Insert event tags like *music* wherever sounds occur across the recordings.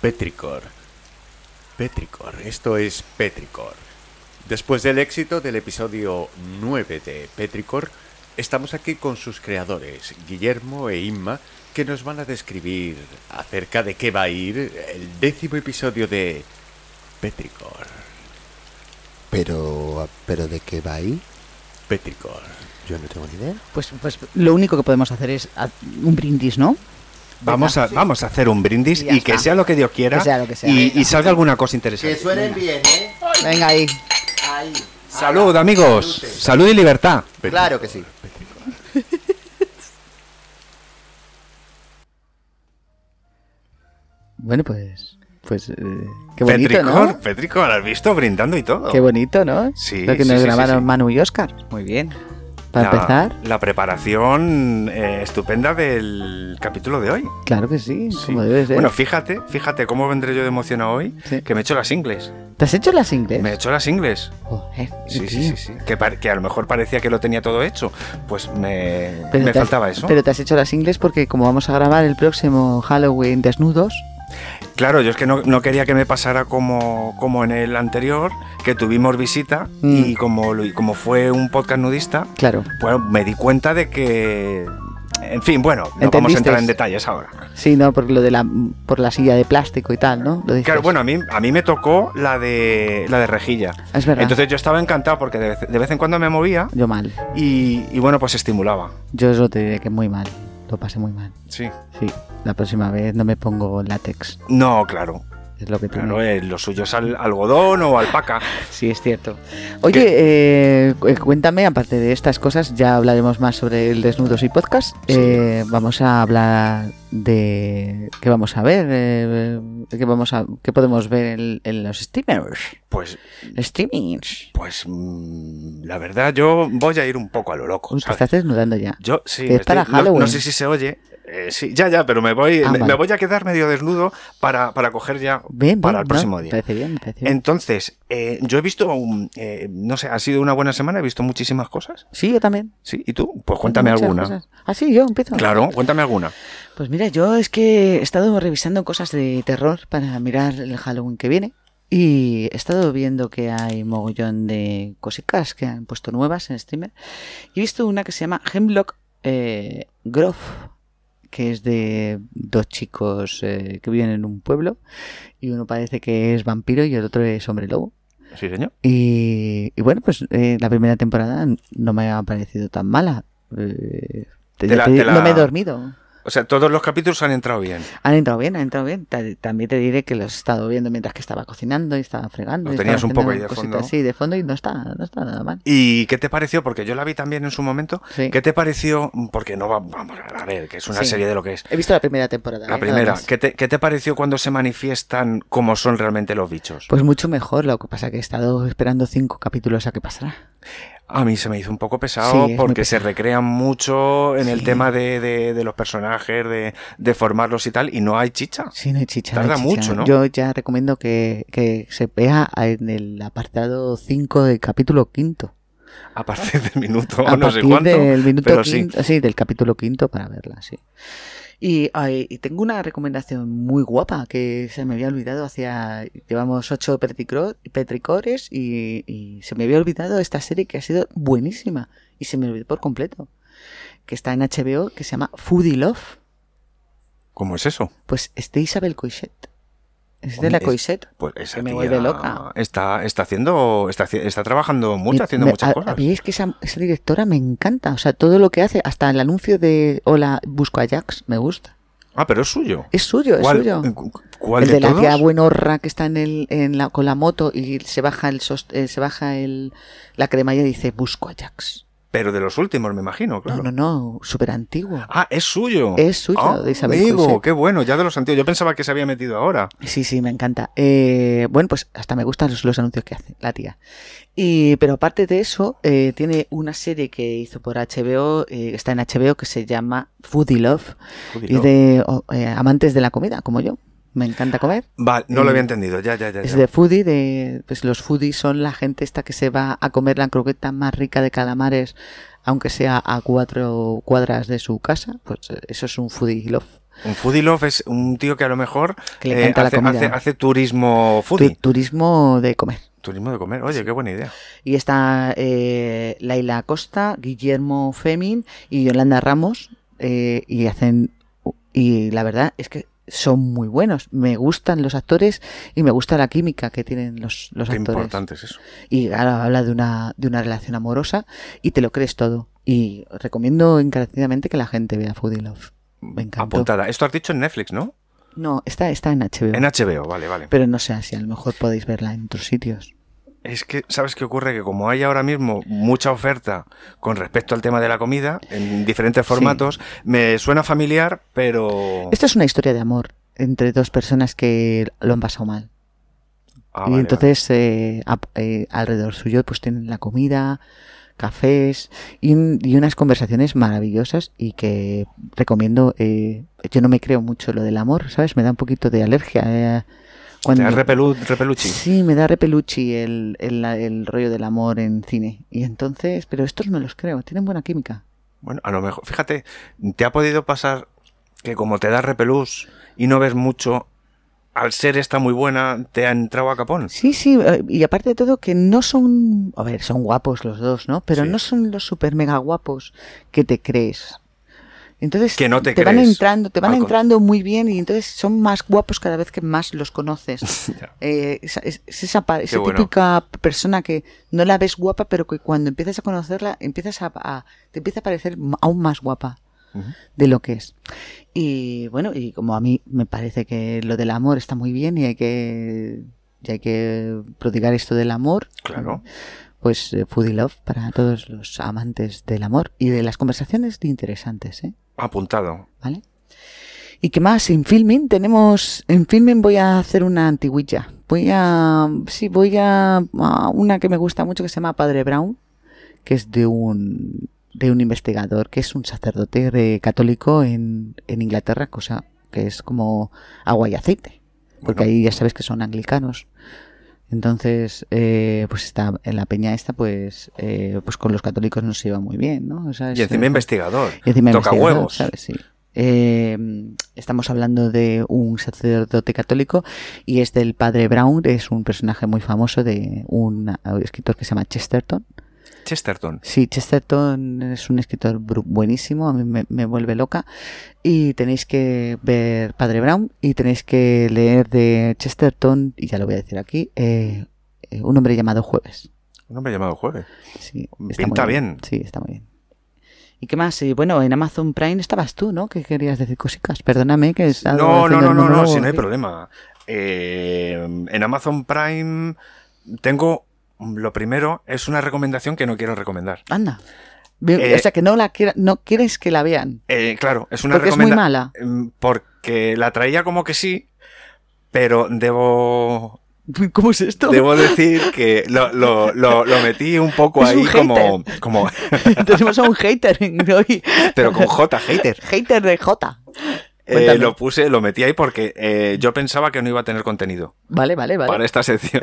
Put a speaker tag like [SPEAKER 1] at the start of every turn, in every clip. [SPEAKER 1] Petricor. Petricor, esto es Petricor. Después del éxito del episodio 9 de Petricor, estamos aquí con sus creadores, Guillermo e Inma, que nos van a describir acerca de qué va a ir el décimo episodio de Petricor.
[SPEAKER 2] Pero, pero ¿de qué va ahí?
[SPEAKER 1] Petricor.
[SPEAKER 2] Yo no tengo ni idea.
[SPEAKER 3] Pues, pues lo único que podemos hacer es haz- un brindis, ¿no?
[SPEAKER 4] Vamos a, vamos a hacer un brindis
[SPEAKER 3] Ya
[SPEAKER 4] y
[SPEAKER 3] está.
[SPEAKER 4] que sea lo que Dios quiera
[SPEAKER 3] Que sea lo que sea.
[SPEAKER 4] y,
[SPEAKER 3] Venga.
[SPEAKER 4] y salga alguna cosa
[SPEAKER 2] Que
[SPEAKER 4] interesante.
[SPEAKER 2] suenen bien, ¿eh?
[SPEAKER 3] Venga ahí.
[SPEAKER 2] Ahí.
[SPEAKER 4] Salud, amigos.
[SPEAKER 2] Salute.
[SPEAKER 4] Salud y libertad.
[SPEAKER 2] Claro que sí.
[SPEAKER 3] Bueno, pues. Pues. eh, qué bonito,
[SPEAKER 4] Petricor,
[SPEAKER 3] ¿no?
[SPEAKER 4] Petricor, ¿has visto? Brindando y todo.
[SPEAKER 3] Qué bonito, ¿no?
[SPEAKER 4] Sí,
[SPEAKER 3] Lo que
[SPEAKER 4] sí,
[SPEAKER 3] nos
[SPEAKER 4] sí,
[SPEAKER 3] grabaron
[SPEAKER 4] sí, sí.
[SPEAKER 3] Manu y Oscar. Muy bien. Para
[SPEAKER 4] La-
[SPEAKER 3] empezar,
[SPEAKER 4] La preparación eh, estupenda del capítulo de hoy.
[SPEAKER 3] claro que sí,
[SPEAKER 4] Sí.
[SPEAKER 3] como debe ser.
[SPEAKER 4] Bueno, fíjate, fíjate cómo vendré yo de emocionado hoy,
[SPEAKER 3] Sí.
[SPEAKER 4] que me he hecho las ingles.
[SPEAKER 3] ¿Te has hecho las ingles?
[SPEAKER 4] Me he hecho las ingles.
[SPEAKER 3] Joder,
[SPEAKER 4] Sí, sí,
[SPEAKER 3] tío.
[SPEAKER 4] sí, sí. Que, par- que a lo mejor parecía que lo tenía todo hecho. Pues me,
[SPEAKER 3] Pero
[SPEAKER 4] me
[SPEAKER 3] te has-
[SPEAKER 4] faltaba eso.
[SPEAKER 3] Pero te has hecho las ingles porque como vamos a grabar el próximo Halloween desnudos,
[SPEAKER 4] Claro, yo es que no, no quería que me pasara como, como en el anterior, que tuvimos visita
[SPEAKER 3] Mm.
[SPEAKER 4] y como, lo- y como fue un podcast nudista,
[SPEAKER 3] claro.
[SPEAKER 4] pues me di cuenta de que... En fin, bueno, no vamos a entrar
[SPEAKER 3] ¿Entendisteis?
[SPEAKER 4] en detalles ahora.
[SPEAKER 3] Sí, no, por lo de la por la silla de plástico y tal, ¿no? Lo dices.
[SPEAKER 4] Claro, bueno, a mí, a mí me tocó la de, la de rejilla.
[SPEAKER 3] Ah, Es verdad.
[SPEAKER 4] Entonces yo estaba encantado porque de vez, de vez en cuando me movía
[SPEAKER 3] Yo mal.
[SPEAKER 4] y, y bueno, pues estimulaba.
[SPEAKER 3] Yo eso te diré que muy mal. Lo pasé muy mal.
[SPEAKER 4] Sí.
[SPEAKER 3] Sí. La próxima vez no me pongo látex.
[SPEAKER 4] No, claro.
[SPEAKER 3] Es lo que tengo.
[SPEAKER 4] Claro, eh, lo suyo es al- algodón o alpaca.
[SPEAKER 3] Sí, es cierto. Oye, eh, cu- eh, cuéntame, aparte de estas cosas, ya hablaremos más sobre el Desnudos y Podcast. Eh, vamos a hablar de qué vamos a ver, eh, qué, vamos a, qué podemos ver en, en los streamers.
[SPEAKER 4] Pues,
[SPEAKER 3] Streamings.
[SPEAKER 4] pues mm, la verdad yo voy a ir un poco a lo loco.
[SPEAKER 3] Uy, te
[SPEAKER 4] ¿sabes?
[SPEAKER 3] estás desnudando ya.
[SPEAKER 4] Yo sí.
[SPEAKER 3] Pero es para
[SPEAKER 4] no-
[SPEAKER 3] Halloween.
[SPEAKER 4] No, sé si se oye. Eh, sí, ya, ya, pero me voy,
[SPEAKER 3] Ah,
[SPEAKER 4] me,
[SPEAKER 3] vale.
[SPEAKER 4] me voy a quedar medio desnudo para, para coger ya
[SPEAKER 3] Bien,
[SPEAKER 4] para
[SPEAKER 3] bien,
[SPEAKER 4] el próximo
[SPEAKER 3] ¿no?
[SPEAKER 4] día.
[SPEAKER 3] Me parece bien, me parece bien.
[SPEAKER 4] Entonces, eh, yo he visto, un, eh, no sé, ha sido una buena semana, he visto muchísimas cosas.
[SPEAKER 3] Sí, yo también.
[SPEAKER 4] Sí, ¿y tú? Pues cuéntame
[SPEAKER 3] Muchas
[SPEAKER 4] alguna.
[SPEAKER 3] cosas. Ah, sí, yo empiezo.
[SPEAKER 4] *laughs* Claro, cuéntame alguna.
[SPEAKER 3] Pues mira, yo es que he estado revisando cosas de terror para mirar el Halloween que viene. Y he estado viendo que hay mogollón de cositas que han puesto nuevas en streamer. Y he visto una que se llama Hemlock eh, Grove, que es de dos chicos eh, que viven en un pueblo. Y uno parece que es vampiro y el otro es hombre lobo.
[SPEAKER 4] Sí, señor.
[SPEAKER 3] Y, y bueno, pues eh, la primera temporada no me ha parecido tan mala. Eh,
[SPEAKER 4] Te
[SPEAKER 3] ya
[SPEAKER 4] la-
[SPEAKER 3] te
[SPEAKER 4] te
[SPEAKER 3] di- No me he
[SPEAKER 4] la-
[SPEAKER 3] dormido.
[SPEAKER 4] O sea, todos los capítulos han entrado bien.
[SPEAKER 3] Han entrado bien, han entrado bien. Ta- También te diré que los he estado viendo mientras que estaba cocinando y estaba fregando.
[SPEAKER 4] Lo
[SPEAKER 3] y
[SPEAKER 4] tenías
[SPEAKER 3] estaba
[SPEAKER 4] un poco
[SPEAKER 3] haciendo
[SPEAKER 4] ahí de
[SPEAKER 3] cositas
[SPEAKER 4] fondo.
[SPEAKER 3] así de fondo y no está, no está nada mal.
[SPEAKER 4] ¿Y qué te pareció? Porque yo la vi también en su momento.
[SPEAKER 3] Sí.
[SPEAKER 4] ¿Qué te pareció? Porque no va- vamos a ver, que es una
[SPEAKER 3] Sí.
[SPEAKER 4] serie de lo que es.
[SPEAKER 3] He visto la primera temporada.
[SPEAKER 4] La
[SPEAKER 3] ¿eh? Nada
[SPEAKER 4] primera,
[SPEAKER 3] más.
[SPEAKER 4] ¿qué te, qué te pareció cuando se manifiestan como son realmente los bichos?
[SPEAKER 3] Pues mucho mejor, lo que pasa que he estado esperando cinco capítulos a que pasará.
[SPEAKER 4] A mí se me hizo un poco pesado
[SPEAKER 3] Sí, es muy
[SPEAKER 4] porque se
[SPEAKER 3] pesado.
[SPEAKER 4] recrean mucho en el
[SPEAKER 3] Sí.
[SPEAKER 4] tema de, de- de los personajes, de, de formarlos y tal, y no hay chicha.
[SPEAKER 3] Sí, no hay chicha. no hay
[SPEAKER 4] Tarda
[SPEAKER 3] chicha.
[SPEAKER 4] mucho, ¿no?
[SPEAKER 3] Yo ya recomiendo que, que se vea en el apartado 5 del capítulo quinto.
[SPEAKER 4] A partir del *laughs* minuto,
[SPEAKER 3] a
[SPEAKER 4] no sé
[SPEAKER 3] partir
[SPEAKER 4] cuánto.
[SPEAKER 3] del minuto
[SPEAKER 4] pero sí.
[SPEAKER 3] quinto, sí. del capítulo quinto para verla, sí. Y, ay, y tengo una recomendación muy guapa que se me había olvidado hacía, llevamos ocho petricro- petricores y, y se me había olvidado esta serie que ha sido buenísima y se me olvidó por completo, que está en HBO que se llama Foodie Love.
[SPEAKER 4] ¿Cómo es eso?
[SPEAKER 3] Pues es de Isabel Coixet. Es de
[SPEAKER 4] Hombre,
[SPEAKER 3] la
[SPEAKER 4] es-
[SPEAKER 3] Coixet.
[SPEAKER 4] Pues esa
[SPEAKER 3] Que me
[SPEAKER 4] tía
[SPEAKER 3] vuelve loca.
[SPEAKER 4] Está, está haciendo, está, haci- está trabajando mucho,
[SPEAKER 3] Me-
[SPEAKER 4] haciendo
[SPEAKER 3] me-
[SPEAKER 4] muchas
[SPEAKER 3] a-
[SPEAKER 4] cosas.
[SPEAKER 3] A mí es que esa, esa directora me encanta. O sea, todo lo que hace, hasta el anuncio de Hola, busco a Jax, me gusta.
[SPEAKER 4] Ah, pero es suyo.
[SPEAKER 3] Es suyo, es
[SPEAKER 4] ¿Cuál,
[SPEAKER 3] suyo.
[SPEAKER 4] cu- cu- cuál
[SPEAKER 3] el de,
[SPEAKER 4] de,
[SPEAKER 3] la
[SPEAKER 4] todos?
[SPEAKER 3] tía buenorra que está en el, en la, con la moto y se baja el sost- eh, se baja el la cremalla y dice busco a Jax.
[SPEAKER 4] Pero de los últimos, me imagino, claro.
[SPEAKER 3] No, no, no, súper antiguo.
[SPEAKER 4] Ah, es suyo.
[SPEAKER 3] Es suyo,
[SPEAKER 4] Ah,
[SPEAKER 3] de Isabel
[SPEAKER 4] amigo,
[SPEAKER 3] Coixet.
[SPEAKER 4] qué bueno, ya de los antiguos. Yo pensaba que se había metido ahora.
[SPEAKER 3] Sí, sí, me encanta. Eh, bueno, pues hasta me gustan los, los anuncios que hace la tía. Y, pero aparte de eso, eh, tiene una serie que hizo por HBO, eh, está en HBO, que se llama Foodie Love,
[SPEAKER 4] Joder,
[SPEAKER 3] y
[SPEAKER 4] no.
[SPEAKER 3] de oh, eh, amantes de la comida, como yo. Me encanta comer.
[SPEAKER 4] Vale, no lo
[SPEAKER 3] eh,
[SPEAKER 4] había entendido, ya, ya, ya.
[SPEAKER 3] Es
[SPEAKER 4] ya.
[SPEAKER 3] de foodie, de, pues los foodies son la gente esta que se va a comer la croqueta más rica de calamares, aunque sea a cuatro cuadras de su casa. Pues eh, eso es un foodie love.
[SPEAKER 4] Un foodie love es un tío que a lo mejor eh,
[SPEAKER 3] Que le encanta la
[SPEAKER 4] hace,
[SPEAKER 3] comida.
[SPEAKER 4] hace- hace turismo foodie.
[SPEAKER 3] Tu- turismo de comer.
[SPEAKER 4] Turismo de comer. Oye, qué buena idea.
[SPEAKER 3] Y está eh, Laila Acosta, Guillermo Femin y Yolanda Ramos. eh, y hacen. Y la verdad es que son muy buenos. Me gustan los actores y me gusta la química que tienen los, los
[SPEAKER 4] Qué
[SPEAKER 3] actores.
[SPEAKER 4] importante es eso.
[SPEAKER 3] Y claro, habla de una, de una relación amorosa y te lo crees todo. Y recomiendo encarecidamente que la gente vea Foodie Love. Me encantó.
[SPEAKER 4] Apuntada. Esto has dicho en Netflix, ¿no?
[SPEAKER 3] No, está, está en HBO.
[SPEAKER 4] En HBO, vale, vale.
[SPEAKER 3] pero no sé si a lo mejor podéis verla en otros sitios.
[SPEAKER 4] Es que, ¿sabes qué ocurre? Que como hay ahora mismo mucha oferta con respecto al tema de la comida, en diferentes formatos, me suena familiar, pero...
[SPEAKER 3] Esto es una historia de amor entre dos personas que lo han pasado mal.
[SPEAKER 4] Ah,
[SPEAKER 3] y
[SPEAKER 4] vale,
[SPEAKER 3] entonces eh, a- eh, alrededor suyo pues tienen la comida, cafés y, un- y unas conversaciones maravillosas y que recomiendo. eh, yo no me creo mucho lo del amor, ¿sabes? Me da un poquito de alergia. eh,
[SPEAKER 4] vale.
[SPEAKER 3] cuando,
[SPEAKER 4] Te has repelu- repeluchi.
[SPEAKER 3] Sí, me da repeluchi el, el, el rollo del amor en cine. Y entonces, pero estos me los creo, tienen buena química.
[SPEAKER 4] Bueno, a lo mejor, fíjate, te ha podido pasar que como te da repelús y no ves mucho, al ser esta muy buena, te ha entrado a capón.
[SPEAKER 3] Sí, sí, eh, y aparte de todo que no son, a ver, son guapos los dos, ¿no? Pero
[SPEAKER 4] Sí.
[SPEAKER 3] no son los super mega guapos que te crees. Entonces
[SPEAKER 4] Que no te
[SPEAKER 3] van
[SPEAKER 4] crees.
[SPEAKER 3] entrando, te van
[SPEAKER 4] Al con-
[SPEAKER 3] entrando muy bien y entonces son más guapos cada vez que más los
[SPEAKER 4] *laughs*
[SPEAKER 3] conoces.
[SPEAKER 4] Ya.
[SPEAKER 3] Eh, esa- es, es esa, pa- esa
[SPEAKER 4] bueno.
[SPEAKER 3] típica persona que no la ves guapa, pero que cuando empiezas a conocerla, empiezas a, a- te empieza a parecer ma- aún más guapa
[SPEAKER 4] Ujú.
[SPEAKER 3] de lo que es. Y bueno, y como a mí me parece que lo del amor está muy bien y hay que, y hay que prodigar esto del amor,
[SPEAKER 4] Claro.
[SPEAKER 3] pues eh, Foodie Love para todos los amantes del amor y de las conversaciones interesantes, ¿eh?
[SPEAKER 4] Apuntado.
[SPEAKER 3] ¿Vale? ¿Y qué más? En filming tenemos. En filming voy a hacer una antiguilla. Voy a. Sí, voy a, a una que me gusta mucho que se llama Padre Brown, que es de un. de un investigador, que es un sacerdote eh, católico en, en Inglaterra, cosa que es como agua y aceite. Porque
[SPEAKER 4] Bueno.
[SPEAKER 3] ahí ya sabes que son anglicanos. Entonces, eh, pues está en la peña esta, pues, eh, pues con los católicos no se iba muy bien, ¿no? O sea, es,
[SPEAKER 4] Y encima
[SPEAKER 3] eh,
[SPEAKER 4] investigador.
[SPEAKER 3] y encima
[SPEAKER 4] Toca
[SPEAKER 3] investigador,
[SPEAKER 4] huevos.
[SPEAKER 3] ¿sabes? Sí. Eh, estamos hablando de un sacerdote católico y es del padre Brown, es un personaje muy famoso de un eh, escritor que se llama Chesterton.
[SPEAKER 4] Chesterton.
[SPEAKER 3] Sí, Chesterton es un escritor bru- buenísimo, a mí me, me vuelve loca. Y tenéis que ver Padre Brown y tenéis que leer de Chesterton, y ya lo voy a decir aquí, eh, eh, un hombre llamado Jueves.
[SPEAKER 4] Un hombre llamado Jueves.
[SPEAKER 3] Sí,
[SPEAKER 4] Pinta
[SPEAKER 3] muy
[SPEAKER 4] bien.
[SPEAKER 3] Sí, está muy bien. ¿Y qué más? Y bueno, en Amazon Prime estabas tú, ¿no? Que querías decir cositas. Perdóname que he estado
[SPEAKER 4] No, no,
[SPEAKER 3] haciendo
[SPEAKER 4] no,
[SPEAKER 3] el
[SPEAKER 4] no, no,
[SPEAKER 3] monólogo
[SPEAKER 4] si no hay
[SPEAKER 3] aquí.
[SPEAKER 4] problema. Eh, en Amazon Prime tengo, lo primero, es una recomendación que no quiero recomendar.
[SPEAKER 3] Anda.
[SPEAKER 4] Eh,
[SPEAKER 3] o sea, que no la quiera- no quieres que la vean. *laughs*
[SPEAKER 4] Eh, claro, es una
[SPEAKER 3] Porque es muy
[SPEAKER 4] recomenda-
[SPEAKER 3] mala.
[SPEAKER 4] Mm, Porque la traía como que sí, pero debo,
[SPEAKER 3] ¿Cómo es esto?
[SPEAKER 4] debo decir que lo, lo- lo- lo metí un
[SPEAKER 3] *laughs*
[SPEAKER 4] poco
[SPEAKER 3] Es
[SPEAKER 4] ahí
[SPEAKER 3] un
[SPEAKER 4] como, como...
[SPEAKER 3] *laughs*
[SPEAKER 4] *laughs*
[SPEAKER 3] Tenemos a un hater en- hoy.
[SPEAKER 4] Pero con J, hater.
[SPEAKER 3] Hater de J.
[SPEAKER 4] Eh,
[SPEAKER 3] Cuéntame.
[SPEAKER 4] lo puse, lo metí ahí porque eh, yo pensaba que no iba a tener contenido
[SPEAKER 3] Vale, vale, vale.
[SPEAKER 4] para
[SPEAKER 3] *laughs*
[SPEAKER 4] esta sección.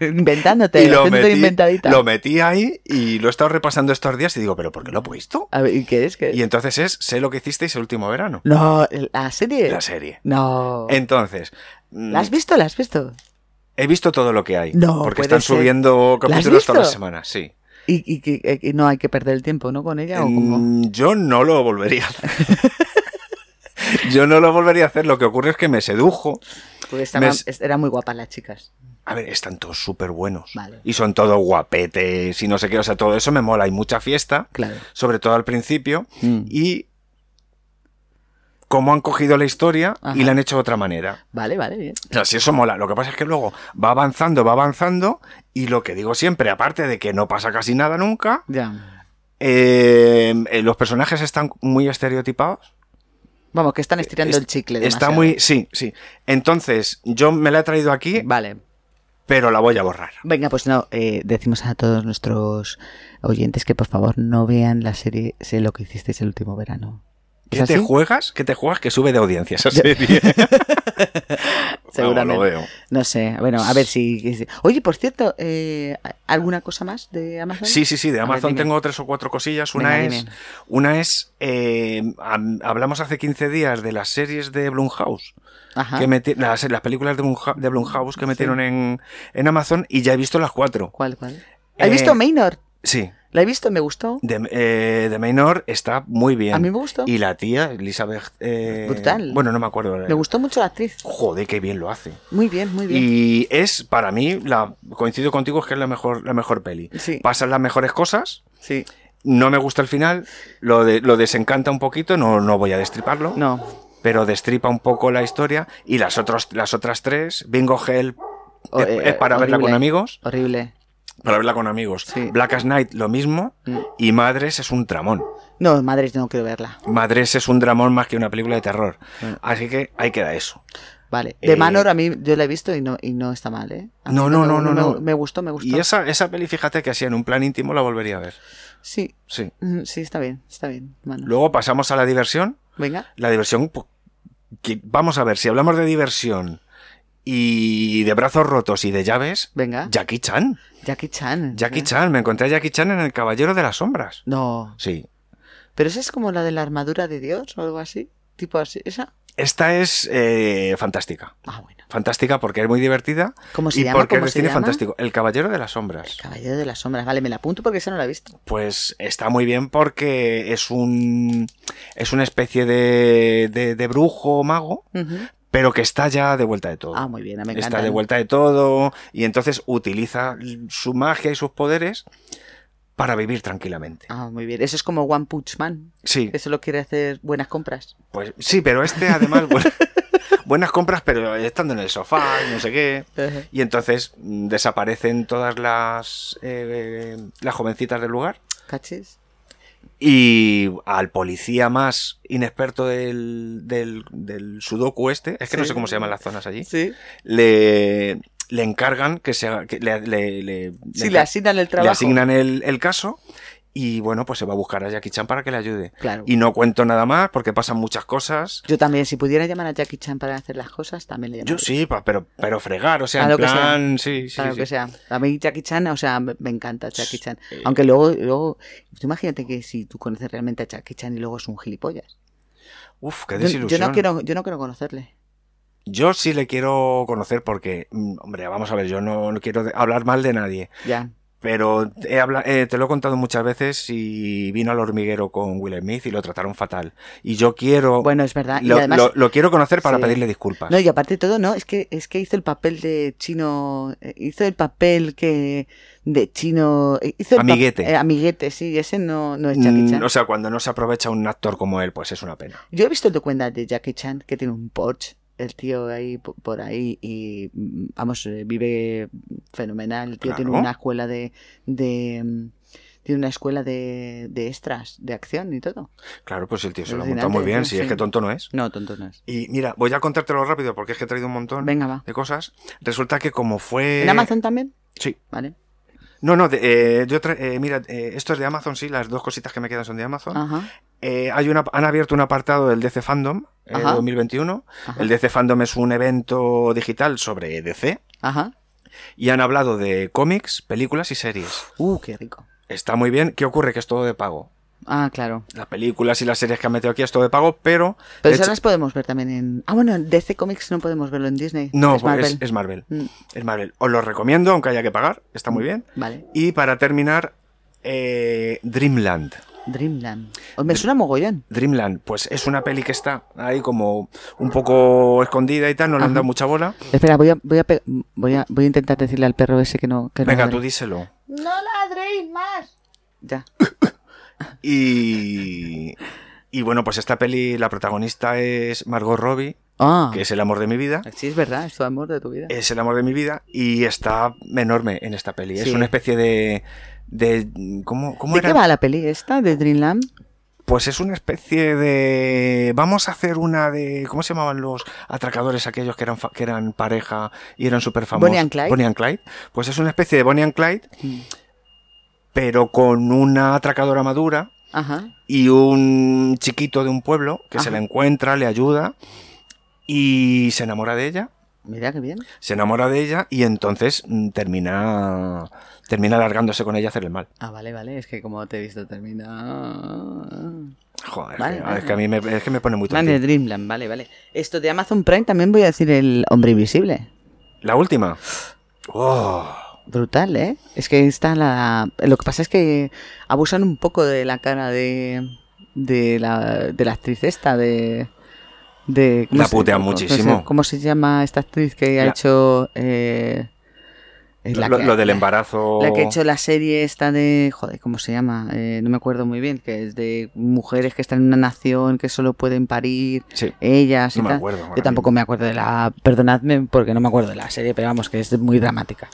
[SPEAKER 3] Inventándote,
[SPEAKER 4] y *laughs* lo
[SPEAKER 3] haciendo
[SPEAKER 4] metí,
[SPEAKER 3] inventadita.
[SPEAKER 4] lo metí ahí y lo he estado repasando estos días y digo, ¿pero por qué lo he puesto?
[SPEAKER 3] A ver, ¿y qué es? ¿Qué es?
[SPEAKER 4] Y entonces es Sé lo que hicisteis el último verano.
[SPEAKER 3] No, la serie.
[SPEAKER 4] La serie.
[SPEAKER 3] No.
[SPEAKER 4] Entonces, mm,
[SPEAKER 3] ¿La has visto? ¿La has visto?
[SPEAKER 4] he visto todo lo que hay.
[SPEAKER 3] No,
[SPEAKER 4] porque
[SPEAKER 3] puede
[SPEAKER 4] están
[SPEAKER 3] ser.
[SPEAKER 4] subiendo
[SPEAKER 3] ¿La has
[SPEAKER 4] capítulos todas las
[SPEAKER 3] visto?
[SPEAKER 4] semanas, sí.
[SPEAKER 3] Y, y que- eh, que no hay que perder el tiempo, ¿no? Con ella o cómo?
[SPEAKER 4] Mm, Yo no lo volvería a hacer.
[SPEAKER 3] *laughs*
[SPEAKER 4] Yo no lo volvería a hacer. Lo que ocurre es que me sedujo.
[SPEAKER 3] Porque estaban-
[SPEAKER 4] me-
[SPEAKER 3] es- eran muy guapas las chicas.
[SPEAKER 4] A ver, están todos súper buenos.
[SPEAKER 3] Vale.
[SPEAKER 4] Y son todos guapetes y no sé qué. O sea, todo eso me mola. Hay mucha fiesta,
[SPEAKER 3] Claro.
[SPEAKER 4] sobre todo al principio.
[SPEAKER 3] Mm.
[SPEAKER 4] Y cómo han cogido la historia
[SPEAKER 3] Ajá.
[SPEAKER 4] y la han hecho de otra manera.
[SPEAKER 3] Vale, vale, bien.
[SPEAKER 4] O sea, sí, eso mola. Lo que pasa es que luego va avanzando, va avanzando. Y lo que digo siempre, aparte de que no pasa casi nada nunca,
[SPEAKER 3] Ya.
[SPEAKER 4] eh, eh, los personajes están muy estereotipados.
[SPEAKER 3] Vamos, que están estirando
[SPEAKER 4] Es-
[SPEAKER 3] el chicle.
[SPEAKER 4] Está
[SPEAKER 3] demasiado.
[SPEAKER 4] muy. Sí, sí. Entonces, yo me la he traído aquí,
[SPEAKER 3] Vale.
[SPEAKER 4] pero la voy a borrar.
[SPEAKER 3] Venga, pues no, eh, decimos a todos nuestros oyentes que por favor no vean la serie Sé lo que hicisteis el último verano. ¿Es
[SPEAKER 4] ¿Qué te
[SPEAKER 3] así? *laughs*
[SPEAKER 4] juegas? ¿Qué te juegas que sube de audiencia esa serie?
[SPEAKER 3] seguramente.
[SPEAKER 4] Vamos, lo veo.
[SPEAKER 3] No sé, bueno, a ver si... Oye, por cierto, eh, ¿alguna cosa más de Amazon?
[SPEAKER 4] Sí, sí, sí, de
[SPEAKER 3] A ver,
[SPEAKER 4] Amazon
[SPEAKER 3] dime.
[SPEAKER 4] tengo tres o cuatro cosillas. Una
[SPEAKER 3] Venga,
[SPEAKER 4] es,
[SPEAKER 3] dime.
[SPEAKER 4] una es eh, am- hablamos hace 15 días de las series de Blumhouse,
[SPEAKER 3] Ajá.
[SPEAKER 4] que meti- las, las películas de, Blumha- de Blumhouse que metieron en, en Amazon y ya he visto las cuatro.
[SPEAKER 3] ¿Cuál, cuál? ¿Has
[SPEAKER 4] Eh,
[SPEAKER 3] visto Maynard?
[SPEAKER 4] Sí,
[SPEAKER 3] La he visto, me gustó.
[SPEAKER 4] de, eh, de Maynor está muy bien.
[SPEAKER 3] A mí me gustó.
[SPEAKER 4] Y la tía, Elizabeth... eh,
[SPEAKER 3] Brutal.
[SPEAKER 4] Bueno, no me acuerdo.
[SPEAKER 3] Me gustó mucho la actriz.
[SPEAKER 4] Joder, qué bien lo hace.
[SPEAKER 3] Muy bien, muy bien.
[SPEAKER 4] Y es, para mí, la, coincido contigo, es que es la mejor, la mejor peli.
[SPEAKER 3] Sí.
[SPEAKER 4] Pasan las mejores cosas,
[SPEAKER 3] Sí.
[SPEAKER 4] no me gusta el final, lo, de- lo desencanta un poquito, no, no voy a destriparlo,
[SPEAKER 3] No.
[SPEAKER 4] pero destripa un poco la historia y las, otros, las otras tres, Bingo Hell
[SPEAKER 3] O-
[SPEAKER 4] es, es
[SPEAKER 3] eh,
[SPEAKER 4] para verla
[SPEAKER 3] horrible.
[SPEAKER 4] con amigos,
[SPEAKER 3] Horrible.
[SPEAKER 4] para verla con amigos,
[SPEAKER 3] Sí.
[SPEAKER 4] Blackest Night lo mismo
[SPEAKER 3] Mm.
[SPEAKER 4] y Madres es un tramón.
[SPEAKER 3] No, madre, no quiero verla.
[SPEAKER 4] Madres es un dramón más que una película de terror.
[SPEAKER 3] Mm.
[SPEAKER 4] Así que ahí queda eso.
[SPEAKER 3] Vale. De
[SPEAKER 4] Eh,
[SPEAKER 3] Manor a mí yo la he visto y no, y no está mal, ¿eh? A mí
[SPEAKER 4] No, no, no, no,
[SPEAKER 3] me-
[SPEAKER 4] no.
[SPEAKER 3] Me gustó, me gustó.
[SPEAKER 4] Y esa, esa peli, fíjate que así en un plan íntimo la volvería a ver.
[SPEAKER 3] Sí,
[SPEAKER 4] Sí.
[SPEAKER 3] mm, sí, está bien, está bien. Manor.
[SPEAKER 4] Luego pasamos a la diversión.
[SPEAKER 3] Venga.
[SPEAKER 4] La diversión, pues, que- vamos a ver, si hablamos de diversión y de brazos rotos y de llaves,
[SPEAKER 3] Venga.
[SPEAKER 4] Jackie Chan.
[SPEAKER 3] Jackie Chan. ¿Ah?
[SPEAKER 4] Jackie
[SPEAKER 3] ¿eh?
[SPEAKER 4] Chan, me encontré a Jackie Chan en El Caballero de las Sombras.
[SPEAKER 3] No.
[SPEAKER 4] Sí.
[SPEAKER 3] Pero esa es como la de la armadura de Dios o algo así. Tipo así. ¿Esa?
[SPEAKER 4] Esta es eh, fantástica.
[SPEAKER 3] Ah, bueno.
[SPEAKER 4] Fantástica porque es muy divertida
[SPEAKER 3] ¿Cómo se
[SPEAKER 4] y
[SPEAKER 3] llama?
[SPEAKER 4] porque es
[SPEAKER 3] ¿Cómo
[SPEAKER 4] de
[SPEAKER 3] se
[SPEAKER 4] cine
[SPEAKER 3] llama?
[SPEAKER 4] fantástico. El Caballero de las Sombras.
[SPEAKER 3] Caballero de las sombras. Vale, me la apunto porque esa no la he visto.
[SPEAKER 4] Pues está muy bien porque es un es una especie de, de, de brujo o mago,
[SPEAKER 3] Ujú.
[SPEAKER 4] pero que está ya de vuelta de todo.
[SPEAKER 3] Ah, muy bien, me encanta.
[SPEAKER 4] está de vuelta de todo y entonces utiliza su magia y sus poderes para vivir tranquilamente.
[SPEAKER 3] Ah, muy bien. Eso es como One Punch Man.
[SPEAKER 4] Sí,
[SPEAKER 3] Eso lo quiere hacer buenas compras.
[SPEAKER 4] pues sí, pero este además bueno, *laughs* buenas compras, pero estando en el sofá, y no sé qué. Y entonces mm, desaparecen todas las eh, las jovencitas del lugar
[SPEAKER 3] ¿Cachis?
[SPEAKER 4] y al policía más inexperto del del, del sudoku este, es que no
[SPEAKER 3] Sí.
[SPEAKER 4] sé cómo se llaman las zonas allí,
[SPEAKER 3] Sí.
[SPEAKER 4] le le encargan que se haga- que le, le- le-
[SPEAKER 3] Si
[SPEAKER 4] le
[SPEAKER 3] le asignan el trabajo.
[SPEAKER 4] Le asignan el, el caso y bueno, pues se va a buscar a Jackie Chan para que le ayude.
[SPEAKER 3] Claro.
[SPEAKER 4] Y no cuento nada más porque pasan muchas cosas.
[SPEAKER 3] Yo también, si pudiera llamar a Jackie Chan para hacer las cosas, también le llamaría.
[SPEAKER 4] Yo sí, pa- pero, pero fregar, o sea,
[SPEAKER 3] pues A lo
[SPEAKER 4] en
[SPEAKER 3] que sea.
[SPEAKER 4] plan, sí, sí,
[SPEAKER 3] Para lo
[SPEAKER 4] sí.
[SPEAKER 3] que sea. A mí Jackie Chan, o sea, me me encanta Jackie Chan. Aunque luego, luego, tú imagínate que si tú conoces realmente a Jackie Chan y luego es un gilipollas.
[SPEAKER 4] Uf, qué
[SPEAKER 3] Yo, yo
[SPEAKER 4] desilusión.
[SPEAKER 3] no quiero, yo no quiero conocerle.
[SPEAKER 4] Yo sí le quiero conocer porque, mm, hombre, vamos a ver, yo no, no quiero de- hablar mal de nadie,
[SPEAKER 3] Ya.
[SPEAKER 4] pero he habla- eh, te lo he contado muchas veces y vino al hormiguero con Will Smith y lo trataron fatal. Y yo quiero,
[SPEAKER 3] Bueno, es verdad. y
[SPEAKER 4] Oh, lo,
[SPEAKER 3] además,
[SPEAKER 4] lo- lo quiero conocer para
[SPEAKER 3] Sí.
[SPEAKER 4] pedirle disculpas.
[SPEAKER 3] No, y aparte de todo, no, es que, es que hizo el papel de chino, eh, hizo el papel que de chino, eh, hizo el pa-
[SPEAKER 4] Amiguete.
[SPEAKER 3] eh, amiguete, sí, ese no, no es Jackie Chan.
[SPEAKER 4] Mm, o sea, cuando no se aprovecha un actor como él, pues es una pena.
[SPEAKER 3] Yo he visto el documental de Jackie Chan que tiene un Porsche, el tío ahí po- por ahí y mm, vamos, eh, vive fenomenal, el tío tiene
[SPEAKER 4] Claro.
[SPEAKER 3] una escuela de, de mm, tiene una escuela de, de extras, de acción y todo.
[SPEAKER 4] Claro, pues el tío se lo ha
[SPEAKER 3] Alucinante,
[SPEAKER 4] montado muy bien,
[SPEAKER 3] ¿no?
[SPEAKER 4] si es
[SPEAKER 3] Sí.
[SPEAKER 4] que tonto no es.
[SPEAKER 3] No, tonto no es.
[SPEAKER 4] Y mira, voy a contártelo rápido porque es que he traído un montón
[SPEAKER 3] Venga, va.
[SPEAKER 4] de cosas. Resulta que como fue...
[SPEAKER 3] ¿En Amazon también?
[SPEAKER 4] Sí.
[SPEAKER 3] Vale.
[SPEAKER 4] No, no, de- eh, yo tra- eh, mira, eh, esto es de Amazon, sí, las dos cositas que me quedan son de Amazon.
[SPEAKER 3] Ajá.
[SPEAKER 4] Eh, hay una, han abierto un apartado del DC Fandom eh,
[SPEAKER 3] Ajá.
[SPEAKER 4] 2021.
[SPEAKER 3] Ajá.
[SPEAKER 4] El DC Fandom es un evento digital sobre DC
[SPEAKER 3] Ajá.
[SPEAKER 4] y han hablado de cómics, películas y series.
[SPEAKER 3] Uh, qué rico.
[SPEAKER 4] Está muy bien. ¿Qué ocurre? Que es todo de pago.
[SPEAKER 3] Ah, claro.
[SPEAKER 4] Las películas y las series que han metido aquí es todo de pago, pero...
[SPEAKER 3] Pero
[SPEAKER 4] de
[SPEAKER 3] eso
[SPEAKER 4] hecho-
[SPEAKER 3] las podemos ver también en. Ah, bueno, en DC Comics no podemos verlo en Disney.
[SPEAKER 4] no,
[SPEAKER 3] es Marvel.
[SPEAKER 4] es Marvel.
[SPEAKER 3] Mm,
[SPEAKER 4] Es Marvel. Os lo recomiendo, aunque haya que pagar. Está muy bien.
[SPEAKER 3] Vale,
[SPEAKER 4] Y para terminar, eh, Dreamland.
[SPEAKER 3] Dreamland. Oh, me suena mogollón.
[SPEAKER 4] Dreamland, pues es una peli que está ahí como un poco escondida y tal, no le han
[SPEAKER 3] Ajá.
[SPEAKER 4] dado mucha bola.
[SPEAKER 3] Espera, voy a, voy, a pe- voy, a, voy a intentar decirle al perro ese que no. Que no
[SPEAKER 4] Venga,
[SPEAKER 3] ladre.
[SPEAKER 4] tú díselo.
[SPEAKER 3] Ya.
[SPEAKER 4] Y, y bueno, pues esta peli, la protagonista es Margot Robbie,
[SPEAKER 3] Ah,
[SPEAKER 4] que es Eh, el amor de mi vida.
[SPEAKER 3] sí, es verdad, es tu amor de tu vida.
[SPEAKER 4] Es el amor de mi vida y está enorme en esta peli. Es
[SPEAKER 3] Sí.
[SPEAKER 4] una especie de... de ¿Cómo, cómo
[SPEAKER 3] ¿De
[SPEAKER 4] era?
[SPEAKER 3] qué va la peli esta de Dreamland?
[SPEAKER 4] Pues es una especie de. Vamos a hacer una de. ¿Cómo se llamaban los atracadores aquellos que eran, fa- que eran pareja y eran súper famosos?
[SPEAKER 3] Bonnie and Clyde.
[SPEAKER 4] Pues es una especie de Bonnie and Clyde, pero con una atracadora madura
[SPEAKER 3] Ajá.
[SPEAKER 4] y un chiquito de un pueblo que
[SPEAKER 3] Ajá.
[SPEAKER 4] se la encuentra, le ayuda y se enamora de ella.
[SPEAKER 3] Mira qué bien.
[SPEAKER 4] Se enamora de ella y entonces mm, termina, termina largándose con ella a hacer el mal.
[SPEAKER 3] Ah, vale, vale. Es que como te he visto termina.
[SPEAKER 4] Joder,
[SPEAKER 3] Vale,
[SPEAKER 4] que-
[SPEAKER 3] vale.
[SPEAKER 4] es que a mí me, es que me pone muy
[SPEAKER 3] Man Ah, de
[SPEAKER 4] tonto.
[SPEAKER 3] Dreamland, vale, vale. Esto de Amazon Prime también voy a decir el hombre invisible.
[SPEAKER 4] La última. Oh,
[SPEAKER 3] Brutal, ¿eh? Es que está la... Lo que pasa es que abusan un poco de la cara de... De la, de la actriz esta, de... de
[SPEAKER 4] La
[SPEAKER 3] se-
[SPEAKER 4] putean
[SPEAKER 3] cómo-
[SPEAKER 4] muchísimo.
[SPEAKER 3] cómo se- ¿Cómo se llama esta actriz que ha
[SPEAKER 4] La-
[SPEAKER 3] hecho... eh, eh, la
[SPEAKER 4] lo,
[SPEAKER 3] que-
[SPEAKER 4] lo del embarazo.
[SPEAKER 3] La que ha hecho la serie esta de... Joder, ¿cómo se llama? Eh, no me acuerdo muy bien. Que es de mujeres que están en una nación que solo pueden parir
[SPEAKER 4] Sí.
[SPEAKER 3] ellas y
[SPEAKER 4] No me
[SPEAKER 3] tal.
[SPEAKER 4] acuerdo ahora
[SPEAKER 3] Yo tampoco me acuerdo de la. Perdonadme porque no me acuerdo de la serie, pero vamos, que es muy dramática.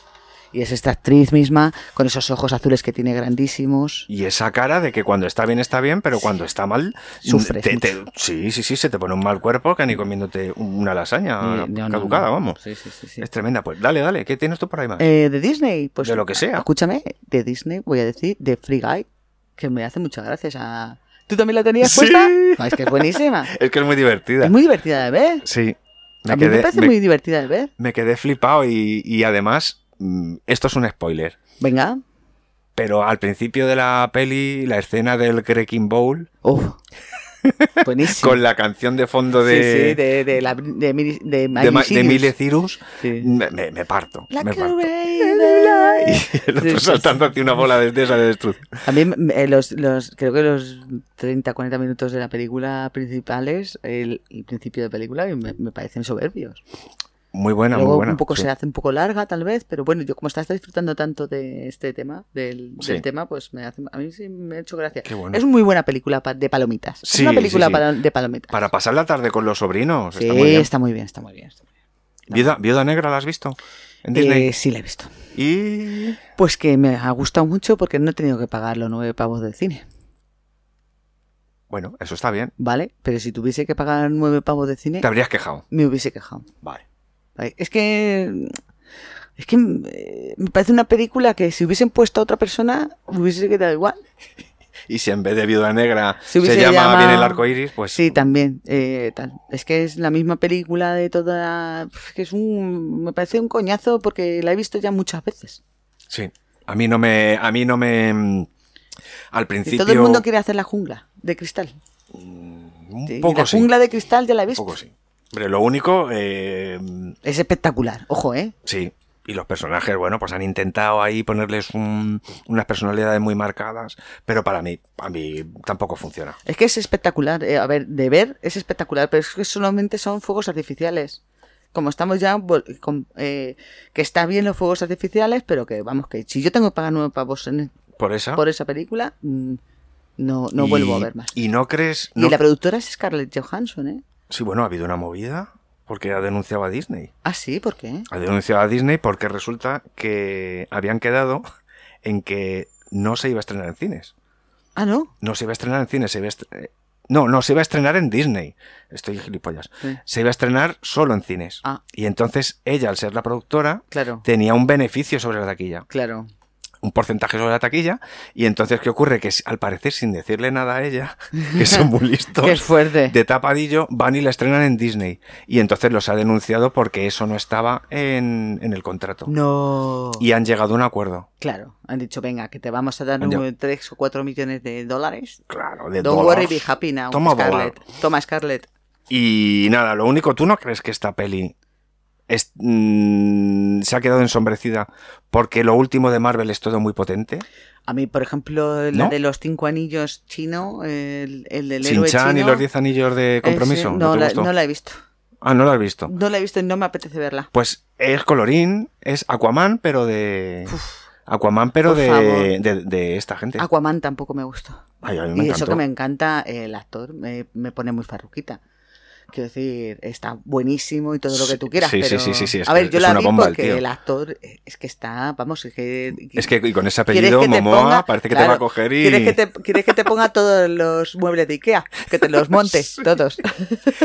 [SPEAKER 3] Y es esta actriz misma, con esos ojos azules que tiene grandísimos.
[SPEAKER 4] Y esa cara de que cuando está bien está bien, pero cuando está mal. mm,
[SPEAKER 3] Sufres
[SPEAKER 4] te- te- sí, sí, sí, se te pone un mal cuerpo que ni comiéndote una lasaña
[SPEAKER 3] Y- no, no,
[SPEAKER 4] caducada,
[SPEAKER 3] no.
[SPEAKER 4] vamos.
[SPEAKER 3] Sí, sí, sí, sí.
[SPEAKER 4] Es tremenda. Pues dale, dale, ¿qué tienes tú por ahí más?
[SPEAKER 3] Eh, de Disney, pues.
[SPEAKER 4] De lo que sea.
[SPEAKER 3] Escúchame, de Disney voy a decir de Free Guy, que me hace muchas gracias a. ¿Tú también la tenías
[SPEAKER 4] Sí.
[SPEAKER 3] puesta? No, es que es buenísima.
[SPEAKER 4] *laughs* es que es muy divertida.
[SPEAKER 3] es muy divertida de ver.
[SPEAKER 4] Sí. Me
[SPEAKER 3] a mí me
[SPEAKER 4] quedé,
[SPEAKER 3] parece
[SPEAKER 4] me-
[SPEAKER 3] muy divertida de ver.
[SPEAKER 4] me quedé flipado y, y además, mm, esto es un spoiler.
[SPEAKER 3] Venga.
[SPEAKER 4] Pero al principio de la peli, la escena del Cracking Bowl, *laughs*
[SPEAKER 3] Uf. Buenísima.
[SPEAKER 4] con la canción de fondo
[SPEAKER 3] Sí,
[SPEAKER 4] de,
[SPEAKER 3] sí, de, de, la, de, Miri- de
[SPEAKER 4] de
[SPEAKER 3] Miley
[SPEAKER 4] Ma- de
[SPEAKER 3] Cyrus.
[SPEAKER 4] Miley Cyrus,
[SPEAKER 3] Sí.
[SPEAKER 4] me, me- me parto.
[SPEAKER 3] Like
[SPEAKER 4] me
[SPEAKER 3] a
[SPEAKER 4] parto. *laughs*
[SPEAKER 3] rain on
[SPEAKER 4] Y
[SPEAKER 3] us.
[SPEAKER 4] el
[SPEAKER 3] Sí,
[SPEAKER 4] otro
[SPEAKER 3] sí,
[SPEAKER 4] saltando hacia una bola de, de esa de destrucción.
[SPEAKER 3] sí. A mí, mm, eh, los, los, creo que los 30, 40 minutos de la película principales, el, el principio de película, y me, me parecen soberbios.
[SPEAKER 4] Muy buena,
[SPEAKER 3] Luego
[SPEAKER 4] muy buena.
[SPEAKER 3] un poco
[SPEAKER 4] sí.
[SPEAKER 3] se hace un poco larga, tal vez, pero bueno, yo como estás disfrutando tanto de este tema, del,
[SPEAKER 4] Sí.
[SPEAKER 3] del tema, pues me hace, a mí sí me ha hecho gracia.
[SPEAKER 4] Qué bueno.
[SPEAKER 3] Es muy buena película pa- de palomitas.
[SPEAKER 4] Sí,
[SPEAKER 3] es una
[SPEAKER 4] sí,
[SPEAKER 3] película
[SPEAKER 4] sí.
[SPEAKER 3] palo- de palomitas.
[SPEAKER 4] Para pasar la tarde con los sobrinos.
[SPEAKER 3] sí,
[SPEAKER 4] Pues Está muy bien.
[SPEAKER 3] está muy bien, está muy bien. está muy bien.
[SPEAKER 4] Viuda, Viuda Negra, ¿la has visto? En
[SPEAKER 3] Eh,
[SPEAKER 4] Disney.
[SPEAKER 3] sí, la he visto.
[SPEAKER 4] Y.
[SPEAKER 3] Pues que me ha gustado mucho porque no he tenido que pagar los nueve pavos del cine,
[SPEAKER 4] Bueno, eso está bien.
[SPEAKER 3] ¿vale? Pero si tuviese que pagar nueve pavos de cine,
[SPEAKER 4] Te habrías quejado.
[SPEAKER 3] me hubiese quejado.
[SPEAKER 4] Vale.
[SPEAKER 3] Ay, Es que. Es que eh, me parece una película que si hubiesen puesto a otra persona, me hubiese quedado igual.
[SPEAKER 4] Y si en vez de Viuda Negra
[SPEAKER 3] Si
[SPEAKER 4] se
[SPEAKER 3] hubiese
[SPEAKER 4] llama
[SPEAKER 3] llamado-
[SPEAKER 4] bien el arco iris, pues.
[SPEAKER 3] Sí, también. eh, tal. Es que es la misma película de toda. Pf, que es un. Me parece un coñazo porque la he visto ya muchas veces.
[SPEAKER 4] Sí. A mí no me. A mí no me. mm, Al
[SPEAKER 3] Y
[SPEAKER 4] principio.
[SPEAKER 3] todo el mundo quiere hacer la jungla de cristal.
[SPEAKER 4] Un
[SPEAKER 3] Y
[SPEAKER 4] poco
[SPEAKER 3] la
[SPEAKER 4] sí.
[SPEAKER 3] jungla de cristal ya la he
[SPEAKER 4] Un
[SPEAKER 3] visto.
[SPEAKER 4] poco sí. Hombre, lo único. eh, mm,
[SPEAKER 3] Es espectacular. Ojo, ¿eh?
[SPEAKER 4] sí. Y los personajes, bueno, pues han intentado ahí ponerles un- unas personalidades muy marcadas. Pero para mí, a mí tampoco funciona.
[SPEAKER 3] Es que es espectacular. eh, a ver, de ver es espectacular, pero es que solamente son fuegos artificiales. Como estamos ya, vol- con- eh, que está bien los fuegos artificiales, pero que vamos, que si yo tengo que pagar nueve pavos en-
[SPEAKER 4] Por esa.
[SPEAKER 3] por esa película, mm, no, no
[SPEAKER 4] Y-
[SPEAKER 3] vuelvo a ver más. Y,
[SPEAKER 4] Y no crees. No,
[SPEAKER 3] la productora es Scarlett Johansson, ¿eh?
[SPEAKER 4] Sí, bueno, ha habido una movida porque ha denunciado a Disney.
[SPEAKER 3] Ah, sí, ¿por qué?
[SPEAKER 4] Ha denunciado a Disney porque resulta que habían quedado *laughs* en que no se iba a estrenar en cines.
[SPEAKER 3] Ah, no.
[SPEAKER 4] No se iba a estrenar en cines, se iba a estre- eh, No, no, se iba a estrenar en Disney. Estoy gilipollas.
[SPEAKER 3] Sí.
[SPEAKER 4] Se iba a estrenar solo en cines.
[SPEAKER 3] Ah.
[SPEAKER 4] Y entonces ella, al ser la productora,
[SPEAKER 3] Claro,
[SPEAKER 4] tenía un beneficio sobre la taquilla,
[SPEAKER 3] claro.
[SPEAKER 4] un porcentaje sobre la taquilla. Y entonces, ¿qué ocurre? Que al parecer, sin decirle nada a ella, *laughs* que son muy listos,
[SPEAKER 3] *laughs* Qué fuerte.
[SPEAKER 4] de tapadillo van y la estrenan en Disney. Y entonces los ha denunciado porque eso no estaba en, en el contrato.
[SPEAKER 3] No.
[SPEAKER 4] Y han llegado a un acuerdo.
[SPEAKER 3] Claro, han dicho, venga, que te vamos a dar
[SPEAKER 4] Yo-
[SPEAKER 3] un 3 o 4 millones de dólares.
[SPEAKER 4] Claro, de
[SPEAKER 3] Don't
[SPEAKER 4] dólares.
[SPEAKER 3] worry, be happy now,
[SPEAKER 4] Toma
[SPEAKER 3] Scarlett.
[SPEAKER 4] dólar.
[SPEAKER 3] Toma, Scarlett.
[SPEAKER 4] Y nada, lo único, ¿tú no crees que esta peli es- mm, se ha quedado ensombrecida porque lo último de Marvel es todo muy potente?
[SPEAKER 3] A mí, por ejemplo, la
[SPEAKER 4] ¿No?
[SPEAKER 3] de los cinco anillos chino, el, el del héroe
[SPEAKER 4] Chin-Chan
[SPEAKER 3] chino...
[SPEAKER 4] y los 10 anillos de compromiso.
[SPEAKER 3] ese,
[SPEAKER 4] ¿No,
[SPEAKER 3] no,
[SPEAKER 4] te
[SPEAKER 3] la,
[SPEAKER 4] gustó?
[SPEAKER 3] no la he visto.
[SPEAKER 4] Ah, no lo has visto.
[SPEAKER 3] No la he visto y no me apetece verla.
[SPEAKER 4] Pues es colorín, es Aquaman, pero de... Aquaman, pero
[SPEAKER 3] Por
[SPEAKER 4] de,
[SPEAKER 3] favor.
[SPEAKER 4] de, de esta gente.
[SPEAKER 3] Aquaman tampoco me gustó.
[SPEAKER 4] Ay, a mí me
[SPEAKER 3] Y eso
[SPEAKER 4] encantó.
[SPEAKER 3] que me encanta, eh, el actor me, me pone muy farruquita. Quiero decir, está buenísimo y todo lo que tú quieras.
[SPEAKER 4] Sí, sí,
[SPEAKER 3] pero-
[SPEAKER 4] sí, sí, sí, es
[SPEAKER 3] A
[SPEAKER 4] que
[SPEAKER 3] ver, yo
[SPEAKER 4] es
[SPEAKER 3] la
[SPEAKER 4] una
[SPEAKER 3] vi
[SPEAKER 4] bomba el
[SPEAKER 3] porque
[SPEAKER 4] tío.
[SPEAKER 3] el actor eh, es que está, vamos, es que...
[SPEAKER 4] Es que y con ese
[SPEAKER 3] ¿Quieres
[SPEAKER 4] apellido,
[SPEAKER 3] que te
[SPEAKER 4] Momoa,
[SPEAKER 3] ponga-
[SPEAKER 4] parece que te
[SPEAKER 3] claro,
[SPEAKER 4] va a coger y.
[SPEAKER 3] ¿quieres que, te, quieres que te ponga todos los muebles de Ikea? Que te los montes,
[SPEAKER 4] *laughs*
[SPEAKER 3] todos.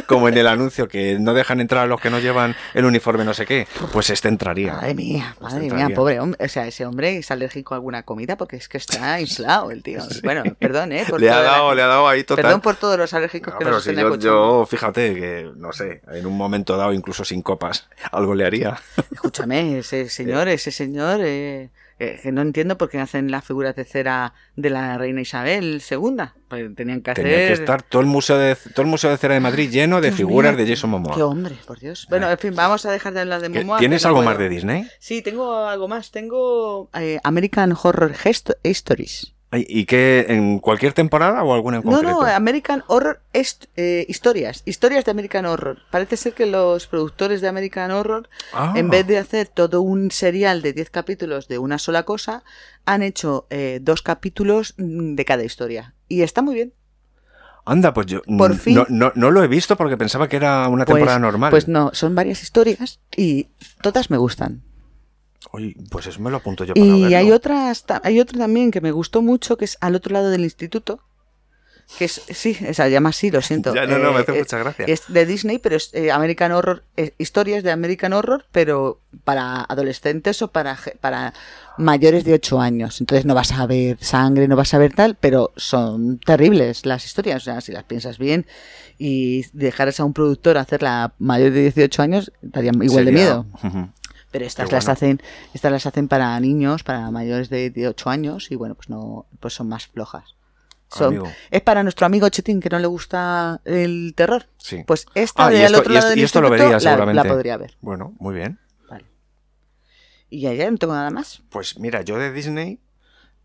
[SPEAKER 4] Como en el anuncio que no dejan entrar a los que no llevan el uniforme, no sé qué. Pues este entraría.
[SPEAKER 3] Madre mía,
[SPEAKER 4] Pues
[SPEAKER 3] madre
[SPEAKER 4] entraría.
[SPEAKER 3] mía, pobre hombre. O sea, ese hombre es alérgico a alguna comida porque es que está inflado el tío. Bueno, perdón, ¿eh? por
[SPEAKER 4] le ha
[SPEAKER 3] toda la-
[SPEAKER 4] dado, le ha dado ahí total.
[SPEAKER 3] Perdón por todos los alérgicos
[SPEAKER 4] No,
[SPEAKER 3] que
[SPEAKER 4] pero
[SPEAKER 3] nos
[SPEAKER 4] si
[SPEAKER 3] estén
[SPEAKER 4] yo,
[SPEAKER 3] escuchando.
[SPEAKER 4] yo, fíjate, hombre, que no sé, en un momento dado, incluso sin copas, algo le haría.
[SPEAKER 3] Escúchame, ese señor, ese señor, eh, eh, que no entiendo por qué hacen la figura de cera de la reina Isabel II. Pues tenían que hacer.
[SPEAKER 4] Tenía que estar todo el museo de todo el museo de cera de Madrid lleno de
[SPEAKER 3] Dios
[SPEAKER 4] figuras
[SPEAKER 3] mío,
[SPEAKER 4] de Jason Momoa.
[SPEAKER 3] Qué hombre, por Dios. Bueno, en fin, vamos a dejar de hablar de
[SPEAKER 4] ¿Qué-
[SPEAKER 3] Momoa.
[SPEAKER 4] ¿Tienes
[SPEAKER 3] que no
[SPEAKER 4] algo
[SPEAKER 3] puedo.
[SPEAKER 4] más de Disney?
[SPEAKER 3] Sí, tengo algo más. Tengo eh, American Horror Gesto- Stories.
[SPEAKER 4] Ay, ¿Y qué en cualquier temporada o alguna en
[SPEAKER 3] No, no,
[SPEAKER 4] concreto?
[SPEAKER 3] American Horror Est- eh, Historias. Historias de American Horror. Parece ser que los productores de American Horror
[SPEAKER 4] Ah.
[SPEAKER 3] En vez de hacer todo un serial de 10 capítulos de una sola cosa, han hecho eh, dos capítulos mm, de cada historia. Y está muy bien.
[SPEAKER 4] Anda, pues yo
[SPEAKER 3] Por
[SPEAKER 4] mm,
[SPEAKER 3] fin.
[SPEAKER 4] No, no, no lo he visto porque pensaba que era una temporada normal.
[SPEAKER 3] Pues no, son varias historias y todas me gustan.
[SPEAKER 4] Oye, pues eso me lo apunto yo para
[SPEAKER 3] Y
[SPEAKER 4] verlo.
[SPEAKER 3] hay otras, ta- hay otro también que me gustó mucho, que es al otro lado del instituto. Que es, sí, se llama así, lo siento.
[SPEAKER 4] *laughs* Ya, no, no, me hace
[SPEAKER 3] es-
[SPEAKER 4] mucha gracia.
[SPEAKER 3] Es de Disney, pero es eh, American Horror, eh, historias de American Horror, pero para adolescentes o para, ge- para mayores de 8 años. Entonces no vas a ver sangre, no vas a ver tal, pero son terribles las historias. O sea, si las piensas bien y dejaras a un productor hacerla mayor de 18 años, daría igual de
[SPEAKER 4] Sería-
[SPEAKER 3] miedo.
[SPEAKER 4] Ujú.
[SPEAKER 3] Pero estas
[SPEAKER 4] Qué
[SPEAKER 3] las
[SPEAKER 4] bueno.
[SPEAKER 3] hacen, estas las hacen para niños, para mayores de, de 8 años y bueno, pues no, pues son más flojas. Son-
[SPEAKER 4] Amigo.
[SPEAKER 3] es para nuestro amigo Chetín que no le gusta el terror.
[SPEAKER 4] Sí.
[SPEAKER 3] Pues esta
[SPEAKER 4] Ah, y
[SPEAKER 3] de al
[SPEAKER 4] esto-
[SPEAKER 3] otro
[SPEAKER 4] y
[SPEAKER 3] lado
[SPEAKER 4] esto-
[SPEAKER 3] del
[SPEAKER 4] y esto lo
[SPEAKER 3] instituto
[SPEAKER 4] vería
[SPEAKER 3] la- la,
[SPEAKER 4] seguramente.
[SPEAKER 3] podría ver.
[SPEAKER 4] Bueno, muy bien.
[SPEAKER 3] Vale. Y ya, ya no tengo nada más.
[SPEAKER 4] Pues mira, yo de Disney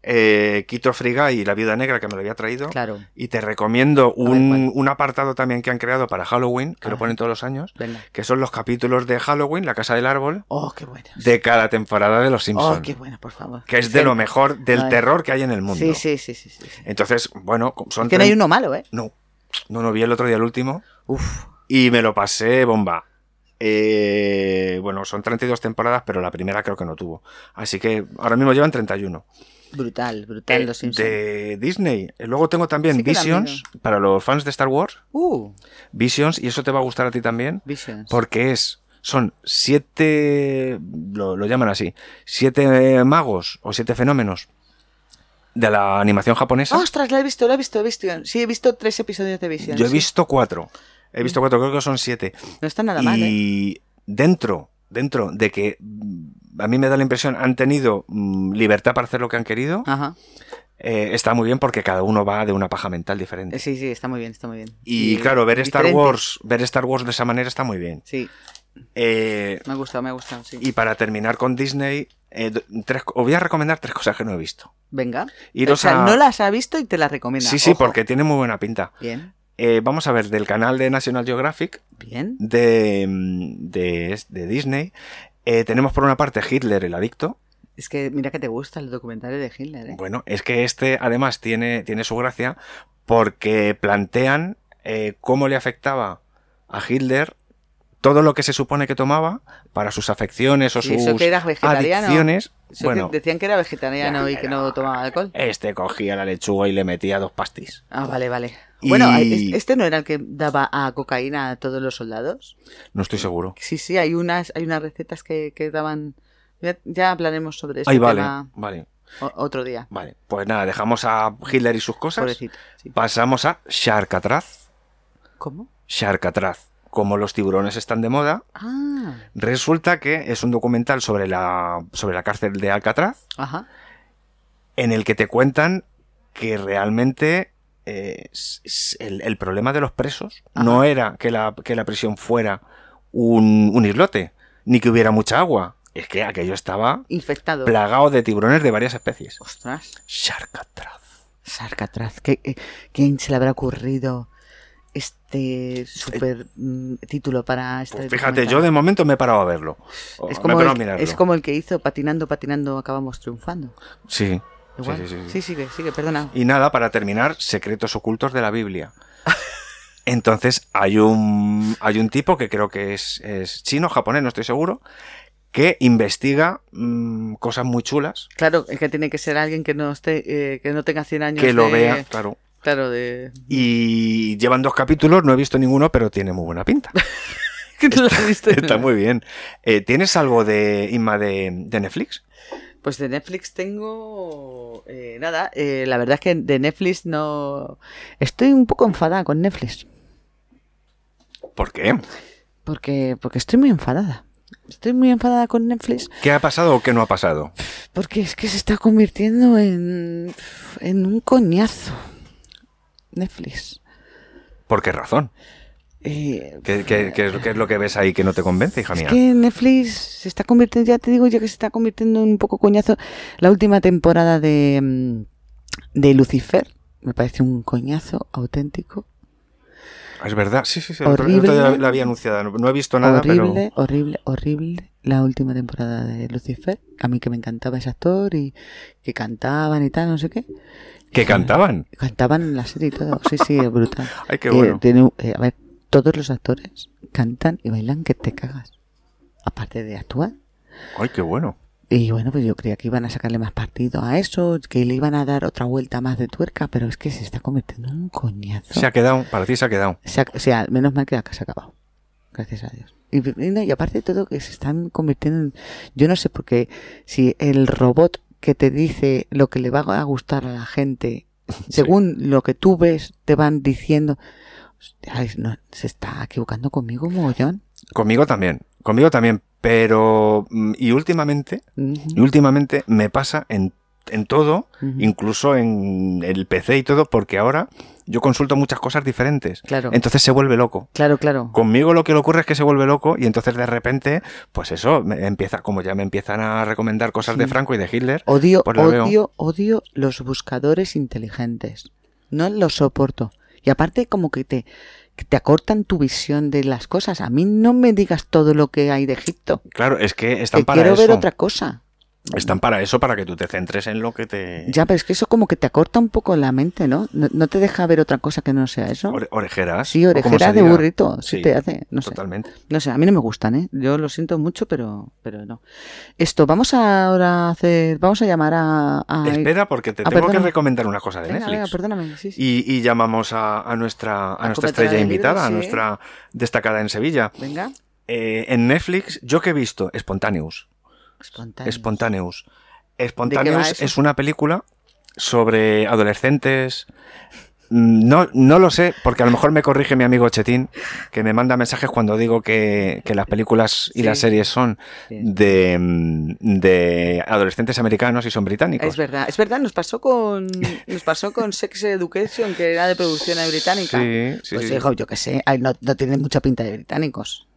[SPEAKER 4] eh, quito Friga y La Viuda Negra que me lo había traído.
[SPEAKER 3] Claro.
[SPEAKER 4] Y te recomiendo
[SPEAKER 3] ¿cuál?
[SPEAKER 4] un, un apartado también que han creado para Halloween, que lo
[SPEAKER 3] Ah.
[SPEAKER 4] ponen todos los años,
[SPEAKER 3] Venga.
[SPEAKER 4] que son los capítulos de Halloween, La Casa del Árbol,
[SPEAKER 3] Oh, qué buena.
[SPEAKER 4] de cada temporada de Los
[SPEAKER 3] Oh,
[SPEAKER 4] Simpsons.
[SPEAKER 3] qué buena, por favor.
[SPEAKER 4] Que es de lo mejor del
[SPEAKER 3] Ay.
[SPEAKER 4] terror que hay en el mundo.
[SPEAKER 3] Sí, sí, sí, sí. sí, sí.
[SPEAKER 4] Entonces, bueno, son.
[SPEAKER 3] Que no hay
[SPEAKER 4] trein-
[SPEAKER 3] uno malo, ¿eh?
[SPEAKER 4] No, no, no vi el otro día el último.
[SPEAKER 3] Uf.
[SPEAKER 4] Y me lo pasé bomba. Eh, bueno, son 32 temporadas, pero la primera creo que no tuvo. Así que ahora mismo llevan 31.
[SPEAKER 3] Brutal, brutal los Simpsons.
[SPEAKER 4] Eh, de Disney. Eh, Luego tengo también
[SPEAKER 3] Sí que la
[SPEAKER 4] Visions, para los fans de Star Wars.
[SPEAKER 3] Uh,
[SPEAKER 4] Visions, y eso te va a gustar a ti también,
[SPEAKER 3] Visions.
[SPEAKER 4] porque es... Son siete, lo, lo llaman así, siete eh, magos o siete fenómenos de la animación japonesa.
[SPEAKER 3] Ostras, la he visto, la he visto, he visto. Sí, he visto tres episodios de Visions.
[SPEAKER 4] Yo he
[SPEAKER 3] sí. Mm.
[SPEAKER 4] visto cuatro. He visto cuatro, creo que son siete.
[SPEAKER 3] No está nada mal, ¿eh?
[SPEAKER 4] Y dentro, dentro de que mm, a mí me da la impresión, han tenido mm, libertad para hacer lo que han querido,
[SPEAKER 3] Ajá.
[SPEAKER 4] eh, está muy bien porque cada uno va de una paja mental diferente.
[SPEAKER 3] Eh, Sí, sí, está muy bien, está muy bien.
[SPEAKER 4] Y, claro, ver Star
[SPEAKER 3] diferente.
[SPEAKER 4] Wars, ver Star Wars de esa manera está muy bien.
[SPEAKER 3] Sí,
[SPEAKER 4] Eh,
[SPEAKER 3] me ha gustado, me ha gustado, sí.
[SPEAKER 4] y para terminar con Disney, eh, do- tres, co- os voy a recomendar tres cosas que no he visto.
[SPEAKER 3] Venga. o
[SPEAKER 4] Iros
[SPEAKER 3] sea,
[SPEAKER 4] a-
[SPEAKER 3] no las ha visto y te las recomienda.
[SPEAKER 4] sí, sí,
[SPEAKER 3] Ojo.
[SPEAKER 4] porque tiene muy buena pinta.
[SPEAKER 3] Bien,
[SPEAKER 4] Eh, vamos a ver, del canal de National Geographic,
[SPEAKER 3] bien.
[SPEAKER 4] de, mm, de, de Disney, eh, tenemos por una parte Hitler el adicto.
[SPEAKER 3] Es que mira que te gusta el documentario de Hitler, ¿eh?
[SPEAKER 4] Bueno, es que este además tiene, tiene su gracia porque plantean eh, cómo le afectaba a Hitler todo lo que se supone que tomaba para sus afecciones o
[SPEAKER 3] Sí,
[SPEAKER 4] sus
[SPEAKER 3] eso que era vegetariano.
[SPEAKER 4] adicciones.
[SPEAKER 3] Eso que
[SPEAKER 4] Bueno,
[SPEAKER 3] decían que era vegetariano
[SPEAKER 4] ya,
[SPEAKER 3] y que no
[SPEAKER 4] era-
[SPEAKER 3] tomaba alcohol.
[SPEAKER 4] este cogía la lechuga y le metía dos pastis.
[SPEAKER 3] Ah, vale, vale.
[SPEAKER 4] Y-
[SPEAKER 3] Bueno, ¿es- ¿este no era el que daba a cocaína a todos los soldados?
[SPEAKER 4] No estoy seguro.
[SPEAKER 3] Sí, sí, hay unas, hay unas recetas que, que daban... Ya, ya hablaremos sobre eso
[SPEAKER 4] Ahí vale, vale,
[SPEAKER 3] otro día.
[SPEAKER 4] vale. Pues nada, dejamos a Hitler y sus cosas.
[SPEAKER 3] Pobrecito. sí.
[SPEAKER 4] Pasamos a Sharkatraz.
[SPEAKER 3] ¿Cómo?
[SPEAKER 4] Sharkatraz. Como los tiburones están de moda,
[SPEAKER 3] Ah,
[SPEAKER 4] resulta que es un documental sobre la, sobre la cárcel de Alcatraz.
[SPEAKER 3] ajá.
[SPEAKER 4] en el que te cuentan que realmente eh, s- s- el, el problema de los presos
[SPEAKER 3] Ajá.
[SPEAKER 4] no era que la, que la prisión fuera un, un islote, ni que hubiera mucha agua. Es que aquello estaba
[SPEAKER 3] Infectado.
[SPEAKER 4] plagado de tiburones de varias especies.
[SPEAKER 3] Ostras.
[SPEAKER 4] Sharkatraz.
[SPEAKER 3] Sarcatraz, ¿qué- qué- ¿quién se le habrá ocurrido este super mm, título para este
[SPEAKER 4] Pues fíjate, yo
[SPEAKER 3] documental?
[SPEAKER 4] de momento me he parado a verlo. O
[SPEAKER 3] es
[SPEAKER 4] me he
[SPEAKER 3] como,
[SPEAKER 4] parado a
[SPEAKER 3] el,
[SPEAKER 4] mirarlo.
[SPEAKER 3] es como el que hizo patinando, patinando, acabamos triunfando.
[SPEAKER 4] Sí. Sí,
[SPEAKER 3] Igual.
[SPEAKER 4] sí, sí, sí.
[SPEAKER 3] sigue, sigue, perdona.
[SPEAKER 4] Y nada, para terminar, secretos ocultos de la Biblia. Entonces hay un, hay un tipo que creo que es, es chino, japonés, no estoy seguro, que investiga mm, cosas muy chulas,
[SPEAKER 3] Claro, es que tiene que ser alguien que no esté, eh, que no tenga 100 años.
[SPEAKER 4] que lo
[SPEAKER 3] de-
[SPEAKER 4] vea, claro.
[SPEAKER 3] Claro, de.
[SPEAKER 4] Y llevan dos capítulos, no he visto ninguno, pero tiene muy buena pinta.
[SPEAKER 3] *laughs* que no lo has visto.
[SPEAKER 4] Está muy bien. Eh, ¿Tienes algo de Inma de, de Netflix?
[SPEAKER 3] Pues de Netflix tengo. eh, nada, eh, la verdad es que de Netflix no. Estoy un poco enfadada con Netflix.
[SPEAKER 4] ¿Por qué?
[SPEAKER 3] Porque, porque estoy muy enfadada. Estoy muy enfadada con Netflix
[SPEAKER 4] ¿Qué ha pasado o qué no ha pasado?
[SPEAKER 3] porque es que se está convirtiendo en, en un coñazo. Netflix.
[SPEAKER 4] ¿Por qué razón?
[SPEAKER 3] Eh,
[SPEAKER 4] ¿Qué, qué- qué es, lo- qué es lo que ves ahí que no te convence, hija
[SPEAKER 3] es
[SPEAKER 4] mía?
[SPEAKER 3] que Netflix se está convirtiendo, ya te digo yo que se está convirtiendo en un poco coñazo. La última temporada de, mm, de Lucifer me parece un coñazo auténtico.
[SPEAKER 4] Es verdad, sí, sí, sí.
[SPEAKER 3] Horrible.
[SPEAKER 4] El otro día la, la había anunciada, no, no he visto nada,
[SPEAKER 3] horrible, horrible, horrible. La última temporada de Lucifer. A mí que me encantaba ese actor y que cantaban y tal, no sé qué. Eh,
[SPEAKER 4] pero... ¿Que cantaban?
[SPEAKER 3] Cantaban en la serie y todo. Sí, sí, es brutal.
[SPEAKER 4] *laughs* Ay, qué
[SPEAKER 3] Eh,
[SPEAKER 4] bueno.
[SPEAKER 3] tiene- eh, a ver, todos los actores cantan y bailan que te cagas. Aparte de actuar.
[SPEAKER 4] Ay, qué bueno.
[SPEAKER 3] Y bueno, pues yo creía que iban a sacarle más partido a eso, que le iban a dar otra vuelta más de tuerca, pero es que se está convirtiendo en un coñazo.
[SPEAKER 4] Se ha quedado, para ti se ha quedado.
[SPEAKER 3] Se ha- o sea, menos mal que la casa ha acabado. Gracias a Dios. Y, y no, y aparte de todo, que se están convirtiendo en. Yo no sé por qué. Si el robot que te dice lo que le va a gustar a la gente, según lo que tú ves, te van diciendo. "Hostia, es- no, se está equivocando conmigo, mogollón.
[SPEAKER 4] Conmigo también, conmigo también, pero... mm, Y últimamente, y
[SPEAKER 3] Ujú,
[SPEAKER 4] últimamente me pasa en, en todo,
[SPEAKER 3] Ujú.
[SPEAKER 4] incluso en el PC y todo, porque ahora yo consulto muchas cosas diferentes.
[SPEAKER 3] Claro.
[SPEAKER 4] Entonces se vuelve loco.
[SPEAKER 3] Claro, claro.
[SPEAKER 4] Conmigo lo que le ocurre es que se vuelve loco y entonces de repente, pues eso, me empieza, como ya me empiezan a recomendar cosas de Franco y de Hitler.
[SPEAKER 3] Odio,
[SPEAKER 4] pues la veo.
[SPEAKER 3] odio, odio los buscadores inteligentes. No los soporto. Y aparte como que te, que te acortan tu visión de las cosas. A mí no me digas todo lo que hay de Egipto.
[SPEAKER 4] Claro, es que están
[SPEAKER 3] Que
[SPEAKER 4] para
[SPEAKER 3] quiero
[SPEAKER 4] eso.
[SPEAKER 3] ver otra cosa.
[SPEAKER 4] Están para eso, para que tú te centres en lo que te...
[SPEAKER 3] Ya, pero es que eso como que te acorta un poco la mente, ¿no? No, no te deja ver otra cosa que no sea eso.
[SPEAKER 4] Ore- orejeras.
[SPEAKER 3] Sí,
[SPEAKER 4] o como
[SPEAKER 3] orejera
[SPEAKER 4] se
[SPEAKER 3] de
[SPEAKER 4] diga.
[SPEAKER 3] burrito, sí te hace, no sé.
[SPEAKER 4] Totalmente.
[SPEAKER 3] No sé, a mí no me gustan, ¿eh? Yo lo siento mucho, pero, pero no. Esto, vamos a ahora a hacer... Vamos a llamar a... a-
[SPEAKER 4] Espera, porque te
[SPEAKER 3] Ah,
[SPEAKER 4] tengo que
[SPEAKER 3] perdona.
[SPEAKER 4] recomendar una cosa de
[SPEAKER 3] Venga,
[SPEAKER 4] Netflix.
[SPEAKER 3] venga, perdóname. sí, sí.
[SPEAKER 4] y, y llamamos a, a nuestra, a
[SPEAKER 3] A
[SPEAKER 4] nuestra
[SPEAKER 3] compañera
[SPEAKER 4] estrella
[SPEAKER 3] de
[SPEAKER 4] invitada,
[SPEAKER 3] libros,
[SPEAKER 4] a
[SPEAKER 3] sí.
[SPEAKER 4] nuestra destacada en Sevilla.
[SPEAKER 3] Venga.
[SPEAKER 4] Eh, en Netflix, yo que he visto, Spontaneous.
[SPEAKER 3] Espontáneo.
[SPEAKER 4] Spontaneous.
[SPEAKER 3] va
[SPEAKER 4] Spontaneous
[SPEAKER 3] eso?
[SPEAKER 4] es una película sobre adolescentes. Mm, No, no lo sé, porque a lo mejor me corrige mi amigo Chetín, que me manda mensajes cuando digo que, que las películas y
[SPEAKER 3] Sí.
[SPEAKER 4] las series son
[SPEAKER 3] Bien.
[SPEAKER 4] de, mm, de adolescentes americanos y son británicos.
[SPEAKER 3] Es verdad, es verdad, nos pasó con nos pasó con Sex Education, que era de producción británica.
[SPEAKER 4] Sí, sí,
[SPEAKER 3] pues
[SPEAKER 4] sí.
[SPEAKER 3] digo, yo qué sé, ay, no, no tiene mucha pinta de británicos.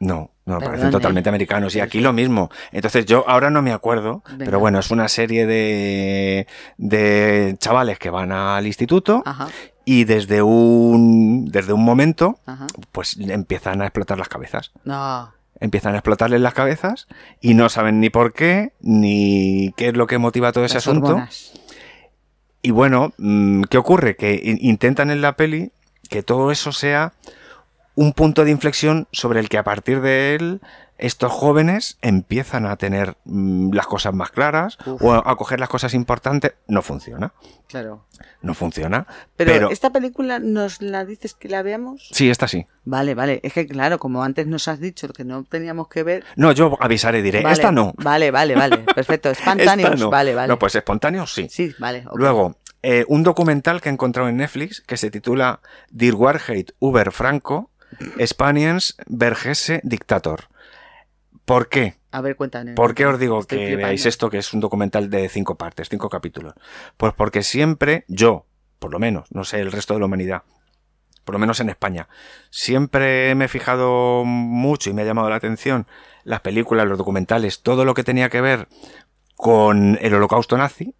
[SPEAKER 4] No, no,
[SPEAKER 3] Perdón,
[SPEAKER 4] parecen
[SPEAKER 3] ¿eh?
[SPEAKER 4] totalmente americanos. Y aquí lo mismo. Entonces yo ahora no me acuerdo,
[SPEAKER 3] Venga.
[SPEAKER 4] pero bueno, es una serie de, de chavales que van al instituto
[SPEAKER 3] Ajá,
[SPEAKER 4] y desde un, desde un momento
[SPEAKER 3] ajá.
[SPEAKER 4] pues empiezan a explotar las cabezas.
[SPEAKER 3] No.
[SPEAKER 4] Empiezan a explotarles las cabezas y no saben ni por qué, ni qué es lo que motiva todo ese
[SPEAKER 3] las
[SPEAKER 4] asunto.
[SPEAKER 3] hormonas.
[SPEAKER 4] Y bueno, mm, ¿qué ocurre? Que in- intentan en la peli que todo eso sea un punto de inflexión sobre el que a partir de él estos jóvenes empiezan a tener mm, las cosas más claras
[SPEAKER 3] Uf.
[SPEAKER 4] o a, a coger las cosas importantes. No funciona,
[SPEAKER 3] Claro.
[SPEAKER 4] no funciona.
[SPEAKER 3] Pero,
[SPEAKER 4] Pero,
[SPEAKER 3] esta película nos la dices que la veamos.
[SPEAKER 4] sí, está sí.
[SPEAKER 3] Vale, vale, es que claro, como antes nos has dicho que no teníamos que ver.
[SPEAKER 4] No, yo avisaré y diré,
[SPEAKER 3] Vale,
[SPEAKER 4] esta no.
[SPEAKER 3] Vale, vale, vale.
[SPEAKER 4] *laughs*
[SPEAKER 3] Perfecto,
[SPEAKER 4] esta
[SPEAKER 3] espontáneos.
[SPEAKER 4] no.
[SPEAKER 3] Vale, vale.
[SPEAKER 4] No, pues espontáneo sí.
[SPEAKER 3] Sí, vale. ok.
[SPEAKER 4] Luego, eh, un documental que he encontrado en Netflix que se titula Dir Warheit über Franco, Spaniens vergese Dictator. ¿Por qué?
[SPEAKER 3] A ver, cuéntanos.
[SPEAKER 4] ¿Por qué os digo
[SPEAKER 3] Estoy
[SPEAKER 4] que
[SPEAKER 3] flipando.
[SPEAKER 4] veáis esto que es un documental de cinco partes, cinco capítulos? Pues porque siempre yo, por lo menos, no sé, el resto de la humanidad, por lo menos en España, siempre me he fijado mucho y me ha llamado la atención las películas, los documentales, todo lo que tenía que ver con el holocausto nazi,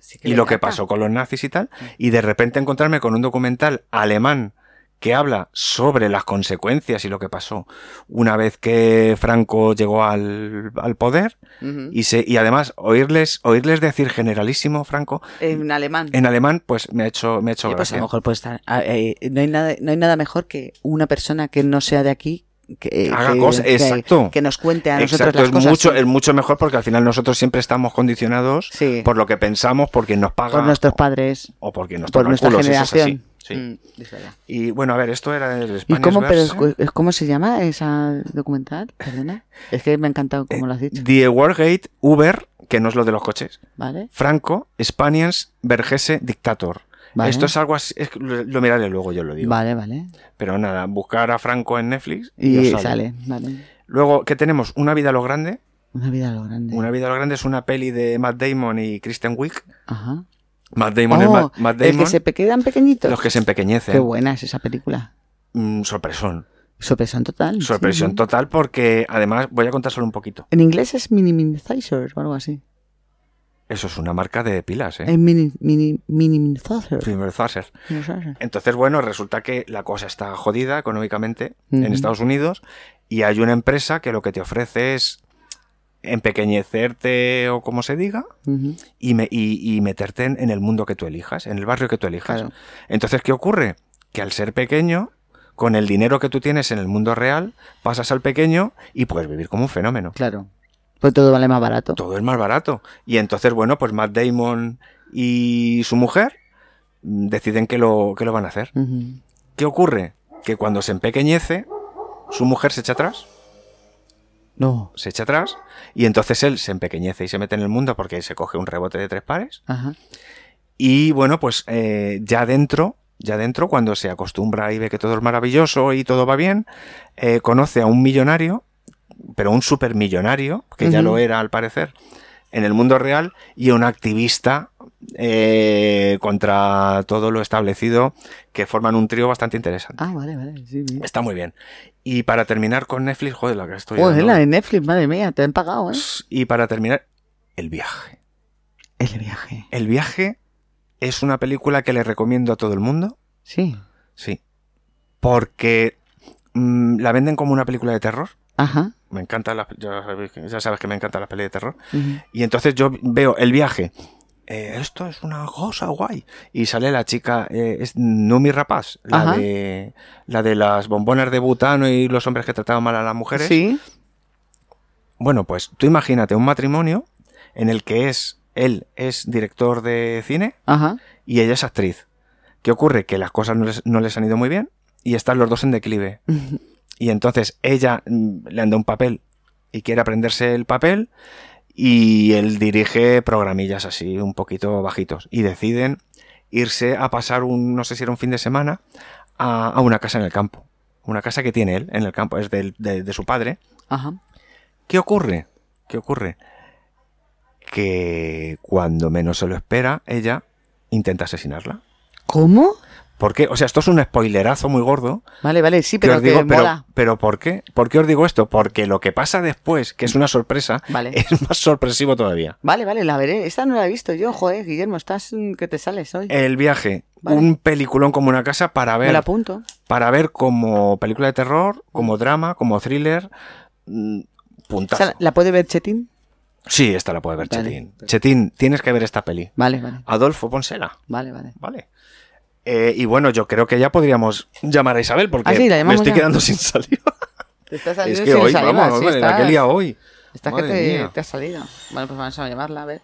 [SPEAKER 3] Sí
[SPEAKER 4] y
[SPEAKER 3] le
[SPEAKER 4] lo que
[SPEAKER 3] encanta.
[SPEAKER 4] pasó con los nazis y tal,
[SPEAKER 3] Mm.
[SPEAKER 4] y de repente encontrarme con un documental alemán que habla sobre las consecuencias y lo que pasó una vez que Franco llegó al, al poder
[SPEAKER 3] Ujú.
[SPEAKER 4] y, se, y además oírles, oírles decir generalísimo Franco
[SPEAKER 3] En alemán.
[SPEAKER 4] en alemán pues me ha hecho, me ha hecho
[SPEAKER 3] Oye, pues a
[SPEAKER 4] gracia.
[SPEAKER 3] lo mejor puede estar. ah, eh, no, hay nada, no hay nada mejor que una persona que no sea de aquí que, eh,
[SPEAKER 4] Haga
[SPEAKER 3] que-
[SPEAKER 4] cosas,
[SPEAKER 3] que-
[SPEAKER 4] exacto.
[SPEAKER 3] que nos cuente a nosotros
[SPEAKER 4] Exacto,
[SPEAKER 3] las
[SPEAKER 4] es
[SPEAKER 3] cosas.
[SPEAKER 4] mucho,
[SPEAKER 3] sí.
[SPEAKER 4] es mucho mejor porque al final nosotros siempre estamos condicionados
[SPEAKER 3] Sí.
[SPEAKER 4] por lo que pensamos, por quien nos paga
[SPEAKER 3] por nuestros padres,
[SPEAKER 4] o por quien nos
[SPEAKER 3] por
[SPEAKER 4] toca el
[SPEAKER 3] nuestra
[SPEAKER 4] culo, si eso es así.
[SPEAKER 3] generación.
[SPEAKER 4] Sí.
[SPEAKER 3] Mm, es verdad.
[SPEAKER 4] Y bueno, a ver, esto era el
[SPEAKER 3] ¿Y cómo, pero
[SPEAKER 4] Spanish
[SPEAKER 3] es- es- cómo se llama esa documental? Perdona. Es que me ha
[SPEAKER 4] Eh,
[SPEAKER 3] encantado como lo has dicho.
[SPEAKER 4] Die Wargate, Uber, que no es lo de los coches.
[SPEAKER 3] ¿Vale?
[SPEAKER 4] Franco, Spaniens, Vergese, Dictator.
[SPEAKER 3] Vale.
[SPEAKER 4] Esto es algo así, es- lo, lo miraré luego, yo lo digo.
[SPEAKER 3] Vale, vale.
[SPEAKER 4] Pero nada, buscar a Franco en Netflix y, os
[SPEAKER 3] Y
[SPEAKER 4] sale.
[SPEAKER 3] sale, vale.
[SPEAKER 4] Luego, que tenemos? Una vida a lo grande.
[SPEAKER 3] Una vida a lo grande.
[SPEAKER 4] Una vida a lo grande es una peli de Matt Damon y Kristen Wiig.
[SPEAKER 3] Ajá.
[SPEAKER 4] Matt Damon es
[SPEAKER 3] Oh,
[SPEAKER 4] Ma- Matt
[SPEAKER 3] el
[SPEAKER 4] Damon.
[SPEAKER 3] que se pe- quedan pequeñitos.
[SPEAKER 4] Los que se empequeñecen.
[SPEAKER 3] Qué buena es esa película.
[SPEAKER 4] Mm, sorpresón.
[SPEAKER 3] Sorpresión total. sí,
[SPEAKER 4] Sorpresión
[SPEAKER 3] sí.
[SPEAKER 4] total porque además voy a contar solo un poquito.
[SPEAKER 3] En inglés es minimizer o algo así.
[SPEAKER 4] Eso es una marca de pilas, ¿eh?
[SPEAKER 3] Es mini, mini, minimizer.
[SPEAKER 4] Primer Zasser.
[SPEAKER 3] Minimizer.
[SPEAKER 4] Entonces, bueno, resulta que la cosa está jodida económicamente en
[SPEAKER 3] Ujú.
[SPEAKER 4] Estados Unidos y hay una empresa que lo que te ofrece es empequeñecerte o como se diga
[SPEAKER 3] Ujú.
[SPEAKER 4] y, me- y- y meterte en, en el mundo que tú elijas, en el barrio que tú elijas.
[SPEAKER 3] Claro.
[SPEAKER 4] Entonces, ¿qué ocurre? Que al ser pequeño, con el dinero que tú tienes en el mundo real, pasas al pequeño y puedes vivir como un fenómeno.
[SPEAKER 3] Claro. Pues todo vale más barato.
[SPEAKER 4] Todo es más barato. Y entonces, bueno, pues Matt Damon y su mujer mm, deciden que lo, que lo van a hacer.
[SPEAKER 3] Ujú.
[SPEAKER 4] ¿Qué ocurre? Que cuando se empequeñece, su mujer se echa atrás,
[SPEAKER 3] No.
[SPEAKER 4] se echa atrás, y entonces él se empequeñece y se mete en el mundo porque se coge un rebote de tres pares.
[SPEAKER 3] Ajá.
[SPEAKER 4] Y bueno, pues eh, ya dentro, ya dentro, cuando se acostumbra y ve que todo es maravilloso y todo va bien, eh, conoce a un millonario, pero un supermillonario, que ya
[SPEAKER 3] Ujú.
[SPEAKER 4] lo era al parecer, en el mundo real, y a un activista eh, contra todo lo establecido, que forman un trío bastante interesante.
[SPEAKER 3] Ah, vale, vale. Sí, bien.
[SPEAKER 4] Está muy bien. Y para terminar con Netflix, joder, la que estoy.
[SPEAKER 3] Joder,
[SPEAKER 4] dando.
[SPEAKER 3] la de Netflix, madre mía, te han pagado, ¿eh?
[SPEAKER 4] Y para terminar, el viaje.
[SPEAKER 3] El viaje.
[SPEAKER 4] El viaje es una película que le recomiendo a todo el mundo.
[SPEAKER 3] Sí.
[SPEAKER 4] Sí. Porque mm, la venden como una película de terror.
[SPEAKER 3] Ajá.
[SPEAKER 4] Me encantan las, ya, sabéis que- ya sabes que me encantan las pelis de terror.
[SPEAKER 3] Ujú.
[SPEAKER 4] Y entonces yo veo el viaje. Eh, esto es una cosa guay. Y sale la chica, eh, es Numi Rapaz, la
[SPEAKER 3] Ajá.
[SPEAKER 4] de, la de las bombonas de butano y los hombres que trataban mal a las mujeres.
[SPEAKER 3] Sí.
[SPEAKER 4] Bueno, pues tú imagínate un matrimonio en el que es él es director de cine
[SPEAKER 3] Ajá. *laughs*
[SPEAKER 4] y ella es actriz. ¿Qué ocurre? Que las cosas no les, no les han ido muy bien y están los dos en declive. Y entonces ella mm, le anda un papel y quiere aprenderse el papel y él dirige programillas así un poquito bajitos y deciden irse a pasar un, no sé si era un fin de semana, a, a una casa en el campo. Una casa que tiene él en el campo, es del- de- de su padre.
[SPEAKER 3] Ajá.
[SPEAKER 4] ¿Qué ocurre? ¿Qué ocurre? Que cuando menos se lo espera, ella intenta asesinarla.
[SPEAKER 3] ¿Cómo?
[SPEAKER 4] ¿Por qué? O sea, esto es un spoilerazo muy gordo.
[SPEAKER 3] Vale, vale, sí,
[SPEAKER 4] que
[SPEAKER 3] pero
[SPEAKER 4] os
[SPEAKER 3] que
[SPEAKER 4] digo, pero,
[SPEAKER 3] mola.
[SPEAKER 4] pero ¿por qué? ¿Por qué os digo esto? Porque lo que pasa después, que es una sorpresa,
[SPEAKER 3] Vale.
[SPEAKER 4] es más sorpresivo todavía.
[SPEAKER 3] Vale, vale, la veré. Esta no la he visto yo, joder, Guillermo, estás mm, que te sales hoy.
[SPEAKER 4] El viaje,
[SPEAKER 3] Vale.
[SPEAKER 4] un peliculón como una casa para
[SPEAKER 3] Me la
[SPEAKER 4] Eh, ver,
[SPEAKER 3] apunto.
[SPEAKER 4] para ver como película de terror, como drama, como thriller, mm,
[SPEAKER 3] O
[SPEAKER 4] puntazo.
[SPEAKER 3] sea, ¿La puede ver Chetín?
[SPEAKER 4] Sí, esta la puede ver
[SPEAKER 3] Vale.
[SPEAKER 4] Chetín. Chetín, tienes que ver esta peli.
[SPEAKER 3] Vale, vale.
[SPEAKER 4] Adolfo Ponsela.
[SPEAKER 3] Vale, vale.
[SPEAKER 4] Vale. Eh, y bueno, yo creo que ya podríamos llamar a Isabel porque
[SPEAKER 3] Ah, sí, la
[SPEAKER 4] me
[SPEAKER 3] llamamos
[SPEAKER 4] estoy
[SPEAKER 3] ya.
[SPEAKER 4] quedando *laughs* sin saliva.
[SPEAKER 3] Te estás
[SPEAKER 4] Es que hoy, vamos, hombre, la que he liado hoy.
[SPEAKER 3] Estás que
[SPEAKER 4] oh, Madre
[SPEAKER 3] te,
[SPEAKER 4] mía.
[SPEAKER 3] te has salido. Vale, pues vamos a llamarla, a ver.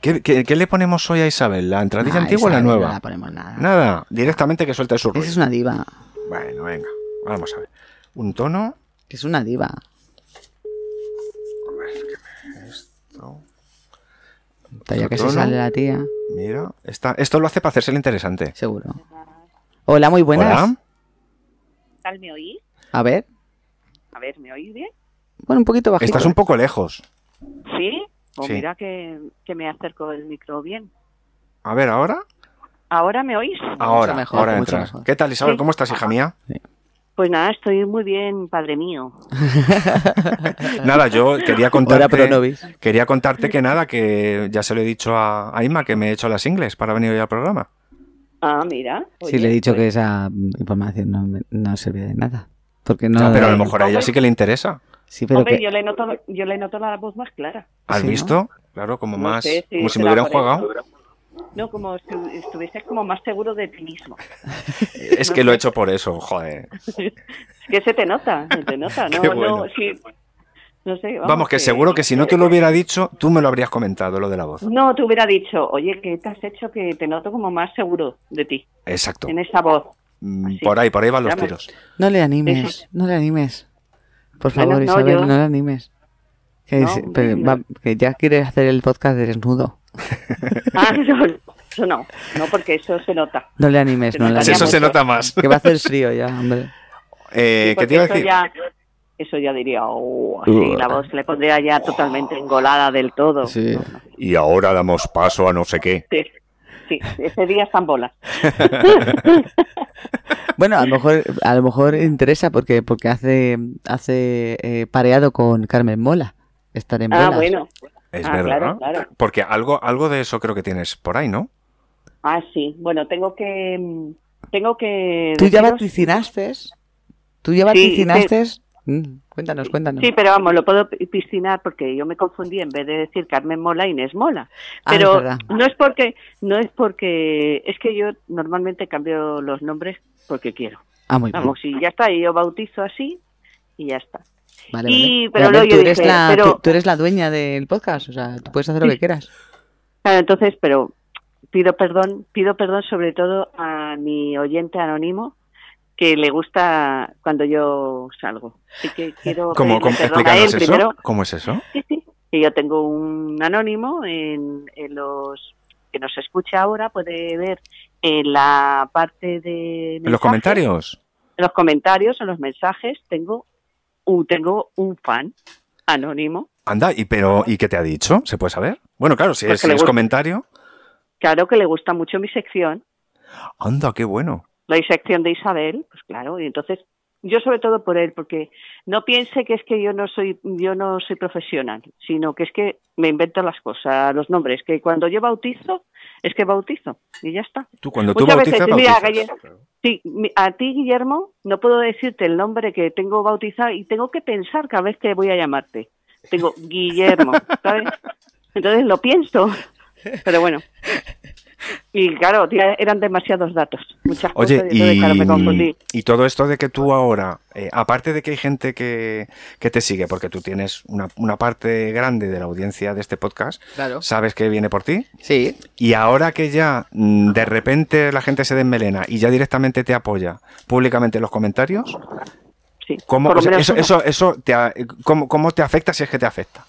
[SPEAKER 4] ¿Qué, qué- qué le ponemos hoy a Isabel? ¿La entradilla
[SPEAKER 3] Ah,
[SPEAKER 4] antigua o la
[SPEAKER 3] esa
[SPEAKER 4] nueva?
[SPEAKER 3] No la ponemos nada.
[SPEAKER 4] Nada, directamente que suelte su
[SPEAKER 3] Esa
[SPEAKER 4] rollo.
[SPEAKER 3] es una diva.
[SPEAKER 4] Bueno, venga, vamos a ver. Un tono.
[SPEAKER 3] que Es una diva.
[SPEAKER 4] Esto,
[SPEAKER 3] Hasta ya que se
[SPEAKER 4] Tono.
[SPEAKER 3] sale la tía,
[SPEAKER 4] Mira, está, esto lo hace para hacerse el interesante.
[SPEAKER 3] seguro. Hola, muy buenas.
[SPEAKER 4] Hola.
[SPEAKER 5] ¿Qué tal me oís?
[SPEAKER 3] A ver.
[SPEAKER 5] A ver, ¿me oís bien?
[SPEAKER 3] Bueno, un poquito bajito. ¿eh?
[SPEAKER 4] Estás un poco lejos.
[SPEAKER 5] Sí. Pues
[SPEAKER 4] Sí.
[SPEAKER 5] mira que, que me acerco el micro bien.
[SPEAKER 4] A ver, ahora.
[SPEAKER 5] ¿Ahora me oís?
[SPEAKER 4] Ahora,
[SPEAKER 3] mejor,
[SPEAKER 4] ahora
[SPEAKER 3] mucho
[SPEAKER 4] entras.
[SPEAKER 3] mejor.
[SPEAKER 4] ¿Qué tal, Isabel?
[SPEAKER 5] Sí.
[SPEAKER 4] ¿Cómo estás, hija mía?
[SPEAKER 5] Pues nada, estoy muy bien, padre mío.
[SPEAKER 4] Nada,
[SPEAKER 3] *laughs*
[SPEAKER 4] yo quería
[SPEAKER 3] Hola,
[SPEAKER 4] contarte.
[SPEAKER 3] Pronovis.
[SPEAKER 4] Quería contarte que nada, que ya se lo he dicho a, a Inma, que me he hecho las ingles para venir hoy al programa.
[SPEAKER 5] Ah, mira. pues,
[SPEAKER 3] Sí, le he dicho que esa mm, información no, me- no servía de nada. Porque no.
[SPEAKER 4] Ah, pero a lo mejor a ella sí que le interesa.
[SPEAKER 3] Sí, pero
[SPEAKER 5] Hombre,
[SPEAKER 3] que-
[SPEAKER 5] yo le, noto, yo le noto la voz más clara.
[SPEAKER 4] ¿Has
[SPEAKER 3] Sí, ¿no?
[SPEAKER 4] visto? Claro, como
[SPEAKER 5] No
[SPEAKER 4] más,
[SPEAKER 5] sé
[SPEAKER 4] como si me
[SPEAKER 5] será
[SPEAKER 4] hubieran
[SPEAKER 5] por eso. *laughs*
[SPEAKER 4] jugado.
[SPEAKER 5] No, como si estuvieses como más seguro de ti mismo.
[SPEAKER 4] Es que lo he hecho por eso, joder.
[SPEAKER 5] Es que se te nota, se
[SPEAKER 4] *laughs*
[SPEAKER 5] te nota. No,
[SPEAKER 4] Qué bueno.
[SPEAKER 5] no, sí. No sé, vamos,
[SPEAKER 4] Vamos, que seguro que si no te lo hubiera dicho, tú me lo habrías comentado, lo de la voz.
[SPEAKER 5] No, te hubiera dicho, oye, que te has hecho que te noto como más seguro de ti,
[SPEAKER 4] Exacto.
[SPEAKER 5] en esa voz.
[SPEAKER 4] Mm,
[SPEAKER 5] así.
[SPEAKER 4] Por ahí, por ahí van los
[SPEAKER 5] Llama.
[SPEAKER 4] tiros.
[SPEAKER 3] No le animes,
[SPEAKER 5] Eso-
[SPEAKER 3] no le animes. Por
[SPEAKER 5] Bueno,
[SPEAKER 3] favor,
[SPEAKER 5] no,
[SPEAKER 3] Isabel,
[SPEAKER 5] yo-
[SPEAKER 3] no le animes. Que,
[SPEAKER 5] No,
[SPEAKER 3] se-
[SPEAKER 5] hombre,
[SPEAKER 3] pero
[SPEAKER 5] no.
[SPEAKER 3] va- que ya quieres hacer el podcast de desnudo.
[SPEAKER 5] Ah, *laughs* no, Eso no, no, porque eso se nota.
[SPEAKER 3] No le animes,
[SPEAKER 5] Se
[SPEAKER 3] no le
[SPEAKER 5] notaría
[SPEAKER 3] animes.
[SPEAKER 4] Eso se
[SPEAKER 5] mucho.
[SPEAKER 4] nota más.
[SPEAKER 3] Que va a hacer frío ya, hombre.
[SPEAKER 4] *laughs* Eh,
[SPEAKER 5] Sí,
[SPEAKER 4] ¿Qué
[SPEAKER 5] porque
[SPEAKER 4] te iba a
[SPEAKER 5] eso
[SPEAKER 4] decir? Uh.
[SPEAKER 5] ya- eso ya diría, "Oh", así, la voz le pondría ya totalmente engolada del todo.
[SPEAKER 3] Sí.
[SPEAKER 4] Y ahora damos paso a no sé qué.
[SPEAKER 5] Sí, sí, ese día están bolas.
[SPEAKER 3] Bueno, a lo mejor, a lo mejor interesa porque, porque hace, hace eh, pareado con Carmen Mola. Estar en
[SPEAKER 5] Ah,
[SPEAKER 3] bolas.
[SPEAKER 5] bueno.
[SPEAKER 4] Es
[SPEAKER 5] Ah,
[SPEAKER 4] verdad.
[SPEAKER 5] claro,
[SPEAKER 4] ¿no?
[SPEAKER 5] claro.
[SPEAKER 4] Porque algo, algo de eso creo que tienes por ahí, ¿no?
[SPEAKER 5] Ah, sí. Bueno, tengo que... mm, Tengo que...
[SPEAKER 3] Tú ya
[SPEAKER 5] deciros-
[SPEAKER 3] vaticinaste. Tú ya
[SPEAKER 5] Sí,
[SPEAKER 3] vaticinaste. Mm, cuéntanos, cuéntanos.
[SPEAKER 5] Sí, pero vamos, lo puedo piscinar porque yo me confundí en vez de decir Carmen Mola, Inés Mola.
[SPEAKER 3] Ah, es
[SPEAKER 5] Pero
[SPEAKER 3] verdad.
[SPEAKER 5] no es porque, no es porque, es que yo normalmente cambio los nombres porque quiero.
[SPEAKER 3] ah, muy bien.
[SPEAKER 5] Vamos, y ya está, y yo bautizo así y ya está.
[SPEAKER 3] Vale,
[SPEAKER 5] y-
[SPEAKER 3] vale.
[SPEAKER 5] pero
[SPEAKER 3] a ver,
[SPEAKER 5] luego yo
[SPEAKER 3] tú, eres
[SPEAKER 5] dije,
[SPEAKER 3] la,
[SPEAKER 5] pero-
[SPEAKER 3] tú- tú eres la dueña del podcast, o sea, tú puedes hacer lo que quieras.
[SPEAKER 5] Claro, entonces, pero pido perdón, pido perdón sobre todo a mi oyente anónimo que le gusta cuando yo salgo. Así que quiero
[SPEAKER 4] ¿Cómo,
[SPEAKER 5] pedirle
[SPEAKER 4] cómo-
[SPEAKER 5] perdón a él
[SPEAKER 4] explícanos eso?
[SPEAKER 5] primero.
[SPEAKER 4] ¿Cómo es eso?
[SPEAKER 5] Sí, sí. Que yo tengo un anónimo en, en los que nos escucha ahora, puede ver en la parte de
[SPEAKER 4] ¿En los
[SPEAKER 5] mensajes,
[SPEAKER 4] comentarios?
[SPEAKER 5] en los comentarios, en los mensajes, tengo un, tengo un fan anónimo.
[SPEAKER 4] Anda, ¿y, pero, ¿y qué te ha dicho? ¿Se puede saber? Bueno, claro, si
[SPEAKER 5] Pues
[SPEAKER 4] es,
[SPEAKER 5] que
[SPEAKER 4] si
[SPEAKER 5] le
[SPEAKER 4] es
[SPEAKER 5] gusta.
[SPEAKER 4] comentario.
[SPEAKER 5] Claro que le gusta mucho mi sección,
[SPEAKER 4] Anda, qué bueno.
[SPEAKER 5] la sección de Isabel, pues claro, y entonces yo sobre todo por él, porque no piense que es que yo no soy yo no soy profesional, sino que es que me invento las cosas, los nombres, que cuando yo bautizo es que bautizo y ya está.
[SPEAKER 4] Tú cuando tú
[SPEAKER 5] Muchas
[SPEAKER 4] bautizas,
[SPEAKER 5] veces, mira,
[SPEAKER 4] bautizas.
[SPEAKER 5] Galle- sí, mi- a ti, Guillermo, no puedo decirte el nombre que tengo bautizado y tengo que pensar cada vez que voy a llamarte. Tengo Guillermo, ¿sabes? Entonces lo pienso, pero bueno. Y claro, tía, eran demasiados datos, muchas
[SPEAKER 4] Oye,
[SPEAKER 5] cosas, y entonces,
[SPEAKER 4] y,
[SPEAKER 5] claro, me confundí.
[SPEAKER 4] y todo esto de que tú ahora, eh, aparte de que hay gente que, que te sigue, porque tú tienes una, una parte grande de la audiencia de este podcast,
[SPEAKER 3] Claro.
[SPEAKER 4] sabes que viene por ti,
[SPEAKER 3] Sí.
[SPEAKER 4] y ahora que ya mm, de repente la gente se desmelena y ya directamente te apoya públicamente en los comentarios,
[SPEAKER 5] Sí,
[SPEAKER 4] ¿cómo,
[SPEAKER 5] por lo
[SPEAKER 4] o sea,
[SPEAKER 5] menos
[SPEAKER 4] eso,
[SPEAKER 5] uno.
[SPEAKER 4] eso, eso te, a- cómo, cómo te afecta si es que te afecta?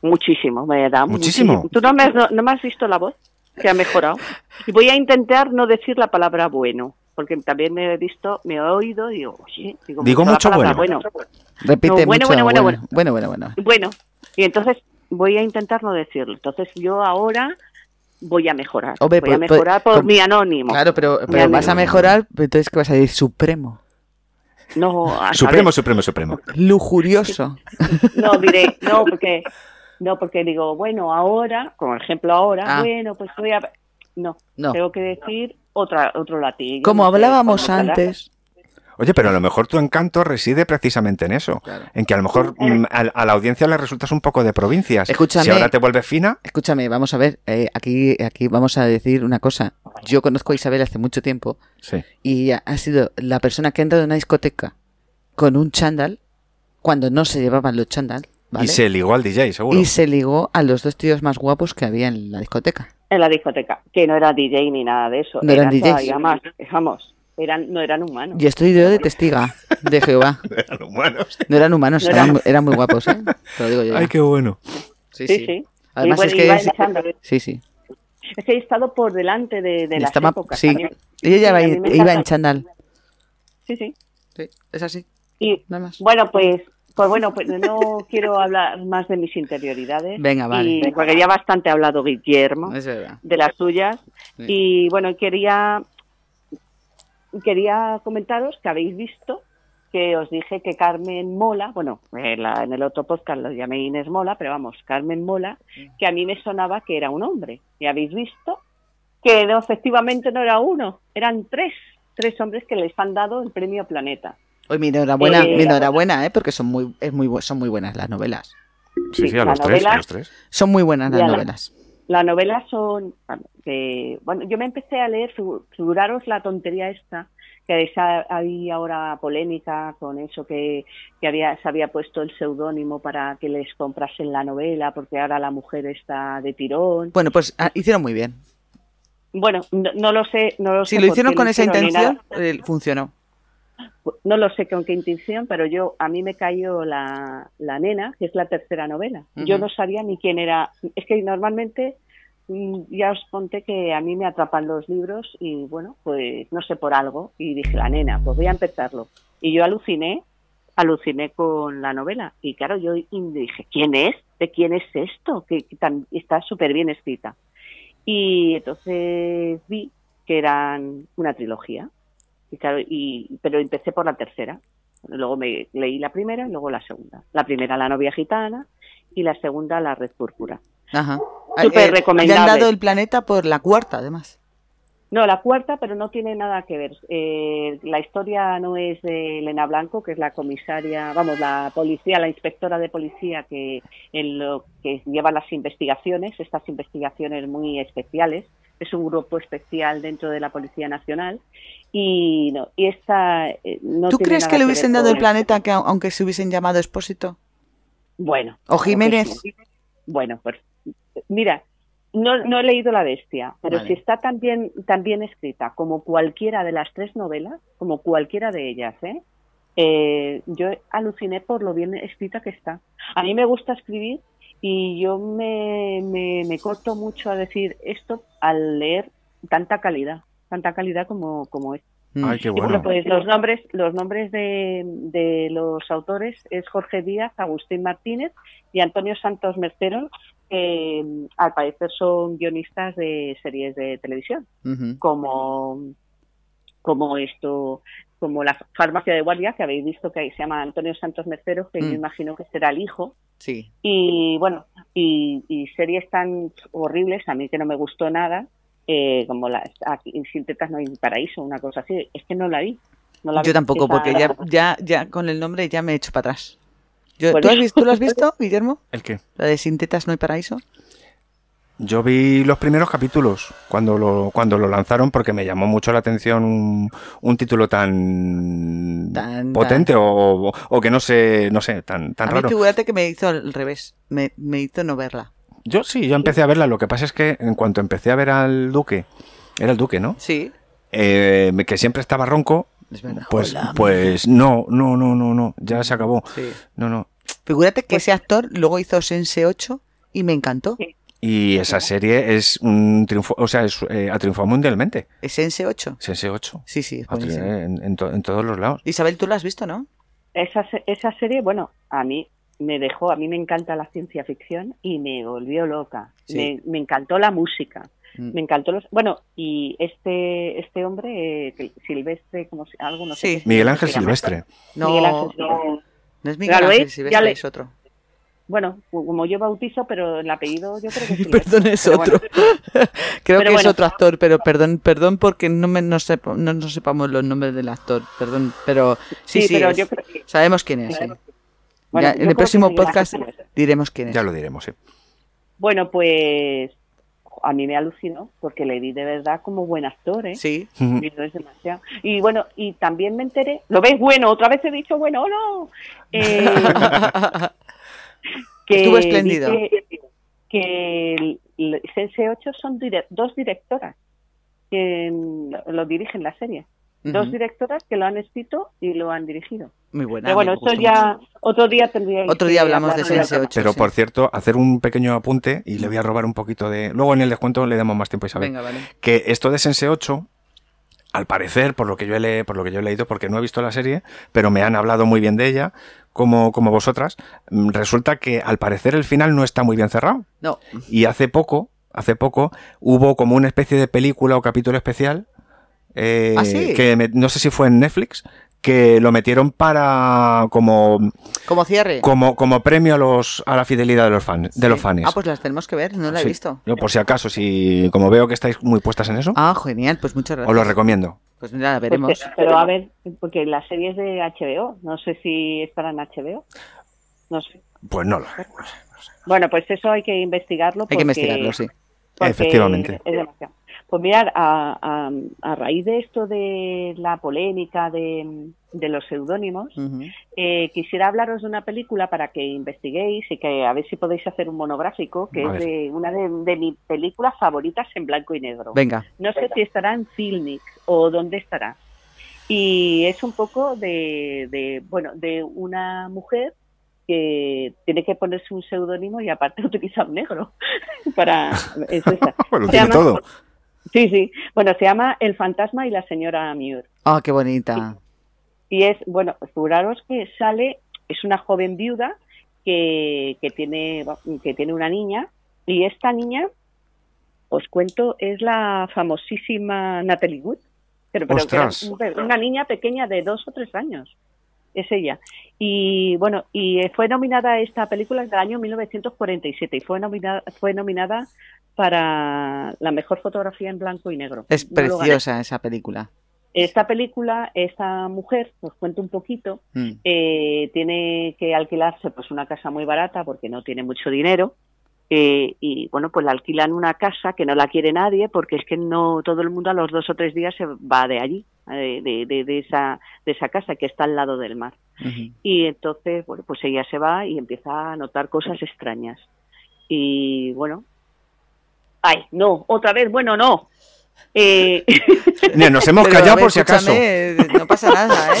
[SPEAKER 5] Muchísimo, me da
[SPEAKER 4] Muchísimo.
[SPEAKER 5] ¿Tú no me, has, no, no me has visto la voz? Que ha mejorado. Y voy a intentar no decir la palabra bueno, porque también me he visto, me he oído y digo, oye, digo,
[SPEAKER 4] Digo
[SPEAKER 5] la
[SPEAKER 4] mucho
[SPEAKER 5] palabra
[SPEAKER 4] bueno.
[SPEAKER 3] Repite
[SPEAKER 5] No, bueno,
[SPEAKER 3] mucho.
[SPEAKER 5] bueno, bueno,
[SPEAKER 3] bueno, bueno, bueno.
[SPEAKER 5] Bueno, y entonces voy a intentar no decirlo. Entonces yo ahora voy a mejorar.
[SPEAKER 3] Hombre,
[SPEAKER 5] voy a
[SPEAKER 3] pues-
[SPEAKER 5] mejorar
[SPEAKER 3] pues-
[SPEAKER 5] por
[SPEAKER 3] com-
[SPEAKER 5] mi anónimo.
[SPEAKER 3] Claro, pero, pero
[SPEAKER 5] Mira,
[SPEAKER 3] vas a mejorar, pero entonces que vas a decir supremo,
[SPEAKER 5] No, a saber.
[SPEAKER 4] Supremo, supremo, supremo.
[SPEAKER 5] *laughs*
[SPEAKER 3] lujurioso.
[SPEAKER 5] No, diré, no, porque no porque digo, bueno, ahora, como ejemplo ahora,
[SPEAKER 3] Ah.
[SPEAKER 5] bueno, pues voy a no,
[SPEAKER 3] No.
[SPEAKER 5] tengo que decir otra otro latín.
[SPEAKER 3] Como
[SPEAKER 5] no sé,
[SPEAKER 3] hablábamos
[SPEAKER 5] como palabra.
[SPEAKER 3] antes.
[SPEAKER 4] Oye, pero a lo mejor tu encanto reside precisamente en eso, en que a lo mejor
[SPEAKER 5] eh.
[SPEAKER 4] mm, a, a la audiencia le resultas un poco de provincias.
[SPEAKER 3] Escúchame.
[SPEAKER 4] Si ahora te vuelves fina,
[SPEAKER 3] Escúchame, vamos a ver, eh, aquí, aquí vamos a decir una cosa. Yo conozco a Isabel hace mucho tiempo
[SPEAKER 4] sí.
[SPEAKER 3] y ha- ha sido la persona que ha entrado en una discoteca con un chándal cuando no se llevaban los chándal, ¿vale?
[SPEAKER 4] y se ligó al DJ, seguro. *laughs*
[SPEAKER 3] Y se ligó a los dos tíos más guapos que había en la discoteca.
[SPEAKER 5] en la discoteca, que no era DJ ni nada de eso,
[SPEAKER 3] No eran DJs.
[SPEAKER 5] todavía más, vamos, eran no eran humanos.
[SPEAKER 3] Y estoy yo de testiga de Jehová.
[SPEAKER 4] Eran humanos.
[SPEAKER 3] No eran humanos,
[SPEAKER 5] No
[SPEAKER 3] estaban-
[SPEAKER 5] eran-
[SPEAKER 3] eran, muy guapos, ¿eh? Te lo digo yo. ya.
[SPEAKER 4] Ay, qué bueno.
[SPEAKER 3] Sí,
[SPEAKER 5] sí,
[SPEAKER 3] sí.
[SPEAKER 5] sí.
[SPEAKER 3] Además
[SPEAKER 5] Y bueno,
[SPEAKER 3] es que...
[SPEAKER 5] iba
[SPEAKER 3] es-
[SPEAKER 5] echando.
[SPEAKER 3] Sí, sí.
[SPEAKER 5] Es que he estado por delante de, de las
[SPEAKER 3] Estaba-
[SPEAKER 5] épocas
[SPEAKER 3] sí.
[SPEAKER 5] también.
[SPEAKER 3] Ella ya
[SPEAKER 5] Sí,
[SPEAKER 3] va-
[SPEAKER 5] a mí me
[SPEAKER 3] iba
[SPEAKER 5] encanta.
[SPEAKER 3] en chándal.
[SPEAKER 5] Sí, sí.
[SPEAKER 3] Sí, es así,
[SPEAKER 5] Y
[SPEAKER 3] nada más.
[SPEAKER 5] bueno, pues, pues bueno, pues no quiero hablar más de mis interioridades.
[SPEAKER 3] Venga, vale.
[SPEAKER 5] Y- porque ya bastante ha hablado Guillermo
[SPEAKER 3] Es verdad.
[SPEAKER 5] de las suyas.
[SPEAKER 3] Sí.
[SPEAKER 5] Y bueno, quería quería comentaros que habéis visto que os dije que Carmen Mola, bueno, en, la- en el otro podcast lo llamé Inés Mola, pero vamos, Carmen Mola, que a mí me sonaba que era un hombre. Y habéis visto que no, efectivamente no era uno, eran tres, tres hombres que les han dado el premio Planeta.
[SPEAKER 3] Hoy mi enhorabuena,
[SPEAKER 5] Eh,
[SPEAKER 3] mi enhorabuena, ¿eh? Porque son muy, es muy, bu- son muy buenas las novelas.
[SPEAKER 4] Sí, sí, a
[SPEAKER 5] la
[SPEAKER 4] los tres, a
[SPEAKER 5] novela-
[SPEAKER 4] los tres.
[SPEAKER 3] Son muy buenas las
[SPEAKER 5] Ya la-
[SPEAKER 3] novelas.
[SPEAKER 5] Las novelas son. eh, bueno, yo me empecé a leer, figu- figuraros la tontería esta, que esa- hay ahora polémica con eso que, que había, se había puesto el seudónimo para que les comprasen la novela, porque ahora la mujer está de tirón.
[SPEAKER 3] Bueno, pues ah, hicieron muy bien.
[SPEAKER 5] Bueno, no, no lo sé. No lo
[SPEAKER 3] Si
[SPEAKER 5] sé
[SPEAKER 3] lo
[SPEAKER 5] por
[SPEAKER 3] hicieron
[SPEAKER 5] qué
[SPEAKER 3] con esa
[SPEAKER 5] hicieron ni
[SPEAKER 3] intención,
[SPEAKER 5] nada.
[SPEAKER 3] eh, funcionó.
[SPEAKER 5] No lo sé con qué intención, pero yo a mí me cayó la, la nena, que es la tercera novela. Yo
[SPEAKER 3] Ujú.
[SPEAKER 5] no sabía ni quién era. Es que normalmente mm, ya os conté que a mí me atrapan los libros y bueno, pues no sé por algo. Y dije, la nena, pues voy a empezarlo. Y yo aluciné, aluciné con la novela. Y claro, yo y dije, ¿quién es? ¿De quién es esto? Que, que tan- está súper bien escrita. Y entonces vi que eran una trilogía. Y claro, y, pero empecé por la tercera. Luego me leí la primera y luego la segunda. La primera, La novia gitana, y la segunda, La red púrpura.
[SPEAKER 3] Ajá.
[SPEAKER 5] Súper
[SPEAKER 3] Eh, eh, Le han
[SPEAKER 5] recomendable.
[SPEAKER 3] dado el planeta por la cuarta, además.
[SPEAKER 5] No, la cuarta, pero no tiene nada que ver. Eh, la historia no es de Elena Blanco, que es la comisaria, vamos, la policía, la inspectora de policía que en lo que lleva las investigaciones, estas investigaciones muy especiales. Es un grupo especial dentro de la Policía Nacional y no, y esta eh, no
[SPEAKER 3] ¿Tú
[SPEAKER 5] tiene
[SPEAKER 3] crees
[SPEAKER 5] nada
[SPEAKER 3] que le
[SPEAKER 5] ver
[SPEAKER 3] hubiesen dado el
[SPEAKER 5] con-
[SPEAKER 3] planeta que, au- aunque se hubiesen llamado Expósito?
[SPEAKER 5] Bueno.
[SPEAKER 3] O Jiménez.
[SPEAKER 5] Bueno, pues mira, no, no he leído La Bestia, pero
[SPEAKER 3] Vale.
[SPEAKER 5] si está tan bien, tan bien escrita como cualquiera de las tres novelas, como cualquiera de ellas, ¿eh? Eh, yo aluciné por lo bien escrita que está. A mí me gusta escribir y yo me, me, me corto mucho a decir esto al leer tanta calidad, tanta calidad como, como esta.
[SPEAKER 3] Mm.
[SPEAKER 4] Ay, qué
[SPEAKER 5] Y bueno,
[SPEAKER 4] bueno.
[SPEAKER 5] pues los nombres, los nombres de, de los autores es Jorge Díaz, Agustín Martínez y Antonio Santos Mercero, que mm, al parecer son guionistas de series de televisión,
[SPEAKER 3] Ujú.
[SPEAKER 5] como, como esto, como la farmacia de guardia que habéis visto que ahí se llama Antonio Santos Mercero, que
[SPEAKER 3] Mm.
[SPEAKER 5] yo imagino que será el hijo
[SPEAKER 3] Sí.
[SPEAKER 5] y bueno, y, y series tan horribles, a mí que no me gustó nada, eh, como las aquí, en Sin Tetas no hay paraíso, una cosa así, es que no la vi. no la
[SPEAKER 3] Yo
[SPEAKER 5] vi.
[SPEAKER 3] tampoco,
[SPEAKER 5] Esa-
[SPEAKER 3] porque ya, ya, ya con el nombre ya me he hecho para atrás. Yo-
[SPEAKER 5] Pues-
[SPEAKER 3] ¿tú, has visto, ¿Tú lo has
[SPEAKER 5] *laughs*
[SPEAKER 3] visto, Guillermo?
[SPEAKER 4] ¿El qué?
[SPEAKER 3] La de Sin tetas no hay paraíso.
[SPEAKER 4] Yo vi los primeros capítulos cuando lo, cuando lo lanzaron porque me llamó mucho la atención un, un título tan,
[SPEAKER 3] Tan-
[SPEAKER 4] potente O, o que no sé, no sé, tan, tan
[SPEAKER 3] a mí
[SPEAKER 4] raro.
[SPEAKER 3] figúrate que me hizo al revés. Me, me hizo no verla.
[SPEAKER 4] Yo sí, yo empecé a verla. Lo que pasa es que en cuanto empecé a ver al Duque, era el Duque, ¿no?
[SPEAKER 3] Sí.
[SPEAKER 4] Eh, que siempre estaba ronco,
[SPEAKER 3] Es verdad.
[SPEAKER 4] pues,
[SPEAKER 3] Hola,
[SPEAKER 4] pues no, no, no, no, no, ya se acabó.
[SPEAKER 3] Sí.
[SPEAKER 4] No, no.
[SPEAKER 3] Figúrate que ese actor luego hizo Sense 8 y me encantó.
[SPEAKER 5] Pues Sí.
[SPEAKER 4] Y esa serie es un triunfo, o sea, es, eh, ha triunfado mundialmente.
[SPEAKER 3] ¿Es Sense 8?
[SPEAKER 4] Sense 8.
[SPEAKER 3] Sí, sí,
[SPEAKER 4] Ah,
[SPEAKER 3] es buenísimo.
[SPEAKER 4] eh, En, en to- en todos los lados.
[SPEAKER 3] Isabel, tú lo has visto, ¿no?
[SPEAKER 5] Esa, se- esa serie, bueno, a mí me dejó, a mí me encanta la ciencia ficción y me volvió loca.
[SPEAKER 3] Sí.
[SPEAKER 5] Me, me encantó la música,
[SPEAKER 3] Mm.
[SPEAKER 5] me encantó los... Bueno, y este este hombre, eh, que- Silvestre, como si, algo no
[SPEAKER 3] Sí.
[SPEAKER 5] sé. qué-
[SPEAKER 4] Miguel Ángel
[SPEAKER 5] se llama.
[SPEAKER 4] Silvestre.
[SPEAKER 3] No,
[SPEAKER 5] Miguel Ángel Silvestre.
[SPEAKER 3] no es Miguel
[SPEAKER 5] Claro,
[SPEAKER 3] Ángel
[SPEAKER 5] ¿eh?
[SPEAKER 3] Silvestre,
[SPEAKER 5] Ya le-
[SPEAKER 3] es otro.
[SPEAKER 5] Bueno, como yo bautizo, pero el apellido yo
[SPEAKER 3] *laughs*
[SPEAKER 5] creo que es Silvestre,
[SPEAKER 3] Perdón, es
[SPEAKER 5] pero bueno.
[SPEAKER 3] otro. Creo
[SPEAKER 5] Pero
[SPEAKER 3] que es
[SPEAKER 5] bueno.
[SPEAKER 3] otro actor, pero perdón, perdón porque no me no, sepa- no, no sepamos los nombres del actor, perdón, pero sí,
[SPEAKER 5] Sí,
[SPEAKER 3] sí,
[SPEAKER 5] pero
[SPEAKER 3] es-
[SPEAKER 5] yo creo que.
[SPEAKER 3] sabemos quién es.
[SPEAKER 5] Claro.
[SPEAKER 3] sí.
[SPEAKER 5] Bueno,
[SPEAKER 3] Ya,
[SPEAKER 5] yo
[SPEAKER 3] en el
[SPEAKER 5] creo
[SPEAKER 3] próximo
[SPEAKER 5] que
[SPEAKER 3] podcast
[SPEAKER 5] sí, gracias.
[SPEAKER 3] diremos quién es.
[SPEAKER 4] Ya lo diremos, sí.
[SPEAKER 5] Bueno, pues a mí me alucinó porque le vi de verdad como buen actor,
[SPEAKER 3] *laughs*
[SPEAKER 5] ¿eh?
[SPEAKER 3] Sí,
[SPEAKER 4] *laughs*
[SPEAKER 5] Y no es demasiado. Y bueno, y también me enteré. ¿Lo ves bueno? Otra vez he dicho bueno
[SPEAKER 3] *laughs*
[SPEAKER 5] o no. Eh, que
[SPEAKER 3] Estuvo espléndido.
[SPEAKER 5] vi Que, que el- el Sense 8 son dire- dos directoras que mm, lo dirigen la serie. Dos
[SPEAKER 3] Ujú.
[SPEAKER 5] directoras que lo han escrito y lo han dirigido.
[SPEAKER 3] muy buena.
[SPEAKER 5] Pero bueno,
[SPEAKER 3] Ah, me
[SPEAKER 5] esto
[SPEAKER 3] gustó
[SPEAKER 5] ya otro día tendría
[SPEAKER 3] Otro día hablamos de Sense 8.
[SPEAKER 4] Pero
[SPEAKER 3] sí.
[SPEAKER 4] por cierto, hacer un pequeño apunte y le voy a robar un poquito de. Luego en el descuento le damos más tiempo a Isabel.
[SPEAKER 3] Venga, vale.
[SPEAKER 4] Que esto de Sense 8, al parecer, por lo que yo he, le- por lo que yo he leído, porque no he visto la serie, pero me han hablado muy bien de ella, como, como vosotras, mm, resulta que al parecer el final no está muy bien cerrado.
[SPEAKER 3] No,
[SPEAKER 4] Y hace poco, hace poco, hubo como una especie de película o capítulo especial. eh,
[SPEAKER 3] ¿Ah, sí?
[SPEAKER 4] que me- no sé si fue en Netflix que lo metieron para como
[SPEAKER 3] como cierre.
[SPEAKER 4] como, como premio a los a la fidelidad de los fans de los
[SPEAKER 3] Sí.
[SPEAKER 4] fans
[SPEAKER 3] Ah, pues las tenemos que ver, no la he visto.
[SPEAKER 4] yo por si acaso si como veo que estáis muy puestas en eso
[SPEAKER 3] Ah, genial, pues muchas gracias.
[SPEAKER 4] os lo recomiendo
[SPEAKER 3] Pues mira, la veremos.
[SPEAKER 5] pero a ver, porque la serie es de HBO. No sé si estará en HBO. No sé.
[SPEAKER 4] pues no lo sé, no *laughs* sé.
[SPEAKER 5] Bueno, pues eso hay que
[SPEAKER 3] Hay
[SPEAKER 5] investigarlo.
[SPEAKER 3] que
[SPEAKER 5] porque-
[SPEAKER 3] investigarlo, sí.
[SPEAKER 5] porque
[SPEAKER 4] Efectivamente.
[SPEAKER 5] es demasiado. Pues mirad, a, a- a raíz de esto de la polémica de, de los seudónimos,
[SPEAKER 3] Ujú.
[SPEAKER 5] eh, quisiera hablaros de una película para que investiguéis y que a ver si podéis hacer un monográfico, que
[SPEAKER 4] A
[SPEAKER 5] es
[SPEAKER 4] ver.
[SPEAKER 5] de una de, de mis películas favoritas en blanco y negro.
[SPEAKER 3] Venga,
[SPEAKER 5] No sé si estará en Filmix o dónde estará. Y es un poco de, de, bueno, de una mujer que tiene que ponerse un seudónimo y aparte *laughs* utiliza un negro para... es esa.
[SPEAKER 4] Pues *laughs* lo
[SPEAKER 5] Se
[SPEAKER 4] tiene
[SPEAKER 5] llama-
[SPEAKER 4] todo.
[SPEAKER 5] Sí, sí. Bueno, se llama El fantasma y la señora Muir.
[SPEAKER 3] Ah, qué bonita.
[SPEAKER 5] Y es, bueno, figuraros que sale, es una joven viuda que, que, tiene, que tiene una niña y esta niña, os cuento, es la famosísima Natalie Wood, pero, pero que era
[SPEAKER 4] Ostras.
[SPEAKER 5] un- una niña pequeña de dos o tres años. Es ella. Y bueno, y eh, fue nominada a esta película en el año 1947 y fue nominada, fue nominada para la mejor fotografía en blanco y negro.
[SPEAKER 3] Es
[SPEAKER 5] No lo ganó.
[SPEAKER 3] preciosa esa película.
[SPEAKER 5] Esta película, esta mujer, os cuento un poquito,
[SPEAKER 3] Mm.
[SPEAKER 5] eh, tiene que alquilarse pues una casa muy barata porque no tiene mucho dinero eh, y bueno pues le alquilan una casa que no la quiere nadie porque es que no todo el mundo a los dos o tres días se va de allí eh, de, de- de esa de esa casa que está al lado del mar
[SPEAKER 3] Ujú.
[SPEAKER 5] y entonces bueno pues ella se va y empieza a notar cosas extrañas y bueno ay no otra vez bueno no Eh, *laughs*
[SPEAKER 4] Mira, nos hemos
[SPEAKER 3] Pero, a
[SPEAKER 4] callado
[SPEAKER 3] ver,
[SPEAKER 4] por si acaso.
[SPEAKER 3] escúchame, eh, No pasa nada,
[SPEAKER 5] *laughs*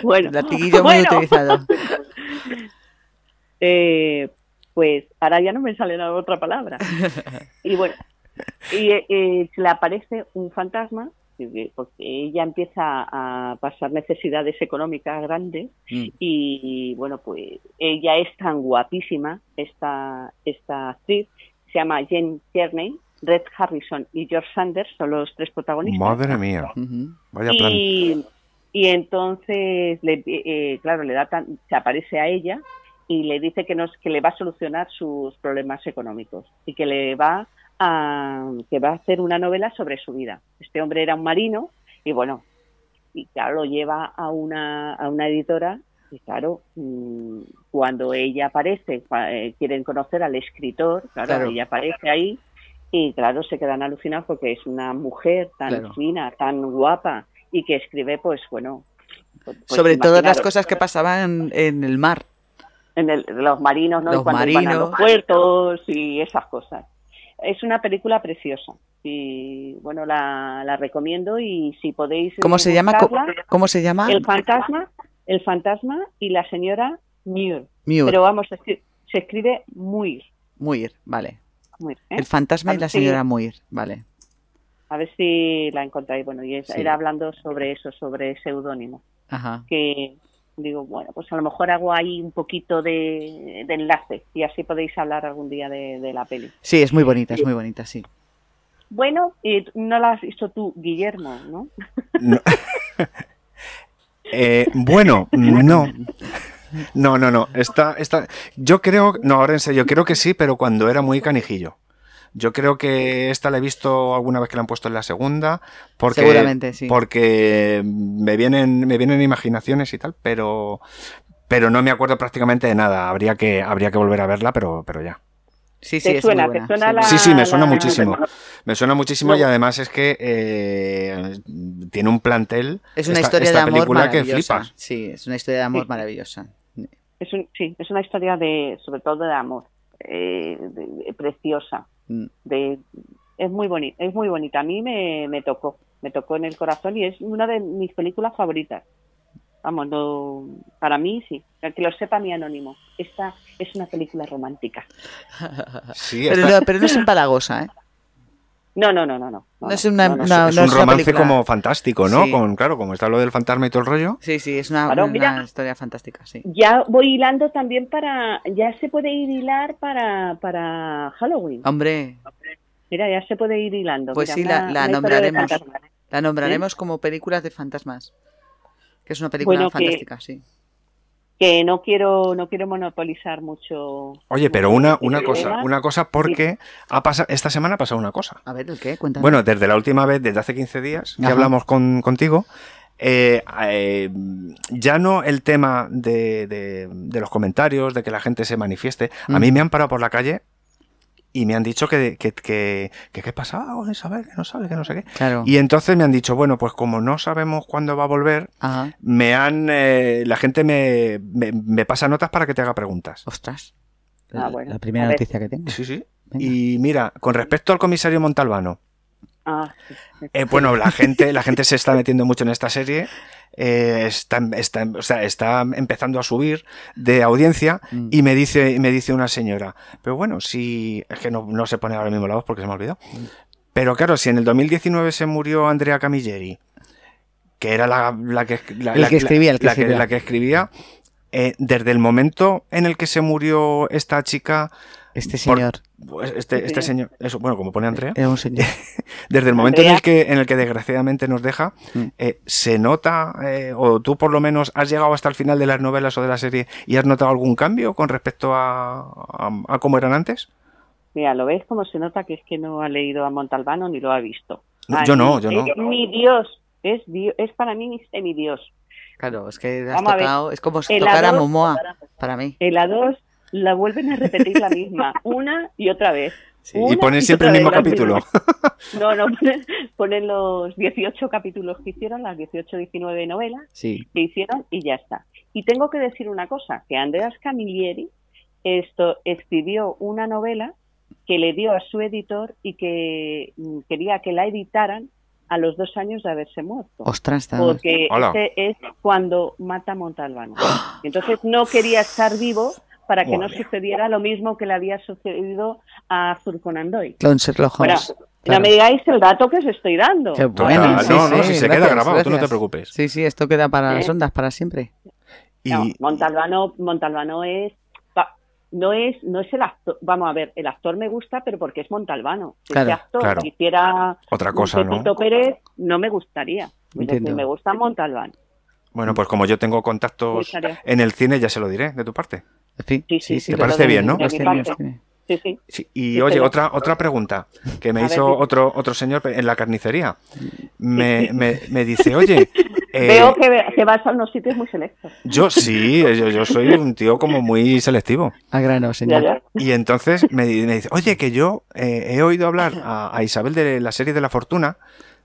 [SPEAKER 3] ¿eh?
[SPEAKER 5] bueno
[SPEAKER 3] Latiguillo muy
[SPEAKER 5] bueno. *laughs*
[SPEAKER 3] utilizado.
[SPEAKER 5] Eh, pues ahora ya no me sale la otra palabra. Y bueno, y eh, eh, se le aparece un fantasma, porque porque ella empieza a pasar necesidades económicas grandes
[SPEAKER 3] Mm.
[SPEAKER 5] y bueno, pues ella es tan guapísima, esta, esta actriz, se llama Jane Tierney, Red Harrison y George Sanders son los tres protagonistas.
[SPEAKER 4] Madre mía,
[SPEAKER 3] Ujú.
[SPEAKER 4] vaya plan.
[SPEAKER 5] Y, y entonces, le, eh, claro, le da tan- se aparece a ella y le dice que, nos, que le va a solucionar sus problemas económicos y que le va a, que va a hacer una novela sobre su vida. Este hombre era un marino y bueno, y claro, lo lleva a una, a una editora y claro, mm, cuando ella aparece, cua- eh, quieren conocer al escritor, claro,
[SPEAKER 3] Claro.
[SPEAKER 5] ella aparece ahí y claro, se quedan alucinados porque es una mujer tan
[SPEAKER 3] Claro.
[SPEAKER 5] fina, tan guapa y que escribe, pues bueno. pues,
[SPEAKER 3] Sobre todo las
[SPEAKER 5] imaginaros,
[SPEAKER 3] cosas que pasaban en el mar.
[SPEAKER 5] en el- los marinos, ¿no?
[SPEAKER 3] Los
[SPEAKER 5] y cuando iban a
[SPEAKER 3] marinos.
[SPEAKER 5] los puertos y esas cosas. Es una película preciosa y bueno, la, la recomiendo y si podéis
[SPEAKER 3] ¿Cómo
[SPEAKER 5] eh,
[SPEAKER 3] se llama? Co-
[SPEAKER 5] buscarla,
[SPEAKER 3] ¿Cómo se llama?
[SPEAKER 5] El fantasma, el fantasma y la señora Muir.
[SPEAKER 3] Muir.
[SPEAKER 5] Pero vamos, se escri- se escribe Muir.
[SPEAKER 3] Muir, vale.
[SPEAKER 5] Muir, ¿eh?
[SPEAKER 3] El fantasma y
[SPEAKER 5] Ah,
[SPEAKER 3] la
[SPEAKER 5] sí.
[SPEAKER 3] señora Muir, vale.
[SPEAKER 5] A ver si la encontráis. Bueno, y es-
[SPEAKER 3] Sí.
[SPEAKER 5] era hablando sobre eso, sobre seudónimo.
[SPEAKER 3] Ajá.
[SPEAKER 5] que digo, bueno, pues a lo mejor hago ahí un poquito de, de enlace y así podéis hablar algún día de, de la peli.
[SPEAKER 3] Sí, es muy bonita, es muy bonita, sí.
[SPEAKER 5] Bueno, y no la has visto tú, Guillermo, ¿no?
[SPEAKER 4] No. Eh, bueno, no. No, no, no. Está, está. Yo creo. No, ahora en serio, creo que sí, pero cuando era muy canijillo. Yo creo que esta la he visto alguna vez que la han puesto en la segunda. Porque,
[SPEAKER 3] Seguramente, sí.
[SPEAKER 4] Porque me vienen, me vienen imaginaciones y tal, pero. Pero no me acuerdo prácticamente de nada. Habría que, habría que volver a verla, pero, pero ya.
[SPEAKER 3] Sí, sí,
[SPEAKER 5] ¿Te
[SPEAKER 3] es
[SPEAKER 5] suena?
[SPEAKER 3] muy
[SPEAKER 5] ¿Te
[SPEAKER 3] buena.
[SPEAKER 5] suena la-
[SPEAKER 4] Sí, sí, me suena
[SPEAKER 5] la-
[SPEAKER 4] muchísimo. Me suena muchísimo
[SPEAKER 5] No.
[SPEAKER 4] y además es que eh, tiene un plantel.
[SPEAKER 3] Es una
[SPEAKER 4] esta-
[SPEAKER 3] historia
[SPEAKER 4] esta
[SPEAKER 3] de amor
[SPEAKER 4] película que
[SPEAKER 3] maravillosa.
[SPEAKER 4] flipas.
[SPEAKER 3] Sí, es una historia de amor
[SPEAKER 5] Sí.
[SPEAKER 3] maravillosa.
[SPEAKER 5] Es un- sí, es una historia de, sobre todo de amor, eh, de- de- preciosa.
[SPEAKER 3] Mm.
[SPEAKER 5] De, es muy bonita, es muy bonita. A mí me, me tocó, me tocó en el corazón y es una de mis películas favoritas. Vamos, no, para mí sí. El que lo sepa mi anónimo. Esta es una película romántica.
[SPEAKER 4] Sí,
[SPEAKER 3] Pero
[SPEAKER 4] esta-
[SPEAKER 3] no, pero no es empalagosa, ¿eh?
[SPEAKER 5] No, no, no, no, no.
[SPEAKER 3] No es una-
[SPEAKER 4] es,
[SPEAKER 3] no,
[SPEAKER 4] es
[SPEAKER 3] no
[SPEAKER 4] un
[SPEAKER 3] es una
[SPEAKER 4] romance
[SPEAKER 3] película.
[SPEAKER 4] como fantástico, ¿no?
[SPEAKER 3] Sí.
[SPEAKER 4] Con, claro, como está lo del fantasma y todo el rollo.
[SPEAKER 3] Sí, sí, es una,
[SPEAKER 5] Claro,
[SPEAKER 3] una
[SPEAKER 5] mira.
[SPEAKER 3] historia fantástica, sí.
[SPEAKER 5] Ya voy hilando también para, ya se puede ir hilar para, para Halloween.
[SPEAKER 3] Hombre,
[SPEAKER 5] Mira, ya se puede ir hilando.
[SPEAKER 3] Ah. Pues
[SPEAKER 5] Mira,
[SPEAKER 3] sí, la-
[SPEAKER 5] una-
[SPEAKER 3] la
[SPEAKER 5] una historia de
[SPEAKER 3] nombraremos.
[SPEAKER 5] fantasmas.
[SPEAKER 3] la nombraremos como películas de fantasmas. Que es una película
[SPEAKER 5] Bueno, que-
[SPEAKER 3] fantástica, sí.
[SPEAKER 5] Que no quiero, no quiero monopolizar mucho.
[SPEAKER 4] Oye, pero
[SPEAKER 5] mucho
[SPEAKER 4] una,
[SPEAKER 5] este
[SPEAKER 4] una cosa,
[SPEAKER 5] tema.
[SPEAKER 4] una cosa porque ha pasado, esta semana ha pasado una cosa.
[SPEAKER 3] A ver, ¿el qué? Cuéntame.
[SPEAKER 4] Bueno, desde la última vez, desde hace 15 días que
[SPEAKER 3] Ajá.
[SPEAKER 4] hablamos con, contigo, eh, eh, ya no el tema de, de- de los comentarios, de que la gente se manifieste. A
[SPEAKER 3] Mm.
[SPEAKER 4] mí me han parado por la calle y me han dicho que, que, que, que qué pasaba, Isabel, que no sabe, que no sé qué.
[SPEAKER 3] claro.
[SPEAKER 4] Y entonces me han dicho, bueno, pues como no sabemos cuándo va a volver,
[SPEAKER 3] Ajá.
[SPEAKER 4] me han eh, la gente me, me, me pasa notas para que te haga preguntas.
[SPEAKER 3] Ostras.
[SPEAKER 5] Ah,
[SPEAKER 3] La-
[SPEAKER 5] bueno,
[SPEAKER 3] la primera
[SPEAKER 5] a ver.
[SPEAKER 3] noticia que tengo.
[SPEAKER 4] sí.
[SPEAKER 3] Venga.
[SPEAKER 4] Y mira, con respecto al comisario Montalbano,
[SPEAKER 5] Ah, sí.
[SPEAKER 4] Eh, bueno, la gente, la gente
[SPEAKER 6] *laughs*
[SPEAKER 4] se está metiendo mucho en esta serie. eh, está, está- o sea, está empezando a subir de audiencia
[SPEAKER 6] Mm.
[SPEAKER 4] y me dice, y me dice una señora, pero bueno, si es que no, no se pone ahora mismo la voz porque se me ha olvidado. Pero claro, si en el 2019 se murió Andrea Camilleri, que era la, la que, la-
[SPEAKER 6] El
[SPEAKER 4] la-
[SPEAKER 6] que escribía, el que
[SPEAKER 4] la
[SPEAKER 6] escribía.
[SPEAKER 4] la que escribía, eh, desde el momento en el que se murió esta chica,
[SPEAKER 6] Este
[SPEAKER 4] Por-
[SPEAKER 6] señor
[SPEAKER 4] pues, este, este
[SPEAKER 5] Sí.
[SPEAKER 4] señor, eso, bueno, como pone Andrea,
[SPEAKER 6] era un señor.
[SPEAKER 4] desde el momento en
[SPEAKER 5] Andrea.
[SPEAKER 4] el que, en el que desgraciadamente nos deja,
[SPEAKER 6] Mm.
[SPEAKER 4] eh, se nota, eh, o tú por lo menos has llegado hasta el final de las novelas o de la serie y has notado algún cambio con respecto a, a- a cómo eran antes?
[SPEAKER 5] Mira, lo ves como se nota que es que no ha leído a Montalbano ni lo ha visto.
[SPEAKER 4] No, yo
[SPEAKER 5] Ah,
[SPEAKER 4] no,
[SPEAKER 5] ni-
[SPEAKER 4] yo no.
[SPEAKER 5] Es mi Dios, es, Dios, es para mí es mi Dios.
[SPEAKER 6] *laughs* Claro, es que has
[SPEAKER 5] Vamos a ver.
[SPEAKER 6] tocado- es como si
[SPEAKER 5] El
[SPEAKER 6] tocara
[SPEAKER 5] ador-
[SPEAKER 6] Momoa para mí.
[SPEAKER 5] En la 2 la vuelven a repetir
[SPEAKER 4] *laughs*
[SPEAKER 5] la misma, una y otra vez. Una
[SPEAKER 4] y ponen siempre el
[SPEAKER 5] otra
[SPEAKER 4] mismo
[SPEAKER 5] vez, la
[SPEAKER 4] capítulo.
[SPEAKER 5] misma. *laughs* No, no, ponen, ponen los 18 capítulos que hicieron, las 18, 19 novelas
[SPEAKER 6] Sí.
[SPEAKER 5] que hicieron y ya está. Y tengo que decir una cosa, que Andreas Camilleri esto, escribió una novela que le dio a su editor y que mm, quería que la editaran a los dos años de haberse muerto.
[SPEAKER 6] Ostras, está-
[SPEAKER 5] Porque
[SPEAKER 4] Hola.
[SPEAKER 5] este es cuando mata a Montalbano. Entonces no quería estar vivo para que no
[SPEAKER 4] Madre.
[SPEAKER 5] sucediera lo mismo que le había sucedido a Zurconandoy.
[SPEAKER 6] Claro, un Sherlock
[SPEAKER 5] Bueno,
[SPEAKER 6] Holmes. claro.
[SPEAKER 5] No me digáis el dato que os estoy dando.
[SPEAKER 6] Qué
[SPEAKER 4] Total,
[SPEAKER 6] bueno, sí,
[SPEAKER 4] no, no,
[SPEAKER 6] sí,
[SPEAKER 4] si se
[SPEAKER 6] gracias,
[SPEAKER 4] queda grabado, tú no te
[SPEAKER 6] gracias.
[SPEAKER 4] preocupes.
[SPEAKER 6] Sí, sí, esto queda para
[SPEAKER 5] ¿Eh?
[SPEAKER 6] las ondas, para siempre.
[SPEAKER 4] Y,
[SPEAKER 5] No, Montalbano, Montalbano es pa- no es no es el actor, vamos a ver, el actor me gusta, pero porque es Montalbano. Si
[SPEAKER 6] Claro,
[SPEAKER 5] ese actor
[SPEAKER 4] claro.
[SPEAKER 5] hiciera
[SPEAKER 4] Otra
[SPEAKER 5] un
[SPEAKER 4] cosa, ¿no?
[SPEAKER 5] Pepito Pérez, no me gustaría. Es decir,
[SPEAKER 6] Entiendo.
[SPEAKER 5] me gusta Montalbano.
[SPEAKER 4] Bueno, pues como yo tengo contactos
[SPEAKER 5] Gustaría.
[SPEAKER 4] en el cine, ya se lo diré de tu parte.
[SPEAKER 6] Sí,
[SPEAKER 5] Sí, sí,
[SPEAKER 6] sí, sí.
[SPEAKER 5] sí,
[SPEAKER 4] ¿Te parece
[SPEAKER 5] de-
[SPEAKER 4] bien, no?
[SPEAKER 5] de
[SPEAKER 6] Los
[SPEAKER 5] mi
[SPEAKER 6] tiene, los
[SPEAKER 5] parte.
[SPEAKER 6] tiene.
[SPEAKER 5] Sí, sí.
[SPEAKER 4] Sí, y
[SPEAKER 5] Sí,
[SPEAKER 4] oye,
[SPEAKER 5] pero-
[SPEAKER 4] otra, otra pregunta que me
[SPEAKER 5] A ver,
[SPEAKER 4] hizo
[SPEAKER 5] dime.
[SPEAKER 4] otro, otro señor en la carnicería. Me, me- me dice, oye, eh,
[SPEAKER 5] *laughs* Veo que, ve- que vas a unos sitios muy selectos.
[SPEAKER 4] yo sí, eh, yo, yo soy un tío como muy selectivo.
[SPEAKER 6] A grano,
[SPEAKER 5] Ya,
[SPEAKER 6] Ah, señor.
[SPEAKER 5] ya. *laughs*
[SPEAKER 4] Y entonces me, di- me dice, oye, que yo eh, he oído hablar a, a Isabel de la serie de la fortuna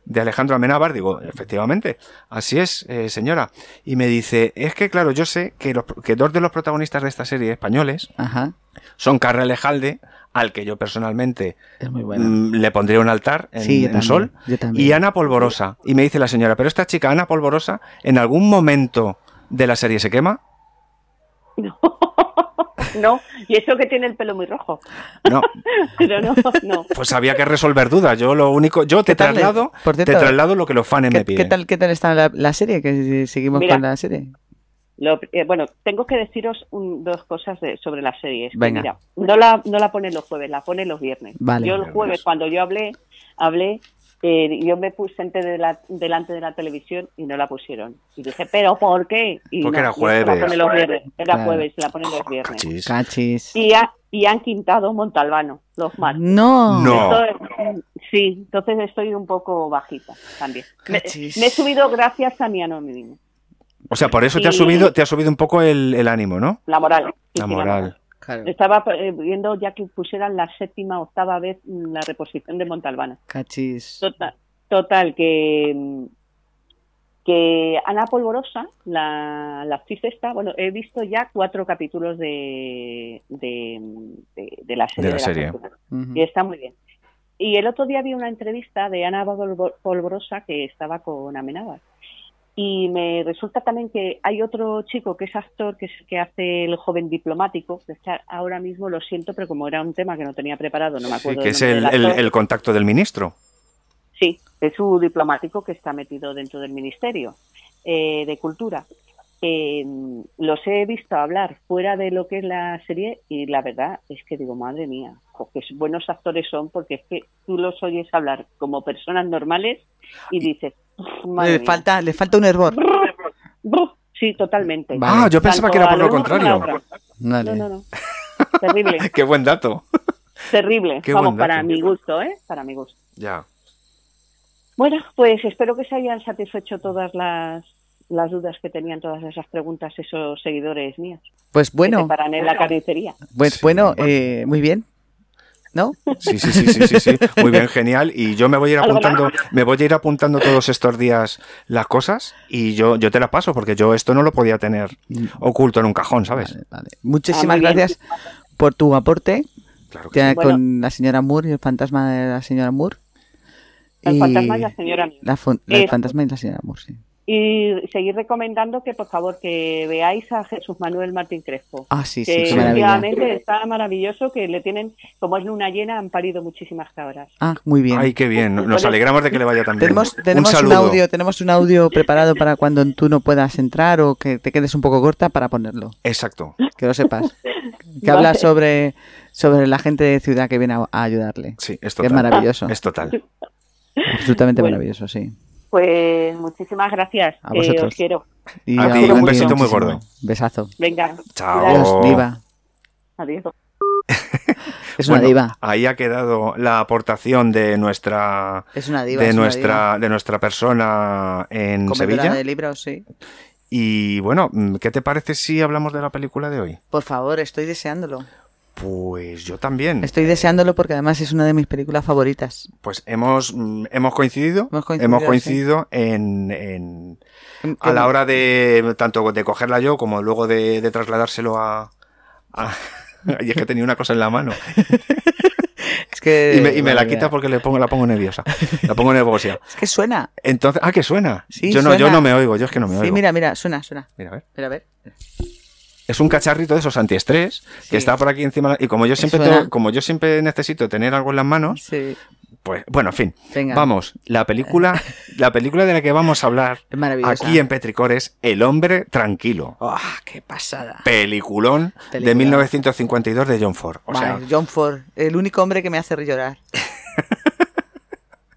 [SPEAKER 4] de Alejandro Amenábar. Digo, efectivamente, así es, eh, señora. Y me dice, es que claro, yo sé que, los, que dos de los protagonistas de esta serie españoles
[SPEAKER 6] Ajá.
[SPEAKER 4] son Carra Lejalde, al que yo personalmente
[SPEAKER 6] Es muy bueno.
[SPEAKER 4] mm, le pondría un altar en,
[SPEAKER 6] sí, yo
[SPEAKER 4] en
[SPEAKER 6] también,
[SPEAKER 4] sol.
[SPEAKER 6] Yo también.
[SPEAKER 4] Y Ana Polvorosa. Y me dice la señora, pero esta chica, Ana Polvorosa, en algún momento de la serie se quema.
[SPEAKER 5] No. No, y eso que tiene el pelo muy rojo. *laughs*
[SPEAKER 4] No,
[SPEAKER 5] Pero no, no.
[SPEAKER 4] pues había que resolver dudas. Yo lo único, yo te
[SPEAKER 6] ¿Qué tal,
[SPEAKER 4] traslado,
[SPEAKER 6] eh? Por
[SPEAKER 4] te
[SPEAKER 6] cierto,
[SPEAKER 4] traslado lo que los fans me
[SPEAKER 6] ¿Qué, qué
[SPEAKER 4] piden.
[SPEAKER 6] tal, ¿Qué tal está la, la serie? Que seguimos
[SPEAKER 5] Mira.
[SPEAKER 6] con la serie.
[SPEAKER 5] Lo- eh, bueno, tengo que deciros un- dos cosas de- sobre las series. que,
[SPEAKER 6] Venga.
[SPEAKER 5] mira, no la, no la ponen los jueves, la ponen los viernes.
[SPEAKER 6] Vale.
[SPEAKER 5] yo el
[SPEAKER 4] Viernes.
[SPEAKER 5] jueves, cuando yo hablé, hablé eh, yo me puse ante de la- delante de la televisión y no la pusieron. Y dije, ¿pero por qué? Y
[SPEAKER 4] Porque
[SPEAKER 5] no,
[SPEAKER 4] era
[SPEAKER 5] no, se La
[SPEAKER 4] jueves.
[SPEAKER 5] ponen los viernes. Era
[SPEAKER 6] Claro.
[SPEAKER 5] jueves, se la ponen los viernes.
[SPEAKER 4] Cachis.
[SPEAKER 6] Cachis.
[SPEAKER 5] Y, ha- y han quintado Montalbano, los martes.
[SPEAKER 6] No.
[SPEAKER 4] No.
[SPEAKER 5] Entonces, sí, entonces estoy un poco bajita también. Me,
[SPEAKER 6] Cachis.
[SPEAKER 5] me he subido gracias a mi anónimo,
[SPEAKER 4] O sea, por eso te ha
[SPEAKER 5] Y-
[SPEAKER 4] subido, te ha subido un poco el, el ánimo, ¿no?
[SPEAKER 5] la moral. Sí,
[SPEAKER 4] La
[SPEAKER 5] sí,
[SPEAKER 4] moral.
[SPEAKER 6] Claro.
[SPEAKER 5] Estaba eh, viendo ya que pusieran la séptima, octava vez mm, la reposición de Montalbana.
[SPEAKER 6] Cachis.
[SPEAKER 5] Total, total que, mm, que Ana Polvorosa, la, la actriz esta, bueno, he visto ya cuatro capítulos de, de, de- de la serie.
[SPEAKER 4] De la serie.
[SPEAKER 5] fortuna.
[SPEAKER 6] Ujú.
[SPEAKER 5] Y está muy bien. Y el otro día vi una entrevista de Ana Polvo- Polvorosa que estaba con Amenábar. Y me resulta también que hay otro chico que es actor, que, es, que hace el joven diplomático, que está ahora mismo, lo siento, pero como era un tema que no tenía preparado, no me
[SPEAKER 4] Sí,
[SPEAKER 5] acuerdo.
[SPEAKER 4] que
[SPEAKER 5] el
[SPEAKER 4] es
[SPEAKER 5] nombre
[SPEAKER 4] el,
[SPEAKER 5] del
[SPEAKER 4] el-
[SPEAKER 5] actor.
[SPEAKER 4] el contacto del ministro.
[SPEAKER 5] Sí, es un diplomático que está metido dentro del Ministerio eh, de Cultura. Eh, los he visto hablar fuera de lo que es la serie y la verdad es que digo, madre mía, jo, qué buenos actores son porque es que tú los oyes hablar como personas normales y dices, "Uf, madre
[SPEAKER 6] Le
[SPEAKER 5] mía".
[SPEAKER 6] falta, le falta un hervor.
[SPEAKER 5] Brr, Sí, totalmente.
[SPEAKER 6] Vale.
[SPEAKER 4] Ah, yo pensaba
[SPEAKER 5] Tanto
[SPEAKER 4] que era por
[SPEAKER 5] al
[SPEAKER 4] lo
[SPEAKER 5] uno como a la
[SPEAKER 4] contrario.
[SPEAKER 5] otra.
[SPEAKER 6] Vale.
[SPEAKER 5] No, no, no. Terrible,
[SPEAKER 4] Qué buen dato.
[SPEAKER 5] terrible.
[SPEAKER 4] *laughs* Qué
[SPEAKER 5] Vamos,
[SPEAKER 4] buen dato.
[SPEAKER 5] para mi gusto, ¿eh? Para mi gusto.
[SPEAKER 4] Ya.
[SPEAKER 5] Bueno, pues espero que se hayan satisfecho todas las, las dudas que tenían, todas esas preguntas, esos seguidores míos.
[SPEAKER 6] Pues
[SPEAKER 5] Que
[SPEAKER 6] bueno,
[SPEAKER 5] te paran en la carnicería.
[SPEAKER 6] pues
[SPEAKER 4] Sí.
[SPEAKER 6] bueno, eh, muy bien.
[SPEAKER 4] *laughs*
[SPEAKER 6] ¿No?
[SPEAKER 4] Sí, sí, sí, sí, sí, sí.
[SPEAKER 2] *laughs*
[SPEAKER 4] Muy bien, genial. Y yo me voy a ir
[SPEAKER 5] Algo
[SPEAKER 4] apuntando, me voy a ir apuntando todos estos días las cosas y yo, yo te las paso porque yo esto no lo podía tener oculto en un cajón, ¿sabes?
[SPEAKER 6] Vale, vale. Muchísimas
[SPEAKER 5] Ah, muy bien.
[SPEAKER 6] gracias por tu aporte
[SPEAKER 4] Claro que
[SPEAKER 6] ya
[SPEAKER 5] sí. Bueno.
[SPEAKER 6] con la señora Moore y el fantasma de la señora Moore.
[SPEAKER 5] El
[SPEAKER 3] Y-
[SPEAKER 5] fantasma y la señora Moore.
[SPEAKER 3] La fon- la- el
[SPEAKER 5] Eh,
[SPEAKER 3] fantasma y la señora Moore, sí.
[SPEAKER 5] Y seguir recomendando que, por favor, que veáis a Jesús Manuel Martín Crespo.
[SPEAKER 3] Ah, sí, sí,
[SPEAKER 5] que
[SPEAKER 3] qué maravilla.
[SPEAKER 5] efectivamente está maravilloso, que le tienen, como es luna llena, han parido muchísimas cabras.
[SPEAKER 3] Ah, muy bien.
[SPEAKER 4] Ay, qué bien. Nos
[SPEAKER 5] Oye,
[SPEAKER 4] alegramos de que le vaya tan bien.
[SPEAKER 3] Tenemos, tenemos
[SPEAKER 4] un
[SPEAKER 3] un,
[SPEAKER 4] saludo.
[SPEAKER 3] audio, tenemos un audio preparado para cuando tú no puedas entrar o que te quedes un poco corta para ponerlo,
[SPEAKER 4] Exacto.
[SPEAKER 3] que lo
[SPEAKER 5] *laughs*
[SPEAKER 3] sepas. Que
[SPEAKER 5] Vale.
[SPEAKER 3] habla sobre, sobre la gente de ciudad que viene a, a ayudarle.
[SPEAKER 4] Sí, es
[SPEAKER 3] Que
[SPEAKER 4] total.
[SPEAKER 3] es maravilloso.
[SPEAKER 4] Es total.
[SPEAKER 3] Absolutamente
[SPEAKER 5] Bueno.
[SPEAKER 3] maravilloso, sí.
[SPEAKER 5] Pues muchísimas gracias.
[SPEAKER 3] A
[SPEAKER 5] que
[SPEAKER 3] vosotros.
[SPEAKER 5] os quiero.
[SPEAKER 3] Y
[SPEAKER 4] A
[SPEAKER 5] ti,
[SPEAKER 3] algún
[SPEAKER 5] un
[SPEAKER 3] día
[SPEAKER 5] besito
[SPEAKER 4] muy
[SPEAKER 3] muchísimo.
[SPEAKER 4] gordo.
[SPEAKER 3] Besazo.
[SPEAKER 5] Venga.
[SPEAKER 4] Chao.
[SPEAKER 5] cuidaros.
[SPEAKER 4] Oh.
[SPEAKER 3] Es diva.
[SPEAKER 5] Adiós.
[SPEAKER 3] Es una
[SPEAKER 4] Bueno,
[SPEAKER 3] diva.
[SPEAKER 4] Ahí ha quedado la aportación de nuestra
[SPEAKER 3] Es una diva.
[SPEAKER 4] de
[SPEAKER 3] es una diva.
[SPEAKER 4] nuestra de nuestra persona en
[SPEAKER 3] Comedora
[SPEAKER 4] Sevilla.
[SPEAKER 3] de libros, sí.
[SPEAKER 4] Y bueno, mm, ¿qué te parece si hablamos de la película de hoy?
[SPEAKER 3] Por favor, estoy deseándolo.
[SPEAKER 4] Pues yo también.
[SPEAKER 3] Estoy deseándolo porque además es una de mis películas favoritas.
[SPEAKER 4] Pues hemos, mm, hemos coincidido,
[SPEAKER 3] Hemos coincidido,
[SPEAKER 4] coincidido en, en-
[SPEAKER 3] Que-
[SPEAKER 4] a la hora de tanto de cogerla yo como luego de, de trasladárselo a, a- *laughs* y es que tenía una cosa en
[SPEAKER 3] *laughs*
[SPEAKER 4] la mano
[SPEAKER 3] Es que,
[SPEAKER 4] y me, y me la
[SPEAKER 3] Madre
[SPEAKER 4] quita
[SPEAKER 3] mía.
[SPEAKER 4] porque le pongo, la pongo nerviosa, la pongo nerviosa.
[SPEAKER 3] Es que suena.
[SPEAKER 4] Entonces, ah, que suena.
[SPEAKER 3] Sí,
[SPEAKER 4] yo no, yo
[SPEAKER 3] suena.
[SPEAKER 4] no me oigo, yo es que no me
[SPEAKER 3] sí,
[SPEAKER 4] oigo.
[SPEAKER 3] mira, mira, suena, suena.
[SPEAKER 4] Mira, a ver.
[SPEAKER 3] Mira, a ver.
[SPEAKER 4] Es un cacharrito de esos antiestrés
[SPEAKER 3] Sí.
[SPEAKER 4] que está por aquí encima y como yo siempre
[SPEAKER 3] suena.
[SPEAKER 4] tengo- como yo siempre necesito tener algo en las manos,
[SPEAKER 3] Sí.
[SPEAKER 4] pues bueno, en fin.
[SPEAKER 3] Venga.
[SPEAKER 4] Vamos,
[SPEAKER 3] *laughs*
[SPEAKER 4] la película, la película de la que vamos a hablar
[SPEAKER 3] Es maravillosa.
[SPEAKER 4] aquí em- en Petricor es El hombre tranquilo.
[SPEAKER 3] ¡Ah, qué pasada!
[SPEAKER 4] Peliculón de
[SPEAKER 3] Peliculón.
[SPEAKER 4] 1952 de John Ford. O sea,
[SPEAKER 3] Vale, John Ford, el único hombre que me hace
[SPEAKER 4] *laughs*
[SPEAKER 3] llorar.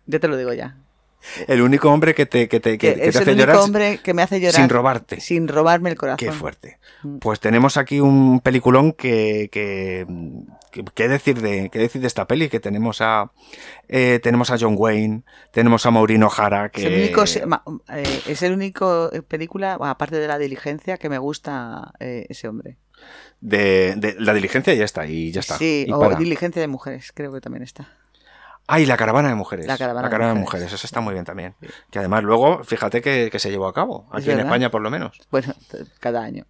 [SPEAKER 3] Yo te lo digo ya.
[SPEAKER 4] el único hombre que te, que te,
[SPEAKER 3] Que
[SPEAKER 4] que- que te
[SPEAKER 3] es el
[SPEAKER 4] hace
[SPEAKER 3] único
[SPEAKER 4] llorar
[SPEAKER 3] hombre que me hace llorar.
[SPEAKER 4] sin robarte.
[SPEAKER 3] Sin robarme el corazón.
[SPEAKER 4] Qué fuerte.
[SPEAKER 3] Mm.
[SPEAKER 4] Pues tenemos aquí un peliculón que. que que- ¿Qué decir, de, qué decir de esta peli? Que tenemos a eh, tenemos a John Wayne, tenemos a Maurino Jara, que
[SPEAKER 3] Es el único, se- ma- eh, es el único eh, película, bueno, aparte de la diligencia, que me gusta eh, ese hombre.
[SPEAKER 4] de, de- la diligencia ya está, y ya está.
[SPEAKER 3] sí,
[SPEAKER 4] y
[SPEAKER 3] o
[SPEAKER 4] para.
[SPEAKER 3] diligencia de mujeres, creo que también está. *laughs*
[SPEAKER 4] Ah, y la caravana de mujeres.
[SPEAKER 3] La caravana de
[SPEAKER 4] de
[SPEAKER 3] mujeres.
[SPEAKER 4] mujeres. eso está muy bien también. Que además luego, fíjate que, que se llevó a cabo,
[SPEAKER 3] Es
[SPEAKER 4] aquí en
[SPEAKER 3] verdad.
[SPEAKER 4] España por lo menos.
[SPEAKER 3] Bueno, t- cada año.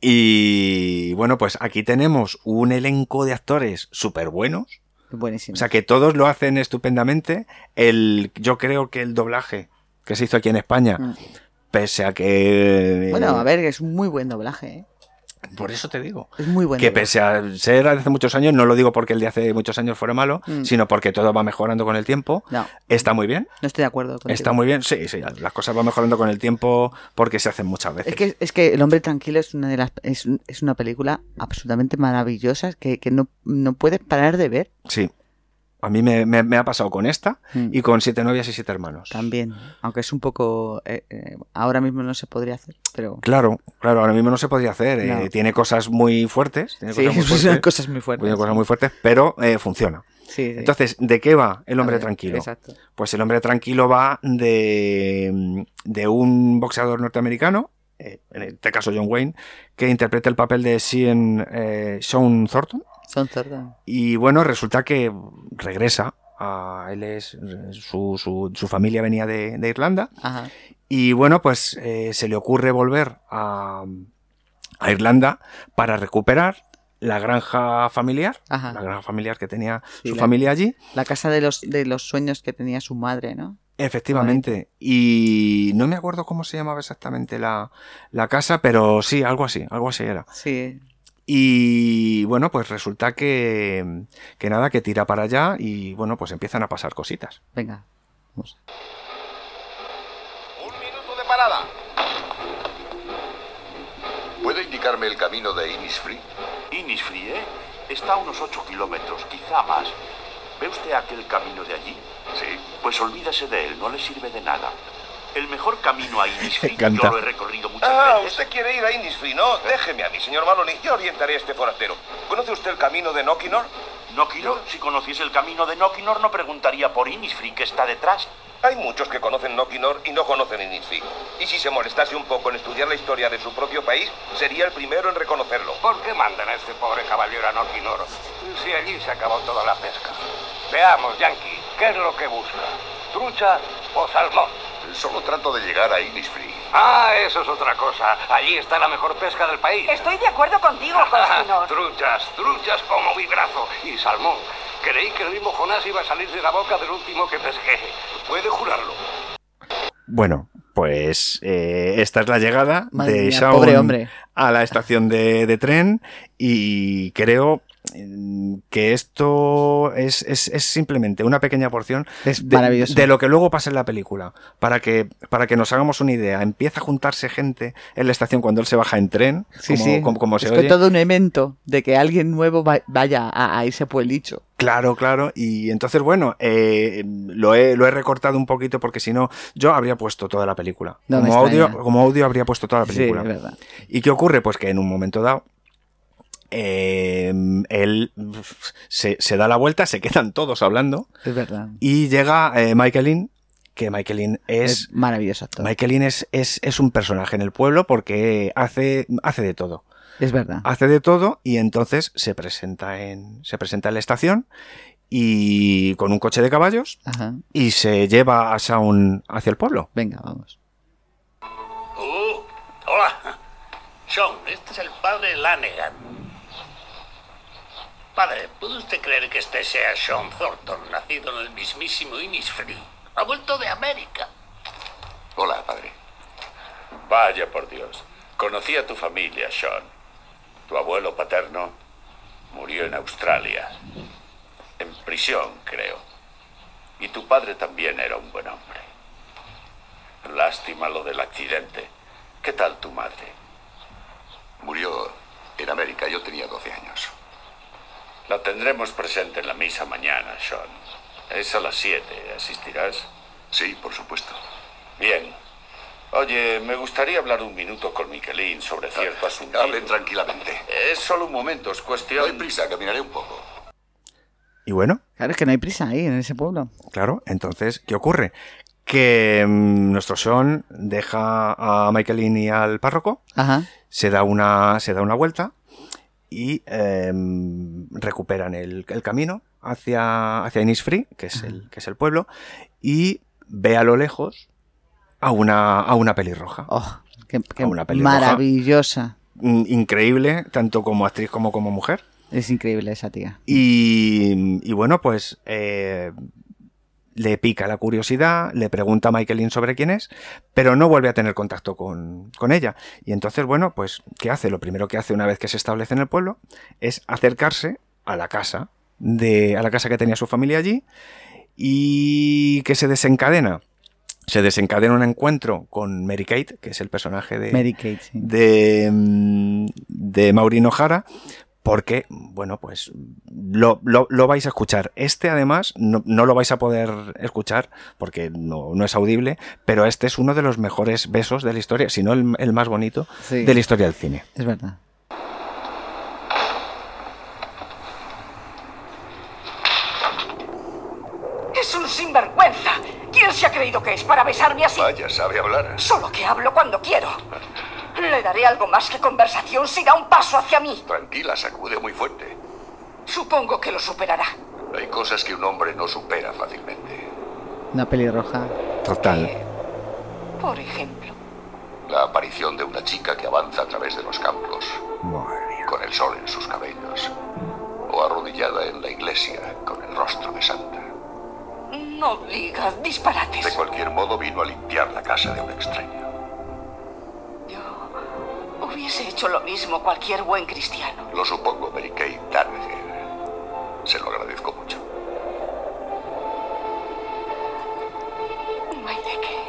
[SPEAKER 4] Y bueno, pues aquí tenemos un elenco de actores súper buenos,
[SPEAKER 3] Buenísimo.
[SPEAKER 4] o sea que todos lo hacen estupendamente. El, yo creo que el doblaje que se hizo aquí en España,
[SPEAKER 3] Mm.
[SPEAKER 4] pese a que...
[SPEAKER 3] bueno, a ver, que es un muy buen doblaje, ¿eh?
[SPEAKER 4] Por eso te digo.
[SPEAKER 3] Es muy buen
[SPEAKER 4] que
[SPEAKER 3] doblaje.
[SPEAKER 4] pese a ser de hace muchos años, no lo digo porque el de hace muchos años fuera malo,
[SPEAKER 3] Mm.
[SPEAKER 4] sino porque todo va mejorando con el tiempo.
[SPEAKER 3] No,
[SPEAKER 4] Está muy bien,
[SPEAKER 3] no estoy de acuerdo con
[SPEAKER 4] Está muy bien, sí, sí, las cosas van mejorando con el tiempo porque se hacen muchas veces.
[SPEAKER 3] Es que, es que El hombre tranquilo es una de las es, un- es una película absolutamente maravillosa que, que no, no puedes parar de ver.
[SPEAKER 4] Sí. A mí me, me- me ha pasado con esta
[SPEAKER 3] Mm.
[SPEAKER 4] y con Siete novias y Siete hermanos.
[SPEAKER 3] También, aunque es un poco... eh, eh, ahora mismo no se podría hacer, pero...
[SPEAKER 4] Claro, claro, ahora mismo no se podía hacer. eh,
[SPEAKER 3] No.
[SPEAKER 4] tiene cosas muy fuertes.
[SPEAKER 3] *laughs*
[SPEAKER 4] Tiene
[SPEAKER 3] Sí,
[SPEAKER 4] cosas muy
[SPEAKER 3] son
[SPEAKER 4] fuertes,
[SPEAKER 3] cosas muy fuertes.
[SPEAKER 4] tiene cosas muy fuertes, pero eh, funciona.
[SPEAKER 3] Sí, sí.
[SPEAKER 4] Entonces, ¿de qué va el hombre
[SPEAKER 3] A ver,
[SPEAKER 4] tranquilo?
[SPEAKER 3] Exacto.
[SPEAKER 4] Pues el hombre tranquilo va de, de un boxeador norteamericano, eh, en este caso John Wayne, que interpreta el papel de Sean, eh, Sean Thornton.
[SPEAKER 3] Son Thornton.
[SPEAKER 4] Y bueno, resulta que regresa. a- él es, su, su- su familia venía de, de Irlanda.
[SPEAKER 3] Ajá.
[SPEAKER 4] Y bueno, pues eh, se le ocurre volver a, a Irlanda para recuperar la granja familiar.
[SPEAKER 3] Ajá.
[SPEAKER 4] La granja familiar que tenía
[SPEAKER 3] Sí,
[SPEAKER 4] su
[SPEAKER 3] la-
[SPEAKER 4] familia allí.
[SPEAKER 3] La casa de los, de los sueños que tenía su madre, ¿no?
[SPEAKER 4] Efectivamente. Y no me acuerdo cómo se llamaba exactamente la, la casa, pero sí, algo así, algo así era.
[SPEAKER 3] Sí.
[SPEAKER 4] Y bueno, pues resulta que, que nada, que tira para allá y bueno, pues empiezan a pasar cositas.
[SPEAKER 3] Venga. Vamos.
[SPEAKER 7] Un minuto de parada. ¿Puede indicarme el camino de Innisfree?
[SPEAKER 8] Inisfrie ¿eh? está a unos 8 kilómetros, quizá más. ¿Ve usted aquel camino de allí?
[SPEAKER 7] Sí.
[SPEAKER 8] Pues olvídese de él, no le sirve de nada. El mejor camino
[SPEAKER 7] *laughs*
[SPEAKER 8] a Inisfrie,
[SPEAKER 4] encanta.
[SPEAKER 8] yo lo he recorrido muchas
[SPEAKER 7] Ah,
[SPEAKER 8] veces.
[SPEAKER 7] usted quiere ir a Innisfree, ¿no? Déjeme a mí, señor Maloney. Yo orientaré a este forastero. ¿Conoce usted el camino de Nokinor?
[SPEAKER 8] Nokinor, si conociese el camino de Nokinor, no preguntaría por Inisfrie, que está detrás.
[SPEAKER 7] Hay muchos que conocen Nokinor y no conocen Innisfree. Y si se molestase un poco en estudiar la historia de su propio país, sería el primero en reconocerlo.
[SPEAKER 8] ¿Por qué mandan a este pobre caballero a Nokinor? Si allí se acabó toda la pesca. Veamos, Yankee, ¿qué es lo que busca? ¿Trucha o salmón?
[SPEAKER 7] Solo trato de llegar a Innisfree.
[SPEAKER 8] Ah, eso es otra cosa. Allí está la mejor pesca del país. *laughs*
[SPEAKER 9] Estoy de acuerdo contigo, Cosminor.
[SPEAKER 8] truchas, truchas como mi brazo y salmón. Creí que el mismo Jonás iba a salir de la boca del último que pesqué. Puede jurarlo.
[SPEAKER 4] Bueno, pues eh, esta es la llegada
[SPEAKER 6] Madre
[SPEAKER 4] de
[SPEAKER 6] mía,
[SPEAKER 4] Shaun
[SPEAKER 6] pobre hombre.
[SPEAKER 4] a la estación de, de tren y creo mm, que esto es, es- es simplemente una pequeña porción
[SPEAKER 6] Es
[SPEAKER 4] de,
[SPEAKER 6] maravilloso.
[SPEAKER 4] de lo que luego pasa en la película. Para que, para que nos hagamos una idea, empieza a juntarse gente en la estación cuando él se baja en tren,
[SPEAKER 6] Sí,
[SPEAKER 4] como,
[SPEAKER 6] sí.
[SPEAKER 4] como- como se
[SPEAKER 6] es
[SPEAKER 4] oye.
[SPEAKER 6] que todo un evento de que alguien nuevo va- vaya a, a ese pueblicho.
[SPEAKER 4] Claro, claro. Y entonces, bueno, eh, lo, he, lo he recortado un poquito porque si no, yo habría puesto toda la película.
[SPEAKER 6] No me
[SPEAKER 4] como, audio,
[SPEAKER 6] extraña.
[SPEAKER 4] como audio habría puesto toda la
[SPEAKER 6] Sí,
[SPEAKER 4] película.
[SPEAKER 6] es verdad.
[SPEAKER 4] ¿Y qué ocurre? Pues que en un momento dado, eh, él pf, se, se da la vuelta, se quedan todos hablando
[SPEAKER 6] Es verdad.
[SPEAKER 4] y llega eh, Michaelin, que Michaelin
[SPEAKER 6] Es
[SPEAKER 4] es...
[SPEAKER 6] maravilloso actor.
[SPEAKER 4] Michaelin es, es, es un personaje en el pueblo porque hace, hace de todo.
[SPEAKER 6] Es verdad.
[SPEAKER 4] Hace de todo y entonces se presenta en, se presenta en la estación y con un coche de caballos
[SPEAKER 6] Ajá.
[SPEAKER 4] y se lleva a Shaun hacia el pueblo.
[SPEAKER 6] Venga, vamos.
[SPEAKER 8] Uh, hola. Sean, este es el padre Lanegan. Padre, ¿puede usted creer que este sea Sean Thornton, nacido en el mismísimo Innisfree? Ha vuelto de América. Hola, padre. Vaya por Dios. Conocí a tu familia, Sean. Tu abuelo paterno murió en Australia. En prisión, creo. Y tu padre también era un buen hombre. Lástima lo del accidente. ¿Qué tal tu madre? Murió en América. Yo tenía 12 años. La tendremos presente en la misa mañana, Sean. Es a las 7. ¿Asistirás? Sí, por supuesto. Bien. Oye, me gustaría hablar un minuto con Miquelín sobre cierto asunto. Ah, Hablen tranquilamente. Es solo un momento, es cuestión... No hay prisa, caminaré un poco.
[SPEAKER 4] Y bueno,
[SPEAKER 6] Claro, es que no hay prisa ahí en ese pueblo.
[SPEAKER 4] Claro, entonces, ¿qué ocurre? Que mm, nuestro Sean deja a Michaelin y al párroco,
[SPEAKER 6] Ajá.
[SPEAKER 4] se da una, se da una vuelta y em, recuperan el, el camino hacia, hacia Innisfree, que es, el, que es el pueblo, y ve a lo lejos a una, a una pelirroja.
[SPEAKER 6] Oh, qué, qué
[SPEAKER 4] Una pelirroja.
[SPEAKER 6] maravillosa.
[SPEAKER 4] Mm, Increíble, tanto como actriz como como mujer.
[SPEAKER 6] Es increíble esa tía.
[SPEAKER 4] Y, y bueno, pues eh, le pica la curiosidad, le pregunta a Michaelin sobre quién es, pero no vuelve a tener contacto con, con ella. Y entonces, bueno, pues, ¿qué hace? Lo primero que hace una vez que se establece en el pueblo es acercarse a la casa, de, a la casa que tenía su familia allí, y que se desencadena. Se desencadena un encuentro con Mary Kate, que es el personaje de,
[SPEAKER 6] Mary Kate, sí.
[SPEAKER 4] Eh, de, mm, de Maureen O'Hara, porque, bueno, pues lo, lo- lo vais a escuchar. Este, además, no, no lo vais a poder escuchar porque no, no es audible, pero este es uno de los mejores besos de la historia, si no el, el más bonito
[SPEAKER 6] Sí.
[SPEAKER 4] de la historia del cine.
[SPEAKER 6] Es verdad.
[SPEAKER 9] Es un sinvergüenza. ¿Quién se ha creído que es para besarme así?
[SPEAKER 8] Vaya, sabe hablar.
[SPEAKER 9] Solo que hablo cuando quiero. Le daré algo más que conversación si da un paso hacia mí.
[SPEAKER 8] Tranquila, sacude muy fuerte.
[SPEAKER 9] Supongo que lo superará.
[SPEAKER 8] Hay cosas que un hombre no supera fácilmente.
[SPEAKER 6] Una pelirroja.
[SPEAKER 4] Total.
[SPEAKER 9] Eh, por ejemplo.
[SPEAKER 8] La aparición de una chica que avanza a través de los campos,
[SPEAKER 4] Madre mía.
[SPEAKER 8] con el sol en sus cabellos, o arrodillada en la iglesia, con el rostro de santa.
[SPEAKER 9] No digas
[SPEAKER 8] De
[SPEAKER 9] disparates.
[SPEAKER 8] cualquier modo vino a limpiar la casa de un extraño.
[SPEAKER 9] Yo hubiese hecho lo mismo cualquier buen cristiano.
[SPEAKER 8] Lo supongo, Mary Kay Darnagher. Se lo agradezco mucho.
[SPEAKER 9] No hay de qué.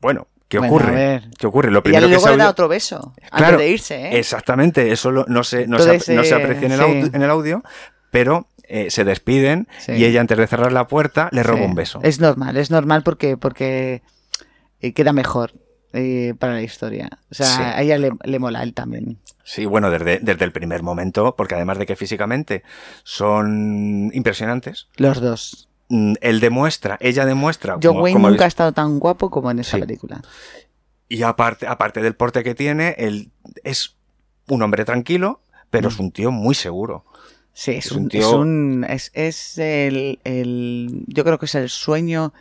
[SPEAKER 4] Bueno, ¿qué
[SPEAKER 6] Bueno,
[SPEAKER 4] ocurre?
[SPEAKER 6] a ver.
[SPEAKER 4] ¿Qué ocurre?
[SPEAKER 6] Y
[SPEAKER 4] Lo
[SPEAKER 6] ya
[SPEAKER 4] primero que
[SPEAKER 6] luego
[SPEAKER 4] se
[SPEAKER 6] le da
[SPEAKER 4] oye-
[SPEAKER 6] otro beso.
[SPEAKER 4] Claro,
[SPEAKER 6] antes de irse, ¿eh?
[SPEAKER 4] Exactamente, eso lo- no, se, no, se,
[SPEAKER 6] Todo ese-
[SPEAKER 4] no se aprecia en el,
[SPEAKER 6] sí.
[SPEAKER 4] audio, en el audio, pero eh, se despiden
[SPEAKER 6] Sí.
[SPEAKER 4] y ella antes de cerrar la puerta le roba
[SPEAKER 6] Sí.
[SPEAKER 4] un beso.
[SPEAKER 6] Es normal, es normal porque, porque eh, queda mejor eh, para la historia. O sea,
[SPEAKER 4] Sí.
[SPEAKER 6] a ella le, le mola él también.
[SPEAKER 4] Sí, bueno, desde, desde el primer momento, porque además de que físicamente son impresionantes,
[SPEAKER 6] Los dos.
[SPEAKER 4] mm, él demuestra, ella demuestra.
[SPEAKER 6] John
[SPEAKER 4] Ah, como-
[SPEAKER 6] Wayne
[SPEAKER 4] como
[SPEAKER 6] nunca ha estado tan guapo como en esa
[SPEAKER 4] Sí.
[SPEAKER 6] película.
[SPEAKER 4] Y aparte, aparte del porte que tiene, él es un hombre tranquilo, pero
[SPEAKER 3] Mm.
[SPEAKER 4] es un tío muy seguro.
[SPEAKER 6] Sí, es,
[SPEAKER 4] Es
[SPEAKER 6] un,
[SPEAKER 4] un
[SPEAKER 6] es
[SPEAKER 4] tío-
[SPEAKER 6] un- es- es el, el- yo creo que es el sueño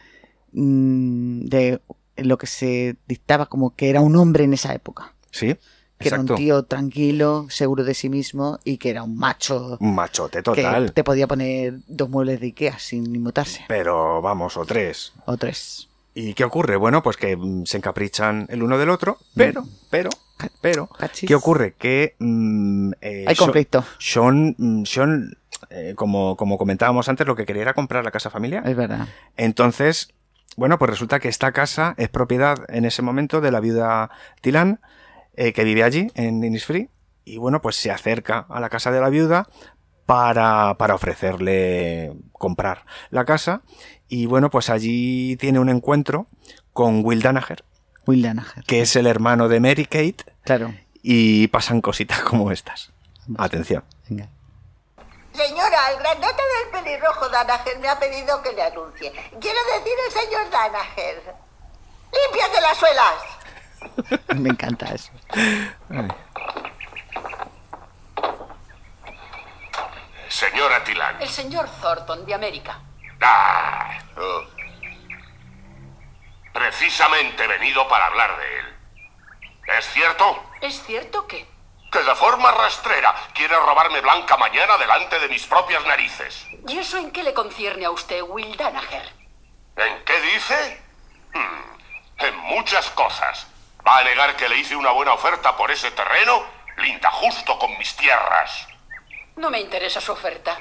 [SPEAKER 6] mm, de lo que se dictaba como que era un hombre en esa época.
[SPEAKER 4] Sí,
[SPEAKER 3] que era
[SPEAKER 4] Exacto.
[SPEAKER 3] un tío tranquilo, seguro de sí mismo y que era un macho
[SPEAKER 4] Un machote
[SPEAKER 3] que
[SPEAKER 4] total.
[SPEAKER 3] te podía poner dos muebles de Ikea sin inmutarse.
[SPEAKER 4] Pero vamos, o tres.
[SPEAKER 3] O tres.
[SPEAKER 4] ¿Y qué ocurre? Bueno, pues que mm, se encaprichan el uno del otro,
[SPEAKER 3] Mm.
[SPEAKER 4] pero, pero, pero,
[SPEAKER 3] Cachis.
[SPEAKER 4] ¿qué ocurre? Que... mm, eh,
[SPEAKER 3] Hay
[SPEAKER 4] Sho-
[SPEAKER 3] conflicto.
[SPEAKER 4] Sean, mm, Sean, eh, como, como comentábamos antes, lo que quería era comprar la casa familiar.
[SPEAKER 3] Es verdad.
[SPEAKER 4] Entonces, bueno, pues resulta que esta casa es propiedad en ese momento de la viuda Tilan, eh, que vive allí, en Innisfree. Y bueno, pues se acerca a la casa de la viuda para, para ofrecerle comprar la casa. Y bueno, pues allí tiene un encuentro con Will Danaher,
[SPEAKER 3] Will Danaher.
[SPEAKER 4] que es el hermano de Mary Kate,
[SPEAKER 3] Claro.
[SPEAKER 4] y pasan cositas como estas. Atención.
[SPEAKER 3] Venga.
[SPEAKER 10] Señora, el grandote del pelirrojo Danaher me ha pedido que le anuncie. Quiero decir el señor Danaher. ¡Límpiate las suelas!
[SPEAKER 3] *laughs* Me encanta eso.
[SPEAKER 8] Señora Tilán.
[SPEAKER 9] El señor Thornton de América.
[SPEAKER 8] Ah, oh. Precisamente he venido para hablar de él. ¿Es cierto?
[SPEAKER 9] ¿Es cierto que?
[SPEAKER 8] Que de forma rastrera quiere robarme Blanca mañana delante de mis propias narices.
[SPEAKER 9] ¿Y eso en qué le concierne a usted, Will Danaher?
[SPEAKER 8] ¿En qué dice? Hmm, en muchas cosas. ¿Va a negar que le hice una buena oferta por ese terreno? Linda justo con mis tierras.
[SPEAKER 9] No me interesa su oferta.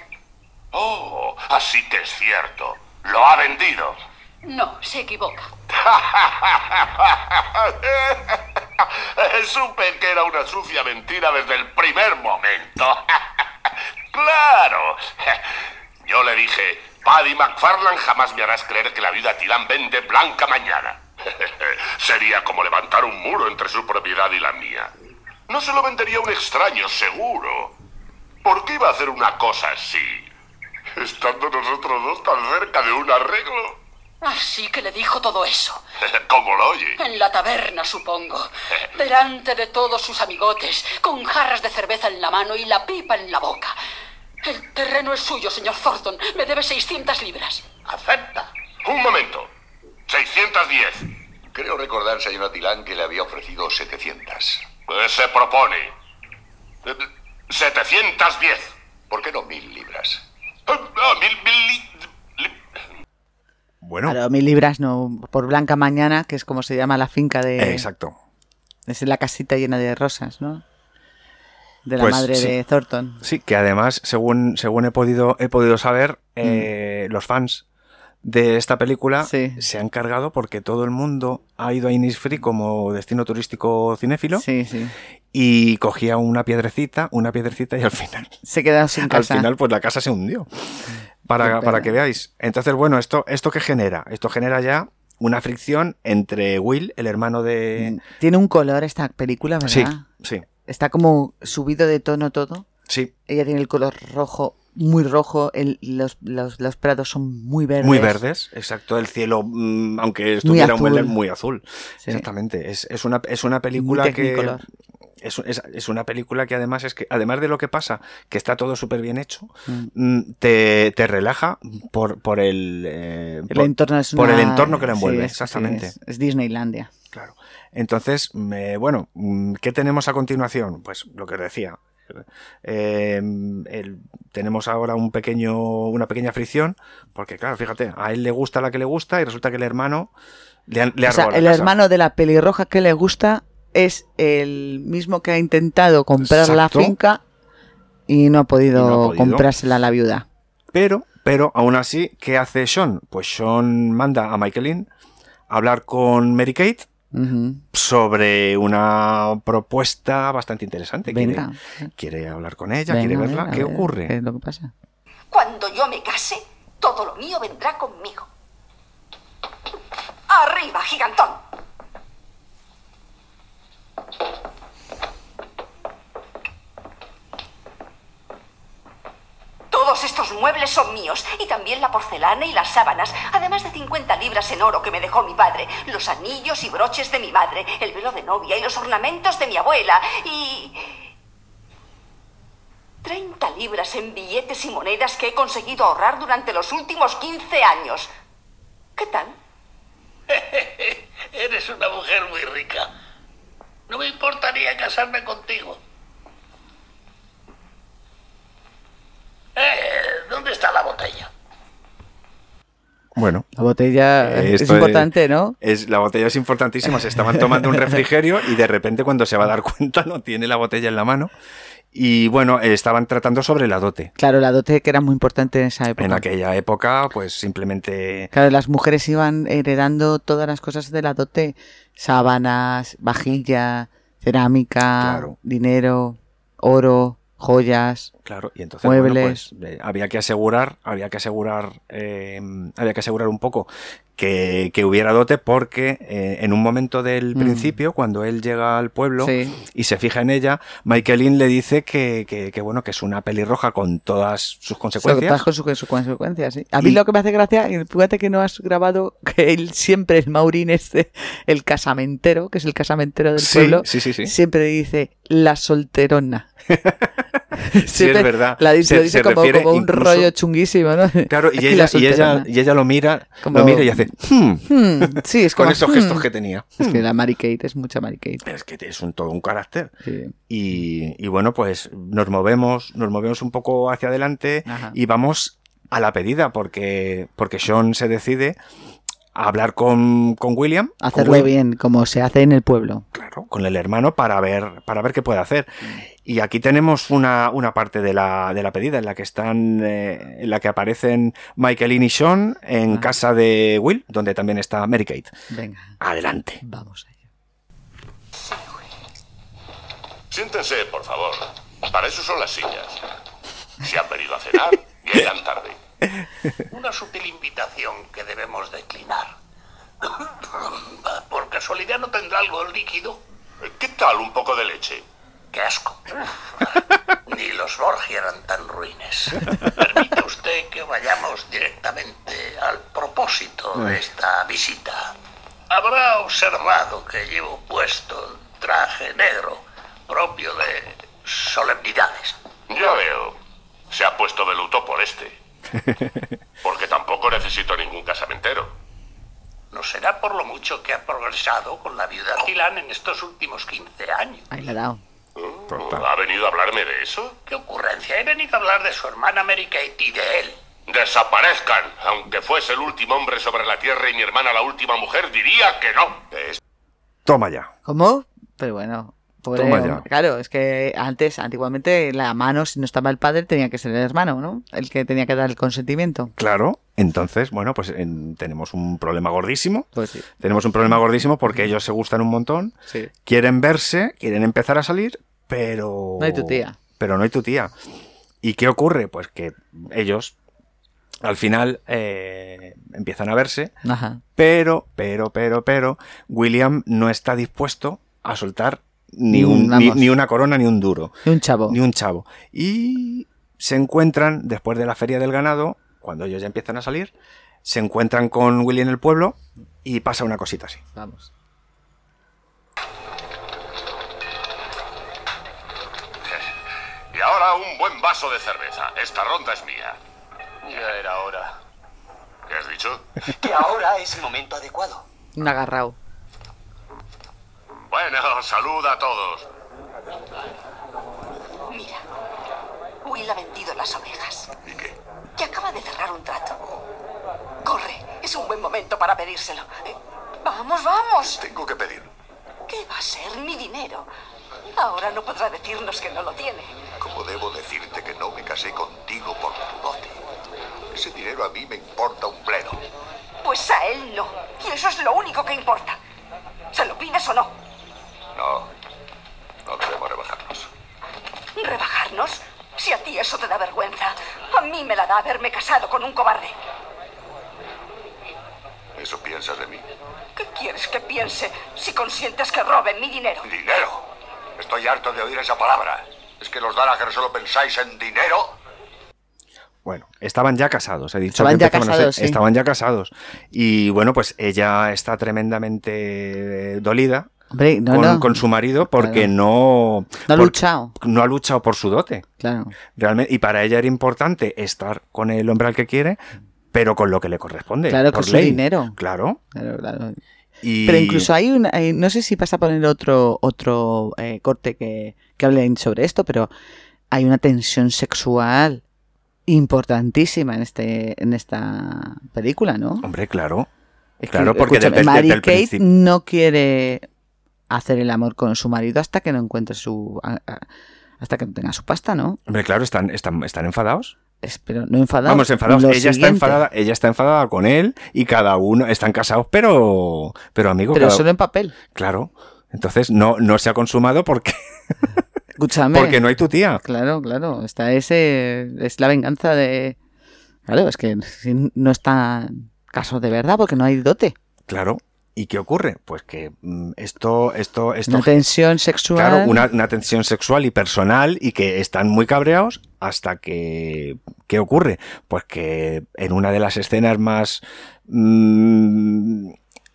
[SPEAKER 8] Oh, así que es cierto. Lo ha vendido.
[SPEAKER 9] No, se equivoca.
[SPEAKER 8] *laughs* Supe que era una sucia mentira desde el primer momento. *laughs* claro. Yo le dije, Paddy McFarland jamás me harás creer que la viuda Tilán vende blanca mañana. *laughs* Sería como levantar un muro entre su propiedad y la mía. No se lo vendería a un extraño, seguro. ¿Por qué iba a hacer una cosa así? Estando nosotros dos tan cerca de un arreglo. *laughs*
[SPEAKER 9] Así que le dijo todo eso.
[SPEAKER 8] ¿Cómo lo oye?
[SPEAKER 9] En la taberna, supongo. Delante de todos sus amigotes, con jarras de cerveza en la mano y la pipa en la boca. El terreno es suyo, señor Thornton. Me debe 600 libras.
[SPEAKER 8] Acepta. Un momento. 610.
[SPEAKER 7] Creo recordar, señora Tilán, que le había ofrecido 700.
[SPEAKER 8] Eh, se propone. Eh, 710.
[SPEAKER 7] ¿Por qué no mil libras?
[SPEAKER 8] Eh, ah, mil, mil li- li-
[SPEAKER 4] Bueno,
[SPEAKER 3] Claro, mil libras no. Por Blanca Mañana, que es como se llama la finca de.
[SPEAKER 4] exacto.
[SPEAKER 3] Es la casita llena de rosas, ¿no? De la
[SPEAKER 4] Pues
[SPEAKER 3] madre
[SPEAKER 4] sí.
[SPEAKER 3] de Thornton.
[SPEAKER 4] Sí, que además, según, según he podido, he podido saber, eh, los fans de esta película
[SPEAKER 3] Mm. Sí.
[SPEAKER 4] se han cargado porque todo el mundo ha ido a Innisfree como destino turístico cinéfilo
[SPEAKER 3] Sí, sí.
[SPEAKER 4] y cogía una piedrecita, una piedrecita y al final,
[SPEAKER 3] Se queda sin
[SPEAKER 4] al
[SPEAKER 3] casa. Mm.
[SPEAKER 4] final pues la casa se hundió. Para,
[SPEAKER 3] Qué
[SPEAKER 4] para
[SPEAKER 3] pena.
[SPEAKER 4] que veáis. Entonces, bueno, esto, ¿esto qué genera? Esto genera ya una fricción entre Will, el hermano de...
[SPEAKER 3] Mm. Tiene un color esta película, ¿verdad?
[SPEAKER 4] eh, Sí, sí,
[SPEAKER 3] Está como subido de tono todo.
[SPEAKER 4] sí.
[SPEAKER 3] Ella tiene el color rojo, muy rojo. el- los, los- los prados son muy verdes.
[SPEAKER 4] Muy verdes, exacto. El cielo, mm, aunque estuviera un
[SPEAKER 3] azul.
[SPEAKER 4] verde muy azul.
[SPEAKER 3] Sí.
[SPEAKER 4] Exactamente. Es, es una, es una película
[SPEAKER 3] Muy
[SPEAKER 4] que.
[SPEAKER 3] Technicolor.
[SPEAKER 4] Es, es- es una película que además es que, además de lo que pasa, que está todo súper bien hecho, mm, te, te relaja por, por el, eh,
[SPEAKER 3] El
[SPEAKER 4] por-
[SPEAKER 3] entorno es
[SPEAKER 4] por
[SPEAKER 3] una-
[SPEAKER 4] el entorno que lo
[SPEAKER 3] sí,
[SPEAKER 4] envuelve.
[SPEAKER 3] es- sí,
[SPEAKER 4] exactamente.
[SPEAKER 3] es, es Disneylandia.
[SPEAKER 4] Claro. Entonces, me- bueno, mm, ¿qué tenemos a continuación? Pues lo que os decía. Eh, el- tenemos ahora un pequeño, una pequeña fricción, porque claro, fíjate, a él le gusta la que le gusta y resulta que el hermano le, han- le ha
[SPEAKER 3] O sea,
[SPEAKER 4] robado la
[SPEAKER 3] el
[SPEAKER 4] casa.
[SPEAKER 3] hermano de la pelirroja que le gusta es el mismo que ha intentado comprar la
[SPEAKER 4] Exacto.
[SPEAKER 3] finca y no ha podido,
[SPEAKER 4] Y no ha podido.
[SPEAKER 3] comprársela a la viuda.
[SPEAKER 4] Pero, pero aún así, ¿qué hace Sean? Pues Sean manda a Michaelin a hablar con Mary Kate
[SPEAKER 3] Ujú.
[SPEAKER 4] sobre una propuesta bastante interesante. Quiere-
[SPEAKER 3] Venga.
[SPEAKER 4] Quiere, hablar con ella,
[SPEAKER 3] Venga,
[SPEAKER 4] quiere
[SPEAKER 3] a ver,
[SPEAKER 4] verla.
[SPEAKER 3] a
[SPEAKER 4] ¿Qué
[SPEAKER 3] ver, eh,
[SPEAKER 4] ocurre?
[SPEAKER 3] ¿Qué es lo que pasa?
[SPEAKER 9] Cuando yo me case, todo lo mío vendrá conmigo. ¡Arriba, gigantón! Todos estos muebles son míos, y también la porcelana y las sábanas, además de 50 libras en oro que me dejó mi padre, los anillos y broches de mi madre, el velo de novia y los ornamentos de mi abuela, y... 30 libras en billetes y monedas que he conseguido ahorrar durante los últimos 15 años. ¿Qué tal?
[SPEAKER 7] Eres una mujer muy rica.
[SPEAKER 11] No me importaría casarme contigo. Eh, ¿dónde está la botella?
[SPEAKER 4] Bueno.
[SPEAKER 3] La botella eh, es
[SPEAKER 4] Esto
[SPEAKER 3] importante, ¿no?
[SPEAKER 4] Es, la botella es importantísima. Se estaban tomando un refrigerio y de repente cuando se va a dar cuenta no tiene la botella en la mano. Y bueno, eh, estaban tratando sobre la dote.
[SPEAKER 3] Claro, la dote que era muy importante en esa época.
[SPEAKER 4] En aquella época, pues simplemente...
[SPEAKER 3] Claro, las mujeres iban heredando todas las cosas de la dote. Sábanas, vajilla, cerámica, dinero, oro, joyas,
[SPEAKER 4] Claro, y entonces bueno,
[SPEAKER 3] muebles.
[SPEAKER 4] pues, eh, había que asegurar, había que asegurar, eh, había que asegurar un poco que, que hubiera dote, porque eh, en un momento del
[SPEAKER 3] Mm.
[SPEAKER 4] principio, cuando él llega al pueblo
[SPEAKER 3] Sí.
[SPEAKER 4] y se fija en ella, Michaelin le dice que, que- que, bueno, que es una pelirroja con todas sus consecuencias.
[SPEAKER 3] Sortajo Con sus consecuencias, sí. A mí lo que me hace gracia, y fíjate que no has grabado que él siempre, el Maurín este, el casamentero, que es el casamentero del
[SPEAKER 4] Sí,
[SPEAKER 3] pueblo,
[SPEAKER 4] sí, sí, sí.
[SPEAKER 3] siempre dice la solterona.
[SPEAKER 4] Sí, es verdad.
[SPEAKER 3] La, di-
[SPEAKER 4] Se-
[SPEAKER 3] lo dice
[SPEAKER 4] se
[SPEAKER 3] como,
[SPEAKER 4] refiere
[SPEAKER 3] como un
[SPEAKER 4] incluso-
[SPEAKER 3] rollo chunguísimo, ¿no?
[SPEAKER 4] *laughs* Claro, y
[SPEAKER 3] Aquí
[SPEAKER 4] ella,
[SPEAKER 3] la
[SPEAKER 4] y, ella,
[SPEAKER 3] solterona.
[SPEAKER 4] *laughs* y ella lo mira,
[SPEAKER 3] Como-
[SPEAKER 4] lo mira y hace, "Hmm".
[SPEAKER 3] Hmm, sí, *laughs* es
[SPEAKER 4] con
[SPEAKER 3] como,
[SPEAKER 4] esos gestos
[SPEAKER 3] hmm.
[SPEAKER 4] que tenía. *laughs*
[SPEAKER 3] Es que
[SPEAKER 4] Hmm.
[SPEAKER 3] la Mary Kate es mucha Mary Kate.
[SPEAKER 4] Es que es un, todo un carácter.
[SPEAKER 3] Sí.
[SPEAKER 4] Y, y bueno, pues nos movemos, nos movemos un poco hacia adelante
[SPEAKER 3] Ajá.
[SPEAKER 4] y vamos a la pedida, porque, porque Sean se decide a hablar con, con William. con
[SPEAKER 3] Hacerlo
[SPEAKER 4] Will-
[SPEAKER 3] bien, como se hace en el pueblo.
[SPEAKER 4] claro, con el hermano para ver, para ver qué puede hacer. Y aquí tenemos una, una parte de la, de la pedida en la que están, eh, en la que aparecen Michaelin y Sean en casa de Will, donde también está Mary Kate.
[SPEAKER 3] Venga,
[SPEAKER 4] Adelante.
[SPEAKER 3] vamos.
[SPEAKER 8] Siéntense, por favor. Para eso son las sillas. Si han venido a cenar, llegan tarde.
[SPEAKER 11] Una sutil invitación que debemos declinar. Por casualidad no tendrá algo líquido.
[SPEAKER 8] ¿Qué tal un poco de leche?
[SPEAKER 11] ¡Qué asco! *laughs* Ni los Borgia eran tan ruines. Permite usted que vayamos directamente al propósito de esta visita. Habrá observado que llevo puesto el traje negro propio de solemnidades.
[SPEAKER 8] Ya veo. Se ha puesto de luto por este. Porque tampoco necesito ningún casamentero.
[SPEAKER 11] ¿No será por lo mucho que ha progresado con la viuda Gilán en estos últimos 15 años?
[SPEAKER 3] Ahí la he dado.
[SPEAKER 8] Pues, ¿Ha venido a hablarme de eso?
[SPEAKER 11] ¿Qué ocurrencia? He venido a hablar de su hermana Mary Kate y de él.
[SPEAKER 8] Desaparezcan. Aunque fuese el último hombre sobre la tierra y mi hermana la última mujer, diría que no. Es-
[SPEAKER 4] Toma ya.
[SPEAKER 3] ¿Cómo? Pero bueno. pobre
[SPEAKER 4] Toma ya.
[SPEAKER 3] hombre. Claro, es que antes, antiguamente, la mano, si no estaba el padre, tenía que ser el hermano, ¿no? El que tenía que dar el consentimiento.
[SPEAKER 4] Claro, entonces, bueno, pues en- tenemos un problema gordísimo.
[SPEAKER 3] Pues sí.
[SPEAKER 4] Tenemos un problema gordísimo porque ellos se gustan un montón,
[SPEAKER 3] Sí.
[SPEAKER 4] quieren verse, quieren empezar a salir, pero...
[SPEAKER 3] No hay tu tía.
[SPEAKER 4] Pero no hay tu tía. ¿Y qué ocurre? Pues que ellos al final eh, empiezan a verse,
[SPEAKER 3] Ajá.
[SPEAKER 4] pero, pero, pero, pero, William no está dispuesto a soltar ni,
[SPEAKER 3] Mm,
[SPEAKER 4] un- ni-
[SPEAKER 3] vamos.
[SPEAKER 4] ni una corona ni un duro
[SPEAKER 3] Y un chavo.
[SPEAKER 4] ni un chavo. Y se encuentran, después de la feria del ganado, cuando ellos ya empiezan a salir, se encuentran con Willy en el pueblo y pasa una cosita así.
[SPEAKER 3] Vamos.
[SPEAKER 8] Y ahora un buen vaso de cerveza. Esta ronda es mía.
[SPEAKER 11] Ya era hora.
[SPEAKER 8] ¿Qué has dicho?
[SPEAKER 11] Que ahora es el momento adecuado.
[SPEAKER 3] Un agarrao.
[SPEAKER 8] Bueno, salud a todos.
[SPEAKER 9] Mira, Will ha vendido las ovejas.
[SPEAKER 8] ¿Y qué?
[SPEAKER 9] Y acaba de cerrar un trato. Corre, es un buen momento para pedírselo. Eh, Vamos, vamos.
[SPEAKER 8] Tengo que pedir.
[SPEAKER 9] ¿Qué va a ser mi dinero? Ahora no podrá decirnos que no lo tiene.
[SPEAKER 8] ¿Cómo debo decirte que no me casé contigo por tu dote? Ese dinero a mí me importa un pleno.
[SPEAKER 9] Pues a él no. Y eso es lo único que importa. ¿Se lo pides o no?
[SPEAKER 8] No, no debemos rebajarnos.
[SPEAKER 9] ¿Rebajarnos? Si a ti eso te da vergüenza, a mí me la da haberme casado con un cobarde.
[SPEAKER 8] Eso piensas de mí.
[SPEAKER 9] ¿Qué quieres que piense Eh, si consientes que roben mi dinero?
[SPEAKER 8] ¡Dinero! Estoy harto de oír esa palabra. Es que los Danaher solo pensáis en dinero.
[SPEAKER 4] Bueno, estaban ya casados, he dicho.
[SPEAKER 3] Estaban
[SPEAKER 4] que
[SPEAKER 3] ya
[SPEAKER 4] empezaban a
[SPEAKER 3] casados,
[SPEAKER 4] ser-
[SPEAKER 3] sí.
[SPEAKER 4] Estaban ya casados. Y bueno, pues ella está tremendamente eh, dolida
[SPEAKER 3] Hombre, no,
[SPEAKER 4] con,
[SPEAKER 3] no.
[SPEAKER 4] con su marido porque
[SPEAKER 3] Claro.
[SPEAKER 4] no...
[SPEAKER 3] No ha
[SPEAKER 4] por-
[SPEAKER 3] luchado.
[SPEAKER 4] No ha luchado por su dote.
[SPEAKER 3] Claro.
[SPEAKER 4] Realmente, y para ella era importante estar con el hombre al que quiere, pero con lo que le corresponde.
[SPEAKER 3] Claro,
[SPEAKER 4] por
[SPEAKER 3] con su
[SPEAKER 4] ley.
[SPEAKER 3] dinero.
[SPEAKER 4] Claro.
[SPEAKER 3] Claro, claro.
[SPEAKER 4] Y-
[SPEAKER 3] Pero incluso hay una, hay- no sé si pasa a poner otro, otro eh, corte que, que hablen sobre esto, pero hay una tensión sexual importantísima en este, en esta película, ¿no?
[SPEAKER 4] Hombre, claro.
[SPEAKER 3] Es que,
[SPEAKER 4] claro, porque
[SPEAKER 3] escúchame,
[SPEAKER 4] desde,
[SPEAKER 3] Mary
[SPEAKER 4] desde el
[SPEAKER 3] Kate
[SPEAKER 4] principio.
[SPEAKER 3] no quiere hacer el amor con su marido hasta que no encuentre su a- a- hasta que no tenga su pasta, ¿no?
[SPEAKER 4] Hombre, claro, están, están, están enfadados.
[SPEAKER 3] Es- pero no enfadados.
[SPEAKER 4] Vamos, enfadados.
[SPEAKER 3] lo
[SPEAKER 4] Ella está
[SPEAKER 3] siguiente.
[SPEAKER 4] enfadada, ella está enfadada con él y cada uno están casados, pero, pero amigos.
[SPEAKER 3] Pero
[SPEAKER 4] cada-
[SPEAKER 3] solo en papel.
[SPEAKER 4] Claro. Entonces no, no se ha
[SPEAKER 3] *laughs*
[SPEAKER 4] consumado porque,
[SPEAKER 3] Escúchame.
[SPEAKER 4] porque no hay tu tía.
[SPEAKER 3] Claro, claro. Está ese es la venganza de Claro, es que si no está caso de verdad porque no hay dote.
[SPEAKER 4] Claro. ¿Y qué ocurre? Pues que mm, esto, esto, esto.
[SPEAKER 3] Una tensión sexual.
[SPEAKER 4] Claro, una, una tensión sexual y personal y que están muy cabreados hasta que... ¿Qué ocurre? Pues que en una de las escenas más... mm,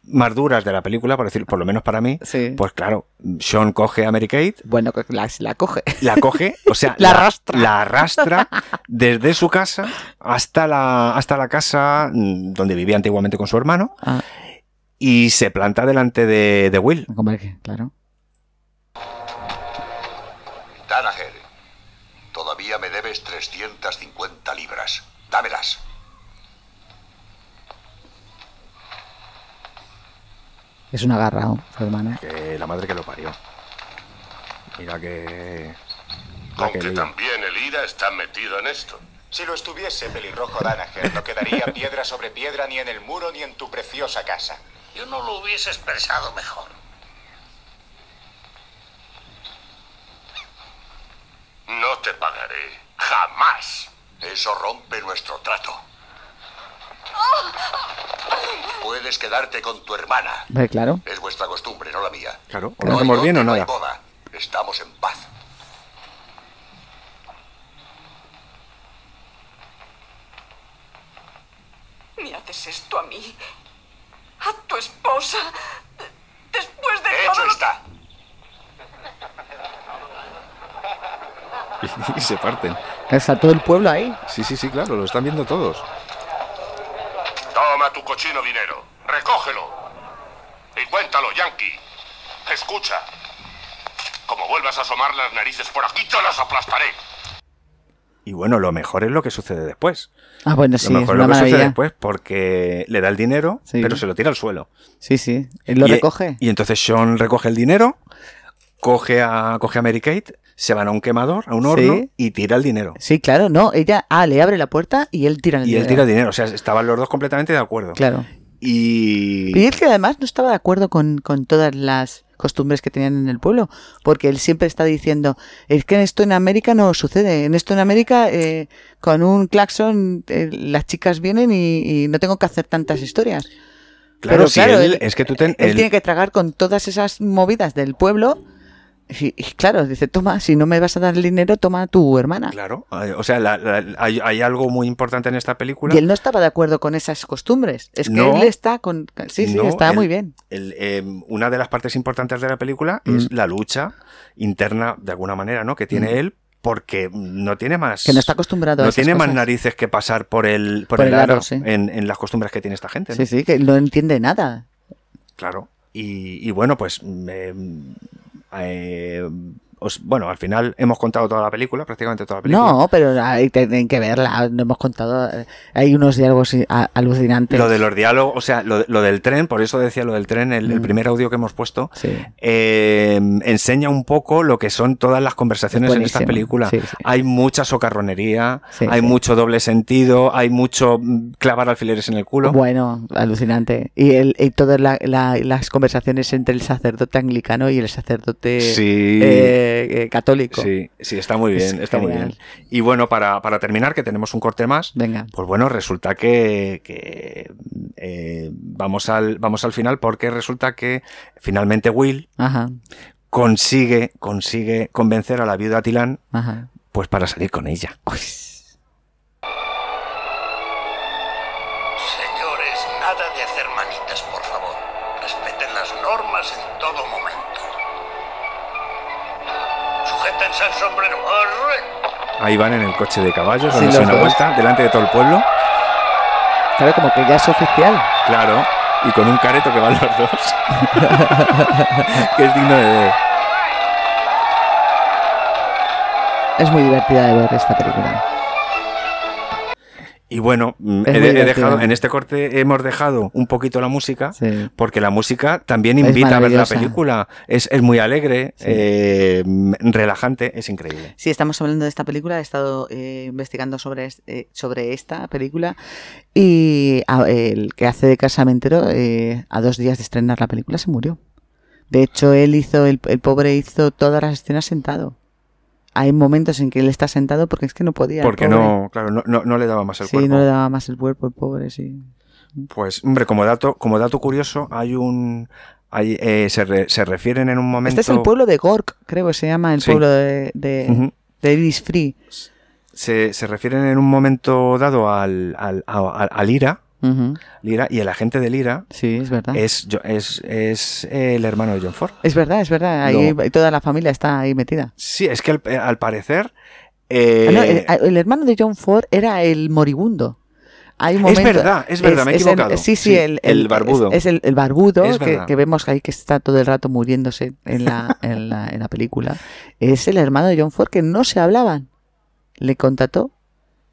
[SPEAKER 4] más duras de la película, por decir, por lo menos para mí, pues claro, Sean coge a Mary Kate.
[SPEAKER 3] Bueno, pues la, la coge.
[SPEAKER 4] La coge, o sea,
[SPEAKER 3] La arrastra.
[SPEAKER 4] La arrastra desde su casa hasta la, hasta la casa mm, donde vivía antiguamente con su hermano
[SPEAKER 3] Ah.
[SPEAKER 4] y se planta delante de, de Will.
[SPEAKER 3] claro.
[SPEAKER 8] Danaher, todavía me debes 350 libras. Dámelas.
[SPEAKER 3] Es un agarrado, su hermano.
[SPEAKER 4] Que la madre que lo parió. Mira que. la que
[SPEAKER 8] Aunque
[SPEAKER 4] liga.
[SPEAKER 8] también el IRA está metido en esto.
[SPEAKER 12] Si lo estuviese, pelirrojo Danaher, no quedaría *laughs* piedra sobre piedra ni en el muro ni en tu preciosa casa.
[SPEAKER 13] Yo no lo hubiese expresado mejor.
[SPEAKER 8] No te pagaré. Jamás. Eso rompe nuestro trato. Puedes quedarte con tu hermana.
[SPEAKER 3] Hombre, claro.
[SPEAKER 8] Es vuestra costumbre, no la mía.
[SPEAKER 4] Claro, o nos
[SPEAKER 8] No hay
[SPEAKER 4] hacemos bien o
[SPEAKER 8] boda, no hay
[SPEAKER 4] nada.
[SPEAKER 8] boda. Estamos en paz.
[SPEAKER 9] Me haces esto a mí, a tu esposa, después de
[SPEAKER 8] Hecho está.
[SPEAKER 4] *laughs* y se parten.
[SPEAKER 3] Está todo el pueblo ahí.
[SPEAKER 4] Sí, sí, sí, claro, lo están viendo todos.
[SPEAKER 8] Toma tu cochino dinero. Recógelo. Y cuéntalo, Yankee. Escucha. Como vuelvas a asomar las narices por aquí, te las aplastaré.
[SPEAKER 4] Y bueno, lo mejor es lo que sucede después.
[SPEAKER 3] Ah, bueno, sí,
[SPEAKER 4] lo
[SPEAKER 3] es
[SPEAKER 4] mejor
[SPEAKER 3] una
[SPEAKER 4] es lo que sucede
[SPEAKER 3] maravilla.
[SPEAKER 4] después porque le da el dinero, pero se lo tira al suelo.
[SPEAKER 3] Sí, sí. Él lo
[SPEAKER 4] Y- e-,
[SPEAKER 3] recoge.
[SPEAKER 4] Y entonces Sean recoge el dinero, coge a, coge a Mary Kate, se van a un quemador, a un horno
[SPEAKER 3] Sí.
[SPEAKER 4] y tira el dinero.
[SPEAKER 3] Sí, claro, no, ella ah, le abre la puerta y él tira el
[SPEAKER 4] Y él
[SPEAKER 3] dinero.
[SPEAKER 4] tira el dinero, o sea, estaban los dos completamente de acuerdo.
[SPEAKER 3] Claro.
[SPEAKER 4] Y...
[SPEAKER 3] Y él que además no estaba de acuerdo con, con todas las costumbres que tenían en el pueblo, porque él siempre está diciendo, es que esto en América no sucede, en esto en América eh, con un claxon eh, las chicas vienen y, y no tengo que hacer tantas historias.
[SPEAKER 4] Claro,
[SPEAKER 3] Pero
[SPEAKER 4] si él- es que tú ten-
[SPEAKER 3] él
[SPEAKER 4] él-
[SPEAKER 3] tiene que tragar con todas esas movidas del pueblo y, y claro, dice, toma, si no me vas a dar el dinero, toma a tu hermana.
[SPEAKER 4] Claro, eh, o sea, la- la- hay, hay algo muy importante en esta película.
[SPEAKER 3] Y él no estaba de acuerdo con esas costumbres. Es que
[SPEAKER 4] No.
[SPEAKER 3] él está con. Sí, sí,
[SPEAKER 4] No,
[SPEAKER 3] está
[SPEAKER 4] el-
[SPEAKER 3] muy bien.
[SPEAKER 4] el, eh, una de las partes importantes de la película es la lucha interna, de alguna manera, ¿no? Que tiene
[SPEAKER 3] Mm.
[SPEAKER 4] él porque no tiene más...
[SPEAKER 3] Que no está acostumbrado a
[SPEAKER 4] No
[SPEAKER 3] esas
[SPEAKER 4] tiene más
[SPEAKER 3] cosas.
[SPEAKER 4] narices que pasar por el, por el aro, en, en las costumbres que tiene esta gente. ¿no?
[SPEAKER 3] Sí, sí, que no entiende nada.
[SPEAKER 4] Claro. Y, y bueno, pues. mm, em, eh, os- bueno, al final hemos contado toda la película, prácticamente toda la película.
[SPEAKER 3] No, pero hay, tienen que verla. No hemos contado. eh, Hay unos diálogos i- a- alucinantes.
[SPEAKER 4] Lo de los diálogos, o sea, lo, lo del tren, por eso decía lo del tren, el,
[SPEAKER 3] Mm.
[SPEAKER 4] el primer audio que hemos puesto, eh, enseña un poco lo que son todas las conversaciones en esta
[SPEAKER 3] Buenísimo,
[SPEAKER 4] película.
[SPEAKER 3] sí, sí.
[SPEAKER 4] Hay mucha socarronería,
[SPEAKER 3] Sí,
[SPEAKER 4] hay
[SPEAKER 3] sí.
[SPEAKER 4] mucho doble sentido, hay mucho mm, clavar alfileres en el culo.
[SPEAKER 3] Bueno, alucinante. Y, el, y todas la- la- las conversaciones entre el sacerdote anglicano y el sacerdote
[SPEAKER 4] Sí.
[SPEAKER 3] eh, eh, católico.
[SPEAKER 4] Sí, sí, está muy bien,
[SPEAKER 3] Es
[SPEAKER 4] está muy
[SPEAKER 3] genial.
[SPEAKER 4] bien. Y bueno, para, para terminar, que tenemos un corte más,
[SPEAKER 3] Venga.
[SPEAKER 4] pues bueno, resulta que, que, eh, vamos, al, vamos al final porque resulta que finalmente Will
[SPEAKER 3] Ajá,
[SPEAKER 4] consigue, consigue convencer a la viuda Tilán
[SPEAKER 3] ajá.
[SPEAKER 4] pues para salir con ella.
[SPEAKER 13] Señores, nada de hacer manitas, por favor. Respeten las normas en todo momento. Sujétense el sombrero. ¡Arre!
[SPEAKER 4] Ahí van en el coche de caballos,
[SPEAKER 3] Sí,
[SPEAKER 4] dándose
[SPEAKER 3] los
[SPEAKER 4] una
[SPEAKER 3] dos.
[SPEAKER 4] vuelta, delante de todo el pueblo.
[SPEAKER 3] Claro, como que ya es oficial.
[SPEAKER 4] Claro. y con un careto que van los dos. *laughs* que es digno de ver.
[SPEAKER 3] Es muy divertida de ver esta película.
[SPEAKER 4] Y bueno, mm,
[SPEAKER 3] Es muy
[SPEAKER 4] he- he
[SPEAKER 3] divertido.
[SPEAKER 4] dejado- en este corte hemos dejado un poquito la música,
[SPEAKER 3] Sí.
[SPEAKER 4] porque la música también
[SPEAKER 3] Es
[SPEAKER 4] invita a ver la
[SPEAKER 3] maravillosa.
[SPEAKER 4] película. Es, es muy alegre, eh, mm, relajante, es increíble.
[SPEAKER 3] Sí, estamos hablando de esta película, he estado eh, investigando sobre, es- eh, sobre esta película y a- el que hace de Casamentero eh, a dos días de estrenar la película se murió. De hecho, él hizo, el, el pobre hizo todas las escenas sentado. Hay momentos en que él está sentado porque es que no podía. el
[SPEAKER 4] Porque
[SPEAKER 3] pobre.
[SPEAKER 4] no, claro, no, no- no le daba más el
[SPEAKER 3] Sí,
[SPEAKER 4] cuerpo.
[SPEAKER 3] no le daba más el cuerpo, el pobre, sí.
[SPEAKER 4] Pues, hombre, como dato, como dato curioso, hay un. hay, eh, se, re- se refieren en un momento.
[SPEAKER 3] Este es el pueblo de Gork, creo que se llama, el
[SPEAKER 4] Sí.
[SPEAKER 3] pueblo de, de,
[SPEAKER 4] Ujú.
[SPEAKER 3] de Iris Free.
[SPEAKER 4] Se, se refieren en un momento dado al, al, a- a- al IRA.
[SPEAKER 3] Ujú.
[SPEAKER 4] Lira, y el agente del IRA
[SPEAKER 3] Sí, es verdad.
[SPEAKER 4] es, Jo- es, es eh, el hermano de John Ford.
[SPEAKER 3] Es verdad, es verdad. Ahí toda la familia está ahí metida.
[SPEAKER 4] Sí, es que al, eh, al parecer. eh,
[SPEAKER 3] Ah, no, el, el hermano de John Ford era el moribundo. Hay un
[SPEAKER 4] Es
[SPEAKER 3] momento-
[SPEAKER 4] verdad, es verdad, me he
[SPEAKER 3] en-
[SPEAKER 4] equivocado.
[SPEAKER 3] sí, sí,
[SPEAKER 4] Sí,
[SPEAKER 3] el,
[SPEAKER 4] el barbudo.
[SPEAKER 3] Es, es el, el barbudo
[SPEAKER 4] Es
[SPEAKER 3] que,
[SPEAKER 4] verdad.
[SPEAKER 3] que vemos ahí que está todo el rato muriéndose en
[SPEAKER 4] *laughs*
[SPEAKER 3] la, en, la, en la película. Es el hermano de John Ford que no se hablaban. Le contrató,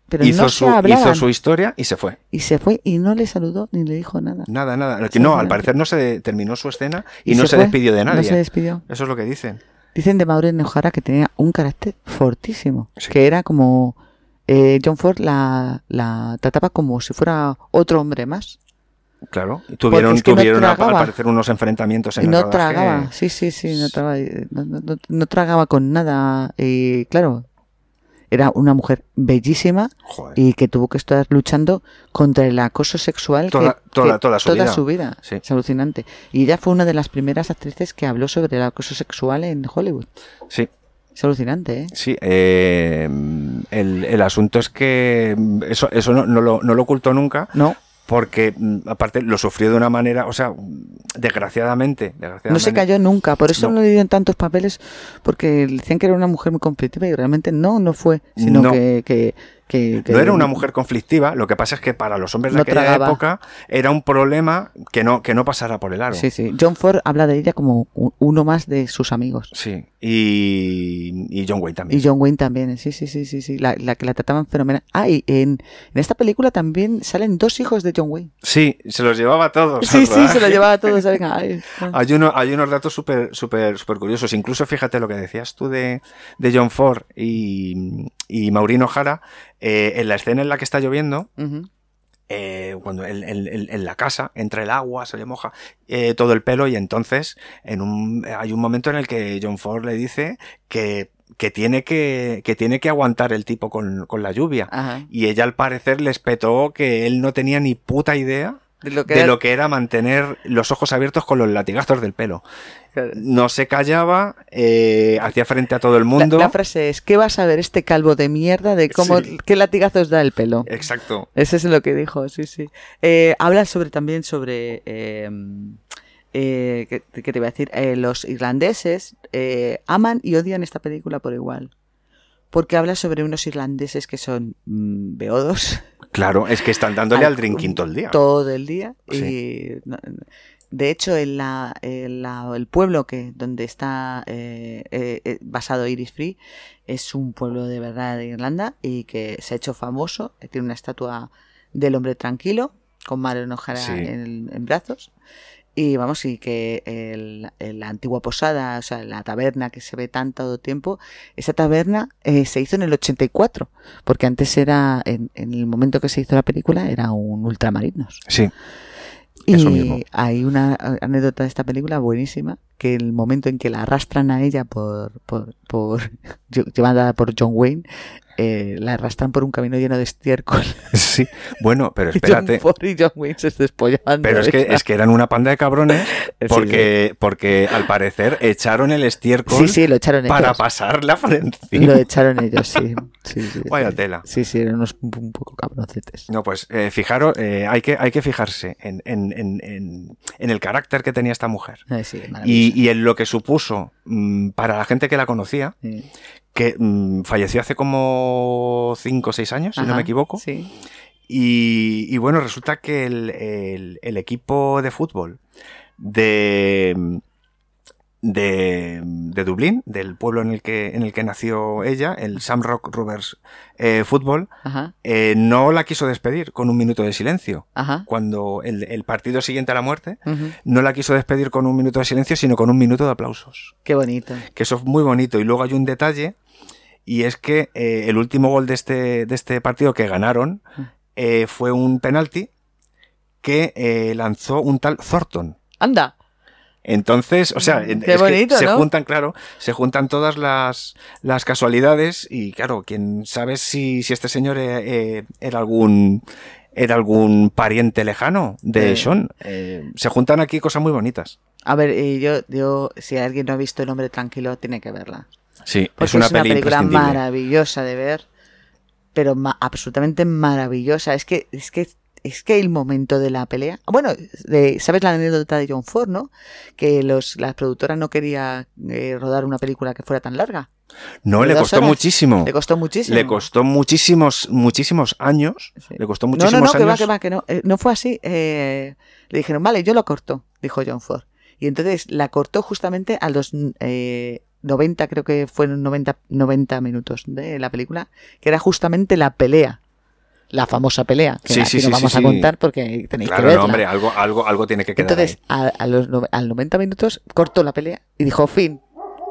[SPEAKER 3] pero
[SPEAKER 4] hizo,
[SPEAKER 3] no se
[SPEAKER 4] su,
[SPEAKER 3] hablaban.
[SPEAKER 4] hizo su historia y se fue.
[SPEAKER 3] Y se fue y no le saludó ni le dijo nada.
[SPEAKER 4] Nada, nada.
[SPEAKER 3] Sí,
[SPEAKER 4] No,
[SPEAKER 3] nada.
[SPEAKER 4] al parecer no se terminó su escena y,
[SPEAKER 3] Y
[SPEAKER 4] no
[SPEAKER 3] se
[SPEAKER 4] se,
[SPEAKER 3] fue,
[SPEAKER 4] despidió de
[SPEAKER 3] no
[SPEAKER 4] nadie.
[SPEAKER 3] se despidió.
[SPEAKER 4] Eso es lo que dicen.
[SPEAKER 3] Dicen de Maureen O'Hara que tenía un carácter fortísimo, que era como... eh, John Ford la, la trataba como si fuera otro hombre más.
[SPEAKER 4] Claro. Tuvieron,
[SPEAKER 3] es que no
[SPEAKER 4] tuvieron a- al
[SPEAKER 3] tragaba.
[SPEAKER 4] parecer unos enfrentamientos en
[SPEAKER 3] Y
[SPEAKER 4] el
[SPEAKER 3] no
[SPEAKER 4] rodaje.
[SPEAKER 3] tragaba, sí, sí, sí, no tragaba, eh, no, no- no- no tragaba con nada. Y claro, era una mujer bellísima y que tuvo que estar luchando contra el acoso sexual que-
[SPEAKER 4] Toda-
[SPEAKER 3] que,
[SPEAKER 4] toda- toda su vida. Sí.
[SPEAKER 3] Es alucinante. Y ella fue una de las primeras actrices que habló sobre el acoso sexual en Hollywood.
[SPEAKER 4] Sí.
[SPEAKER 3] Es alucinante, ¿eh?
[SPEAKER 4] Sí, eh, el, el asunto es que mm, eso, eso no, no lo, no lo ocultó nunca.
[SPEAKER 3] No.
[SPEAKER 4] Porque, mm, aparte, lo sufrió de una manera, o sea, mm, desgraciadamente.
[SPEAKER 3] No se
[SPEAKER 4] desgraciadamente.
[SPEAKER 3] cayó nunca, por eso
[SPEAKER 4] No.
[SPEAKER 3] no, le dieron tantos papeles, porque decían que era una mujer muy conflictiva y realmente no, no fue, sino
[SPEAKER 4] No.
[SPEAKER 3] que, que, que- que-
[SPEAKER 4] No era una mujer conflictiva, lo que pasa es que para los hombres de
[SPEAKER 3] No
[SPEAKER 4] aquella
[SPEAKER 3] tragaba.
[SPEAKER 4] época era un problema que no, que no pasara por el aro.
[SPEAKER 3] Sí, sí. John Ford habla de ella como u- uno más de sus amigos.
[SPEAKER 4] Sí, y, y John Wayne también.
[SPEAKER 3] Y John Wayne también, sí, sí, sí, sí, sí. La, la que la trataban fenomenal. Ah, y en, en esta película también salen dos hijos de John Wayne.
[SPEAKER 4] Sí, se los llevaba a todos.
[SPEAKER 3] *laughs* Sí,
[SPEAKER 4] al
[SPEAKER 3] sí, se lo
[SPEAKER 4] rodaje.
[SPEAKER 3] llevaba a todos. venga,
[SPEAKER 4] *laughs*
[SPEAKER 3] ay, bueno.
[SPEAKER 4] Hay, uno- hay unos datos súper súper súper curiosos. Incluso fíjate lo que decías tú de, de John Ford y, y Maureen O'Hara. eh, en la escena en la que está lloviendo,
[SPEAKER 3] Ujú.
[SPEAKER 4] eh, cuando en, en- en- en la casa entra el agua, se le moja eh, todo el pelo y entonces en un, hay un momento en el que John Ford le dice que, que tiene, que, que tiene que aguantar el tipo con, con la lluvia.
[SPEAKER 3] Ajá.
[SPEAKER 4] Y ella al parecer les petó que él no tenía ni puta idea
[SPEAKER 3] De lo que
[SPEAKER 4] de
[SPEAKER 3] era-
[SPEAKER 4] lo que era mantener los ojos abiertos con los latigazos del pelo. No se callaba, eh, hacía frente a todo el
[SPEAKER 3] La,
[SPEAKER 4] mundo.
[SPEAKER 3] la frase es, ¿qué vas a ver este calvo de mierda de cómo,
[SPEAKER 4] Sí.
[SPEAKER 3] qué latigazos da el pelo?
[SPEAKER 4] Exacto.
[SPEAKER 3] Eso es lo que dijo, sí, sí. Eh, habla sobre también sobre. Eh, eh, ¿qué, qué te iba a decir? Eh, los irlandeses eh, aman y odian esta película por igual. Porque habla sobre unos irlandeses que son mm, beodos.
[SPEAKER 4] Claro, es que están dándole al,
[SPEAKER 3] Al-
[SPEAKER 4] drinking todo el día.
[SPEAKER 3] Todo el día.
[SPEAKER 4] Sí.
[SPEAKER 3] Y, no- de hecho, en la, en la- el pueblo que donde está eh, eh, eh, basado Iris Free es un pueblo de verdad de Irlanda y que se ha hecho famoso. eh, Tiene una estatua del hombre tranquilo con Mario O'Hara
[SPEAKER 6] Sí.
[SPEAKER 3] en, en brazos. Y vamos, y que el- el- la antigua posada, o sea, la taberna que se ve tanto tiempo, esa taberna eh, se hizo en el 84, porque antes era, en, en el momento que se hizo la película, era un ultramarinos.
[SPEAKER 4] Sí.
[SPEAKER 3] Y
[SPEAKER 4] Eso mismo.
[SPEAKER 3] hay una eh, anécdota de esta película buenísima, que el momento en que la arrastran a ella por, por, por *laughs* lle- llevada por John Wayne, eh, la arrastran por un camino lleno de estiércol.
[SPEAKER 4] Sí, bueno, pero
[SPEAKER 3] *laughs* Y John
[SPEAKER 4] espérate.
[SPEAKER 3] Ford y John Wayne se ¿eh? despollaban.
[SPEAKER 4] Pero
[SPEAKER 3] de
[SPEAKER 4] es que,
[SPEAKER 3] ella.
[SPEAKER 4] es que eran una panda de cabrones
[SPEAKER 3] *laughs* Sí,
[SPEAKER 4] porque, porque al parecer echaron el estiércol
[SPEAKER 3] Sí, sí, lo echaron
[SPEAKER 4] para
[SPEAKER 3] ellos.
[SPEAKER 4] pasarla por encima. *laughs*
[SPEAKER 3] Lo echaron ellos, sí. sí, sí
[SPEAKER 4] Vaya
[SPEAKER 3] sí.
[SPEAKER 4] tela.
[SPEAKER 3] Sí, sí, eran unos un un poco cabroncetes.
[SPEAKER 4] No, pues eh, fijaros, eh, hay, que, hay que fijarse en, en- en- en- en el carácter que tenía esta mujer
[SPEAKER 3] Eh, sí, maravilloso.
[SPEAKER 4] y, y en lo que supuso mm, para la gente que la conocía,
[SPEAKER 3] Sí.
[SPEAKER 4] que mm, falleció hace como 5 o 6 años, si no
[SPEAKER 3] Ajá,
[SPEAKER 4] me equivoco.
[SPEAKER 3] Sí.
[SPEAKER 4] Y, y bueno, resulta que el, el- el equipo de fútbol de, de, de Dublín, del pueblo en el que, en el que nació ella, el Samrock Rovers eh, Fútbol,
[SPEAKER 3] Ajá.
[SPEAKER 4] eh, no la quiso despedir con un minuto de silencio.
[SPEAKER 3] Ajá.
[SPEAKER 4] Cuando el, el partido siguiente a la muerte,
[SPEAKER 3] Ujú.
[SPEAKER 4] no la quiso despedir con un minuto de silencio, sino con un minuto de aplausos.
[SPEAKER 3] Qué bonito.
[SPEAKER 4] Que eso es muy bonito. Y luego hay un detalle, y es que eh, el último gol de este, de este partido que ganaron eh, fue un penalti que eh, lanzó un tal Thornton.
[SPEAKER 3] Anda.
[SPEAKER 4] Entonces, o sea, en-
[SPEAKER 3] Mm, Qué
[SPEAKER 4] es que
[SPEAKER 3] bonito,
[SPEAKER 4] se
[SPEAKER 3] ¿no?
[SPEAKER 4] juntan, claro, se juntan todas las, las casualidades y claro, quién sabe si, si este señor eh, eh, era algún era algún pariente lejano de
[SPEAKER 3] Eh.
[SPEAKER 4] Sean. Eh, se juntan aquí cosas muy bonitas.
[SPEAKER 3] A ver, eh, yo, yo, si alguien no ha visto El hombre tranquilo, tiene que verla.
[SPEAKER 4] Sí,
[SPEAKER 3] Porque
[SPEAKER 4] es una, peli
[SPEAKER 3] película
[SPEAKER 4] imprescindible.
[SPEAKER 3] maravillosa de ver, pero ma- absolutamente maravillosa. Es que, es que, es que el momento de la pelea. Bueno, de- sabes la anécdota de John Ford, ¿no? Que los, la productora no quería eh, rodar una película que fuera tan larga.
[SPEAKER 4] No,
[SPEAKER 3] De
[SPEAKER 4] le
[SPEAKER 3] dos
[SPEAKER 4] costó
[SPEAKER 3] horas.
[SPEAKER 4] muchísimo.
[SPEAKER 3] Le costó muchísimo.
[SPEAKER 4] Le costó muchísimos, muchísimos años. Le costó
[SPEAKER 3] No,
[SPEAKER 4] muchísimos
[SPEAKER 3] no, no,
[SPEAKER 4] años.
[SPEAKER 3] que va, que va, que no. Eh, no fue así. Eh, le dijeron, vale, yo lo corto, dijo John Ford. Y entonces la cortó justamente a los eh, 90, creo que fueron 90, 90 minutos de la película, que era justamente la pelea. La famosa pelea, que
[SPEAKER 4] Sí,
[SPEAKER 3] aquí
[SPEAKER 4] sí,
[SPEAKER 3] no
[SPEAKER 4] sí,
[SPEAKER 3] vamos
[SPEAKER 4] sí,
[SPEAKER 3] a
[SPEAKER 4] sí.
[SPEAKER 3] contar porque tenéis
[SPEAKER 4] Claro,
[SPEAKER 3] que verla.
[SPEAKER 4] no, hombre, algo, algo, algo tiene que quedar.
[SPEAKER 3] entonces, a, a los no- al 90 minutos cortó la pelea y dijo, fin,
[SPEAKER 4] ahí.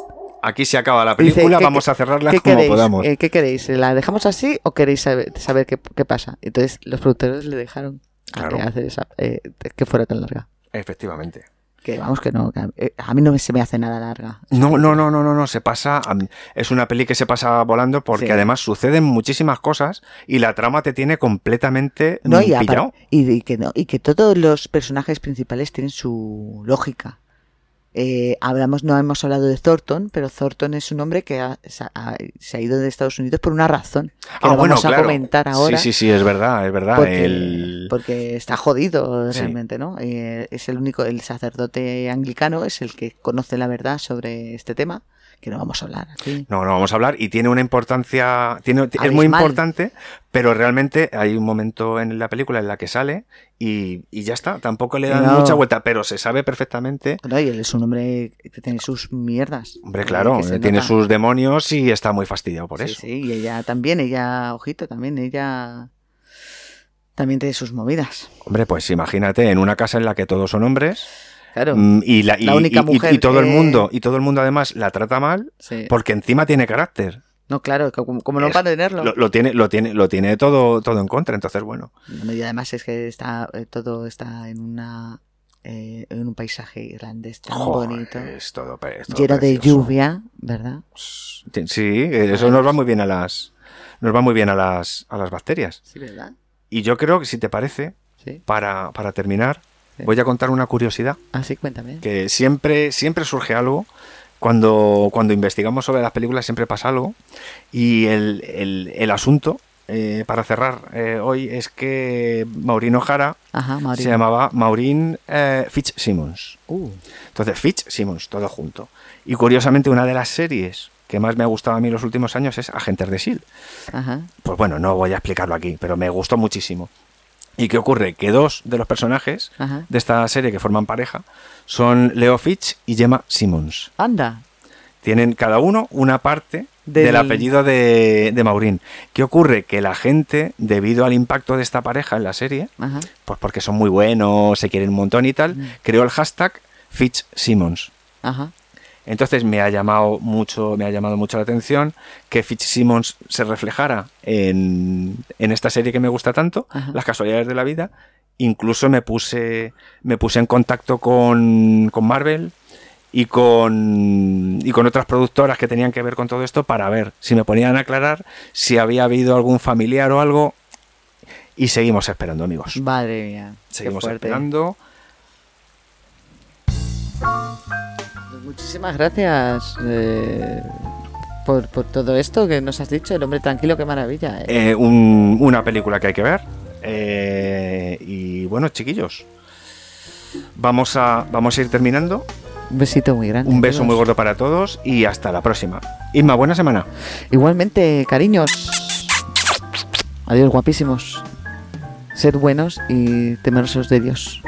[SPEAKER 4] Aquí se acaba la
[SPEAKER 3] Dice,
[SPEAKER 4] película,
[SPEAKER 3] ¿qué-
[SPEAKER 4] vamos
[SPEAKER 3] qué-
[SPEAKER 4] a cerrarla
[SPEAKER 3] qué
[SPEAKER 4] como
[SPEAKER 3] queréis?
[SPEAKER 4] podamos.
[SPEAKER 3] Eh, ¿Qué queréis? ¿La dejamos así o queréis saber, saber qué, qué pasa? Entonces los productores le dejaron a
[SPEAKER 4] Claro.
[SPEAKER 3] que hacer esa, eh, que fuera tan larga.
[SPEAKER 4] Efectivamente.
[SPEAKER 3] Que vamos, que no. que a, eh, a mí no me- se me hace nada larga.
[SPEAKER 4] No, no, no, no, no, no, se pasa. a mí- Es una peli que se pasa volando porque
[SPEAKER 3] Sí.
[SPEAKER 4] además suceden muchísimas cosas y la trama te tiene completamente
[SPEAKER 3] No,
[SPEAKER 4] mm,
[SPEAKER 3] y, apar-
[SPEAKER 4] pillado.
[SPEAKER 3] y, y que no- y que todos los personajes principales tienen su lógica. Eh, hablamos, no hemos hablado de Thornton, pero Thornton es un hombre que ha- se ha- se ha ido de Estados Unidos por una razón. Que lo vamos a comentar ahora.
[SPEAKER 4] Ah, Sí, sí, sí, es verdad, es verdad.
[SPEAKER 3] Porque-
[SPEAKER 4] Ah, el-
[SPEAKER 3] porque está jodido
[SPEAKER 4] Sí.
[SPEAKER 3] realmente, ¿no? Eh, es el único, el sacerdote anglicano es el que conoce la verdad sobre este tema, que no vamos a hablar aquí.
[SPEAKER 4] No, no vamos a hablar y tiene una importancia, tiene, es
[SPEAKER 3] Abismal.
[SPEAKER 4] muy importante, pero realmente hay un momento en la película en la que sale y, y ya está, tampoco le dan
[SPEAKER 3] No.
[SPEAKER 4] mucha vuelta, pero se sabe perfectamente.
[SPEAKER 3] Bueno, y él es un hombre que tiene sus mierdas.
[SPEAKER 4] Hombre,
[SPEAKER 3] eh,
[SPEAKER 4] claro,
[SPEAKER 3] que se
[SPEAKER 4] eh, tiene
[SPEAKER 3] nota.
[SPEAKER 4] sus demonios y está muy fastidiado por
[SPEAKER 3] Sí,
[SPEAKER 4] eso.
[SPEAKER 3] sí, y ella también, ella, ojito, también, ella también tiene sus movidas.
[SPEAKER 4] Hombre, pues imagínate en una casa en la que todos son hombres
[SPEAKER 3] Claro.
[SPEAKER 4] mm, y, la, y-
[SPEAKER 3] La única
[SPEAKER 4] y- y- y
[SPEAKER 3] mujer
[SPEAKER 4] todo el
[SPEAKER 3] que-
[SPEAKER 4] mundo y todo el mundo además la trata mal
[SPEAKER 3] Sí.
[SPEAKER 4] porque encima tiene carácter.
[SPEAKER 3] No, claro, que como, como no
[SPEAKER 4] Es-
[SPEAKER 3] para tenerlo.
[SPEAKER 4] Lo, lo tiene, lo tiene, lo tiene todo, todo en contra. Entonces, bueno,
[SPEAKER 3] Bueno, y además es que está eh, todo está en una eh, en un paisaje irlandés tan
[SPEAKER 4] Joder,
[SPEAKER 3] bonito,
[SPEAKER 4] es todo pe- es todo
[SPEAKER 3] lleno de
[SPEAKER 4] precioso.
[SPEAKER 3] lluvia, ¿verdad?
[SPEAKER 4] Sí, eso nos va muy bien a las nos va muy bien a las a las bacterias.
[SPEAKER 3] Sí, ¿verdad?
[SPEAKER 4] Y yo creo que si te parece,
[SPEAKER 3] Sí.
[SPEAKER 4] para, para terminar, voy a contar una curiosidad
[SPEAKER 3] Así Ah, cuéntame.
[SPEAKER 4] que siempre siempre surge algo cuando cuando investigamos sobre las películas siempre pasa algo y el, el- el asunto eh, para cerrar eh, hoy es que Maurino Jara
[SPEAKER 3] Ajá, Maureen.
[SPEAKER 4] se llamaba Maureen eh, Fitzsimmons.
[SPEAKER 3] Uh.
[SPEAKER 4] Entonces, Fitzsimmons, todo junto. Y curiosamente, una de las series que más me ha gustado a mí en los últimos años es Agentes de S.H.I.E.L.
[SPEAKER 3] Ajá.
[SPEAKER 4] E Pues bueno, no voy a explicarlo aquí, pero me gustó muchísimo. ¿Y qué ocurre? Que dos de los personajes
[SPEAKER 3] Ajá.
[SPEAKER 4] de esta serie que forman pareja son Leo Fitch y Gemma Simmons.
[SPEAKER 3] Anda.
[SPEAKER 4] Tienen cada uno una parte del,
[SPEAKER 3] Del-
[SPEAKER 4] apellido de, de Maureen. ¿Qué ocurre? Que la gente, debido al impacto de esta pareja en la serie,
[SPEAKER 3] Ajá.
[SPEAKER 4] pues porque son muy buenos, se quieren un montón y tal, creó el hashtag FitzSimmons.
[SPEAKER 3] Ajá.
[SPEAKER 4] Entonces me ha llamado mucho, me ha llamado mucho la atención que FitzSimmons se reflejara en, en esta serie que me gusta tanto,
[SPEAKER 3] Ajá.
[SPEAKER 4] Las casualidades de la vida. Incluso me puse, me puse en contacto con, con Marvel y con, y con otras productoras que tenían que ver con todo esto para ver si me ponían a aclarar si había habido algún familiar o algo. Y seguimos esperando, amigos.
[SPEAKER 3] Madre mía. qué
[SPEAKER 4] Seguimos
[SPEAKER 3] fuerte.
[SPEAKER 4] esperando.
[SPEAKER 3] Pues Muchísimas gracias eh, por, por todo esto que nos has dicho. El hombre tranquilo, qué maravilla. eh.
[SPEAKER 4] Eh, un- una película que hay que ver. Eh, y bueno, chiquillos, vamos a, vamos a ir terminando.
[SPEAKER 3] Un besito muy grande.
[SPEAKER 4] Un beso
[SPEAKER 3] amigos.
[SPEAKER 4] muy gordo para todos y hasta la próxima. Inma, buena semana.
[SPEAKER 3] Igualmente, cariños. Adiós, guapísimos. Ser buenos y temerosos de Dios.